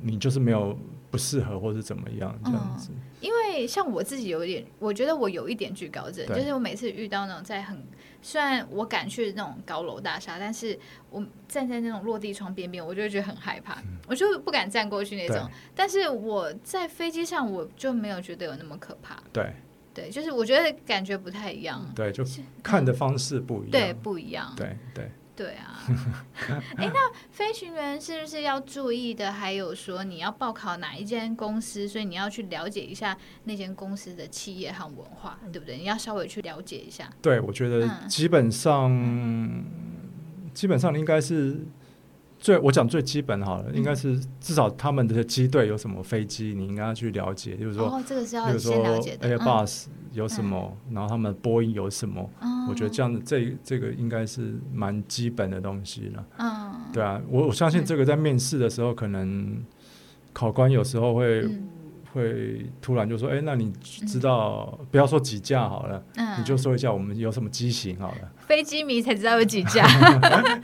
Speaker 3: 你就是没有不适合，或是怎么样这样子。
Speaker 2: 因为像我自己有一点，我觉得我有一点惧高症，
Speaker 3: 对
Speaker 2: 就是我每次遇到那种在很虽然我敢去那种高楼大厦，但是我站在那种落地窗边边，我就会觉得很害怕，
Speaker 3: 嗯
Speaker 2: 我就不敢站过去那种。但是我在飞机上，我就没有觉得有那么可怕。
Speaker 3: 对，
Speaker 2: 对，就是我觉得感觉不太一样，
Speaker 3: 对，就看的方式不一样。
Speaker 2: 对，不一样。
Speaker 3: 对对
Speaker 2: 对啊， 哎、那飞行员是不是要注意的？还有说你要报考哪一间公司，所以你要去了解一下那间公司的企业和文化，对不对？你要稍微去了解一下。
Speaker 3: 对我觉得
Speaker 2: 嗯
Speaker 3: 基本上、基本上应该是最我讲最基本好了，
Speaker 2: 嗯
Speaker 3: 应该是至少他们的机队有什么飞机，你应该要去了解，就是说，
Speaker 2: 哦，这个是
Speaker 3: 比
Speaker 2: 要
Speaker 3: 如
Speaker 2: 先了
Speaker 3: 说
Speaker 2: 解的。嗯
Speaker 3: Airbus 有什么，然后他们波音有什么。
Speaker 2: 嗯
Speaker 3: 我觉得这样的这这个应该是蛮基本的东西了，
Speaker 2: 嗯，
Speaker 3: 对啊，我我相信这个在面试的时候，可能考官有时候会、
Speaker 2: 嗯
Speaker 3: 会突然就说，哎、那你知道、不要说几架好了，
Speaker 2: 嗯
Speaker 3: 你就说一下我们有什么机型好了。
Speaker 2: 飞机迷才知道有几 架。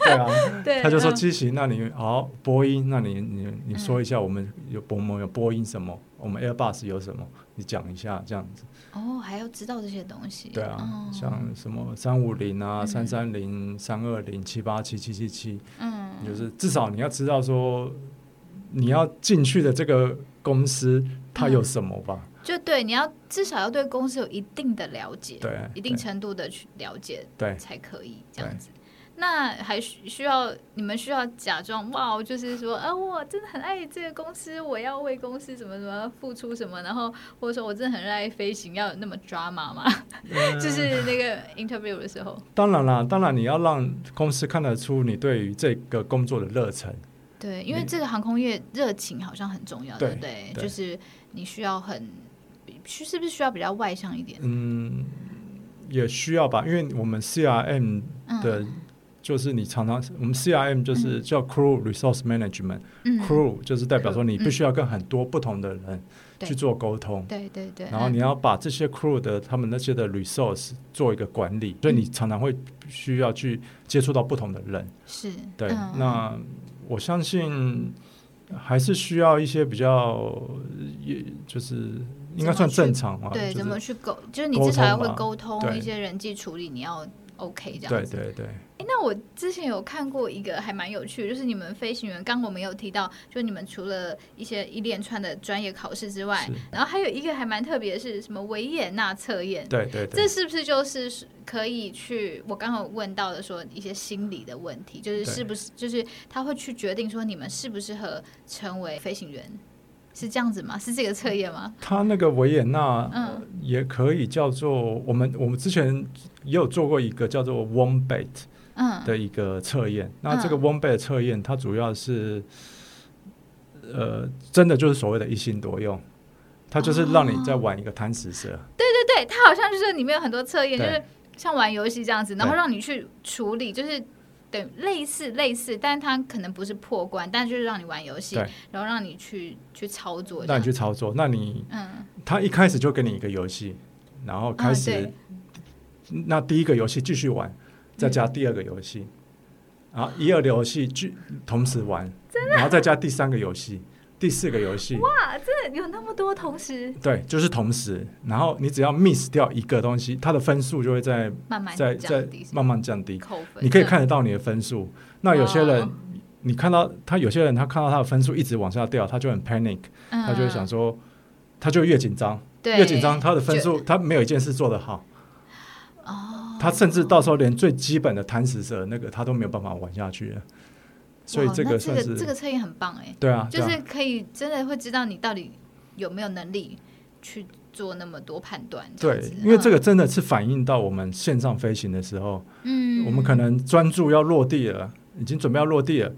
Speaker 3: 对啊，
Speaker 2: 对，
Speaker 3: 他就说
Speaker 2: 嗯
Speaker 3: 机型，那你好波音，那你你你说一下我们有我们有波音什么，我们 Airbus 有什么，你讲一下这样子。
Speaker 2: 哦，还要知道这些东西。
Speaker 3: 对啊，
Speaker 2: 嗯
Speaker 3: 像什么三五零啊、
Speaker 2: 嗯
Speaker 3: 三三零、三二零、七八七、七七七，
Speaker 2: 嗯，
Speaker 3: 就是至少你要知道说你要进去的这个公司它有什么吧。
Speaker 2: 就对，你要至少要对公司有一定的了解，
Speaker 3: 对，
Speaker 2: 一定程度的去了解
Speaker 3: 对
Speaker 2: 才可以这样子。那还需需要你们需要假装哇，就是说啊，我真的很爱这个公司，我要为公司什么什么付出什么，然后或者说我真的很热爱飞行，要有那么 drama 吗？
Speaker 3: 嗯
Speaker 2: 就是那个 interview 的时候，
Speaker 3: 当然啦，当然你要让公司看得出你对于这个工作的热忱。
Speaker 2: 对，因为这个航空业热情好像很重要，
Speaker 3: 对
Speaker 2: 对不对？
Speaker 3: 嗯对
Speaker 2: 就是你需要很需是不是需要比较外向一点？
Speaker 3: 嗯，也需要吧，因为我们 CRM
Speaker 2: 嗯
Speaker 3: 的，就是你常常我们 CRM 就是叫 Crew Resource Management，Crew、
Speaker 2: 嗯
Speaker 3: crew 就是代表说你
Speaker 2: 嗯
Speaker 3: 必须要跟很多不同的人
Speaker 2: 对
Speaker 3: 去做沟通。
Speaker 2: 对对对，
Speaker 3: 然后
Speaker 2: 嗯
Speaker 3: 你要把这些 crew 的他们那些的 resource 做一个管理，所以你常常会需要去接触到不同的人。
Speaker 2: 是
Speaker 3: 对，
Speaker 2: 嗯
Speaker 3: 那我相信还是需要一些比较，也就是应该算正常嘛，
Speaker 2: 对
Speaker 3: 啊就
Speaker 2: 怎
Speaker 3: 是
Speaker 2: 么去沟，就是你
Speaker 3: 沟
Speaker 2: 至少要
Speaker 3: 通
Speaker 2: 会
Speaker 3: 嘛
Speaker 2: 沟通
Speaker 3: 对
Speaker 2: 一些人际处理，你要 OK 这样
Speaker 3: 对
Speaker 2: 子。
Speaker 3: 对对，
Speaker 2: 诶那我之前有看过一个还蛮有趣的，就是你们飞行员，刚刚我们有提到，就你们除了一些一连串的专业考试之外
Speaker 3: 是，
Speaker 2: 然后还有一个还蛮特别的是什么维也纳测验，
Speaker 3: 对对对
Speaker 2: 这，是不是就是可以去我刚刚有问到的说一些心理的问题，就是
Speaker 3: 对
Speaker 2: 是不是就是他会去决定说你们适不适合成为飞行员，是这样子吗？是这个测验吗？
Speaker 3: 他那个维也纳
Speaker 2: 嗯
Speaker 3: 也可以叫做我们我们之前也有做过一个叫做 Wombat
Speaker 2: 嗯，
Speaker 3: 的一个测验，那这个
Speaker 2: 嗯
Speaker 3: Wombat 测验它主要是呃，真的就是所谓的一心多用。它就是让你
Speaker 2: 哦
Speaker 3: 在玩一个贪食蛇，
Speaker 2: 对对，它好像就是里面有很多测验，就
Speaker 3: 对
Speaker 2: 是像玩游戏这样子，然后
Speaker 3: 对
Speaker 2: 让你去处理，就是等类似类似，但是它可能不是破关，但就是让你玩游戏
Speaker 3: 对，
Speaker 2: 然后让你去去操作这
Speaker 3: 让
Speaker 2: 样
Speaker 3: 你去操作。那你
Speaker 2: 嗯
Speaker 3: 他一开始就给你一个游戏，然后开始、
Speaker 2: 啊对
Speaker 3: 那第一个游戏继续玩，再
Speaker 2: 嗯
Speaker 3: 加第二个游戏，然后一二个游戏继同时玩，然后再加第三个游戏、第四个游戏，
Speaker 2: 啊哇，真的有那么多同时
Speaker 3: 对，就是同时。然后你只要 miss 掉一个东西，它的分数就会在
Speaker 2: 慢慢
Speaker 3: 在
Speaker 2: 降
Speaker 3: 在
Speaker 2: 低
Speaker 3: 慢慢降低。
Speaker 2: 扣分，
Speaker 3: 你可以看得到你的分数。那有些人
Speaker 2: 哇，
Speaker 3: 你看到他有些人，他看到他的分数一直往下掉，他就很 panic，
Speaker 2: 嗯，
Speaker 3: 他就会想
Speaker 2: 嗯
Speaker 3: 说，他就越紧张。
Speaker 2: 对
Speaker 3: 越紧张，他的分数他没有一件事做得好，
Speaker 2: 哦，
Speaker 3: 他甚至到时候连最基本的贪食蛇那个他都没有办法玩下去了，所以
Speaker 2: 哇
Speaker 3: 这
Speaker 2: 那
Speaker 3: 个算
Speaker 2: 这
Speaker 3: 是
Speaker 2: 个这个测验很棒哎，
Speaker 3: 对啊，对
Speaker 2: 就
Speaker 3: 啊
Speaker 2: 是可以真的会知道你到底有没有能力去做那么多判断这样
Speaker 3: 对
Speaker 2: 子，，
Speaker 3: 因为这
Speaker 2: 个
Speaker 3: 个真的是反映到我们线上飞行的时候，
Speaker 2: 嗯，
Speaker 3: 我们可能专注要落地了，已经准备要落地了。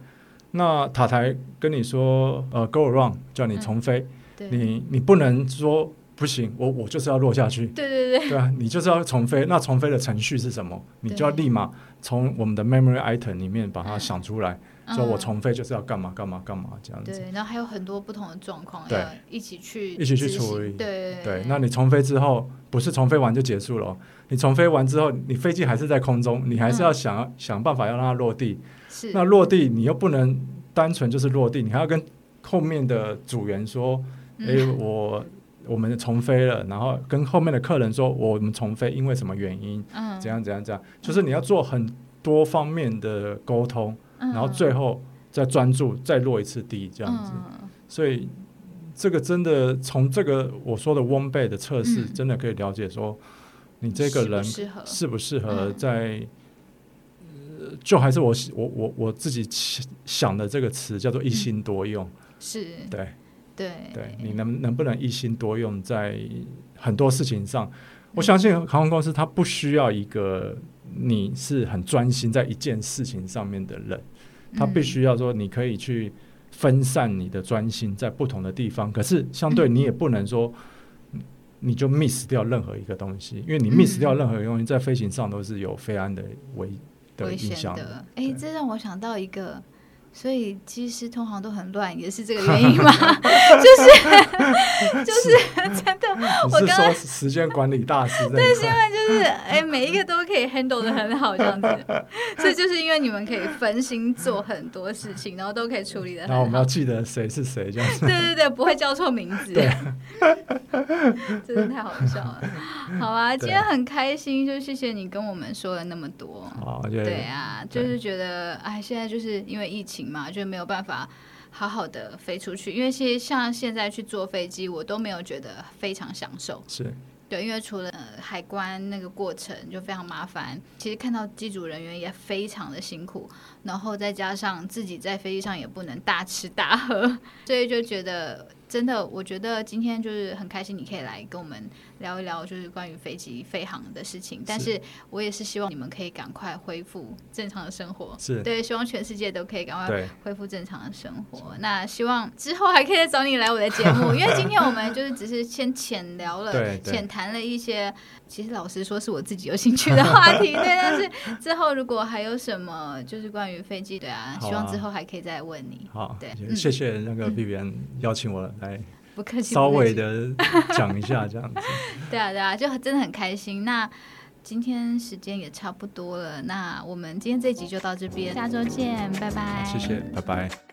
Speaker 3: 那塔台跟你说，呃，go around，叫你重飞，
Speaker 2: 对
Speaker 3: 你你不能说不行，我我就是要落下去，
Speaker 2: 对对 对，
Speaker 3: 对啊，你就是要重飞。那重飞的程序是什么？你就要
Speaker 2: 对
Speaker 3: 立马从我们的 memory item 里面把它想出来，说我
Speaker 2: 嗯
Speaker 3: 重飞就是要干嘛干嘛干嘛这样子。
Speaker 2: 对，然后还有很多不同的状况
Speaker 3: 对
Speaker 2: 要一起去
Speaker 3: 一起
Speaker 2: 执
Speaker 3: 去
Speaker 2: 行
Speaker 3: 处理
Speaker 2: 对
Speaker 3: 对，那你重飞之后，不是重飞完就结束了哦，你重飞完之后，你飞机还是在空中，你还是要想、想办法要让它落地。
Speaker 2: 嗯是
Speaker 3: 那落地你又不能单纯就是落地，你还要跟后面的组员说，
Speaker 2: 嗯
Speaker 3: 诶，我我们重飞了，然后跟后面的客人说我们重飞因为什么原因，
Speaker 2: 嗯
Speaker 3: 怎样怎样怎样，就是你要做很多方面的沟通，
Speaker 2: 嗯
Speaker 3: 然后最后再专注再落一次地这样子。
Speaker 2: 嗯
Speaker 3: 所以这个真的从这个我说的 one bay 的测试，
Speaker 2: 嗯
Speaker 3: 真的可以了解说你这个人
Speaker 2: 适不适合
Speaker 3: 适不适合
Speaker 2: 嗯
Speaker 3: 在。呃就还是我喜我我我自己起想的这个词叫做一心多用，
Speaker 2: 是
Speaker 3: 对
Speaker 2: 嗯对嗯
Speaker 3: 对，你能能不能一心多用在很多事情上？我相信航空公司它不需要一个你是很专心在一件事情上面的人，它
Speaker 2: 嗯
Speaker 3: 必须要说你可以去分散你的专心在不同的地方，可是相对你也不能说。你就 miss 掉任何一个东西，因为你 miss
Speaker 2: 嗯
Speaker 3: 掉任何一个东西，在飞行上都是有飞安的危的
Speaker 2: 危
Speaker 3: 影
Speaker 2: 险
Speaker 3: 响
Speaker 2: 的。哎、
Speaker 3: 对
Speaker 2: 这让我想到一个，所以机师通常都很乱，也是这个原因 吗？就是就是 真的，
Speaker 3: 你
Speaker 2: 我
Speaker 3: 是
Speaker 2: 刚
Speaker 3: 说
Speaker 2: 刚
Speaker 3: 时间管理大师这一块？
Speaker 2: 就是哎、每一个都可以 handle 的很好这样子，所以就是因为你们可以分心做很多事情，然后都可以处理的
Speaker 3: 然后我
Speaker 2: 很
Speaker 3: 们
Speaker 2: 好
Speaker 3: 要。记得谁是谁，这 样子。
Speaker 2: 对对对，不会叫错名字， 真的太好笑了。好啊，今天很开心，就谢谢你跟我们说了那么多。
Speaker 3: 好，我觉得
Speaker 2: 对啊，就
Speaker 3: 对
Speaker 2: 是觉得哎，现在就是因为疫情嘛，就没有办法好好的飞出去。因为其实像现在去坐飞机，我都没有觉得非常享受。
Speaker 3: 是
Speaker 2: 对，因为除了、呃、海关那个过程就非常麻烦，其实看到机组人员也非常的辛苦，然后再加上自己在飞机上也不能大吃大喝， 所以就觉得真的，我觉得今天就是很开心，你可以来跟我们聊一聊，就是关于飞机飞航的事情。但
Speaker 3: 是
Speaker 2: 是我也是希望你们可以赶快恢复正常的生活，
Speaker 3: 是，
Speaker 2: 对，希望全世界都可以赶快
Speaker 3: 对，
Speaker 2: 恢复正常的生活。那希望之后还可以再找你来我的节目，因为今天我们就是只是先浅聊了
Speaker 3: 对、对
Speaker 2: 浅谈了一些，其实老实说是我自己有兴趣的话题，对。但是之后如果还有什么就是关于飞机的啊，
Speaker 3: 好啊
Speaker 2: 希望之后还可以再问你。
Speaker 3: 好
Speaker 2: 对，
Speaker 3: 也
Speaker 2: 嗯
Speaker 3: 谢谢那个 B B N 邀请我来
Speaker 2: 不客气，
Speaker 3: 稍
Speaker 2: 不客气
Speaker 3: 微的讲一下这样 子。
Speaker 2: 对啊，对啊，就真的很开心。那今天时间也差不多了，那我们今天这集就到这边，下周见，拜拜，
Speaker 3: 谢谢，拜拜。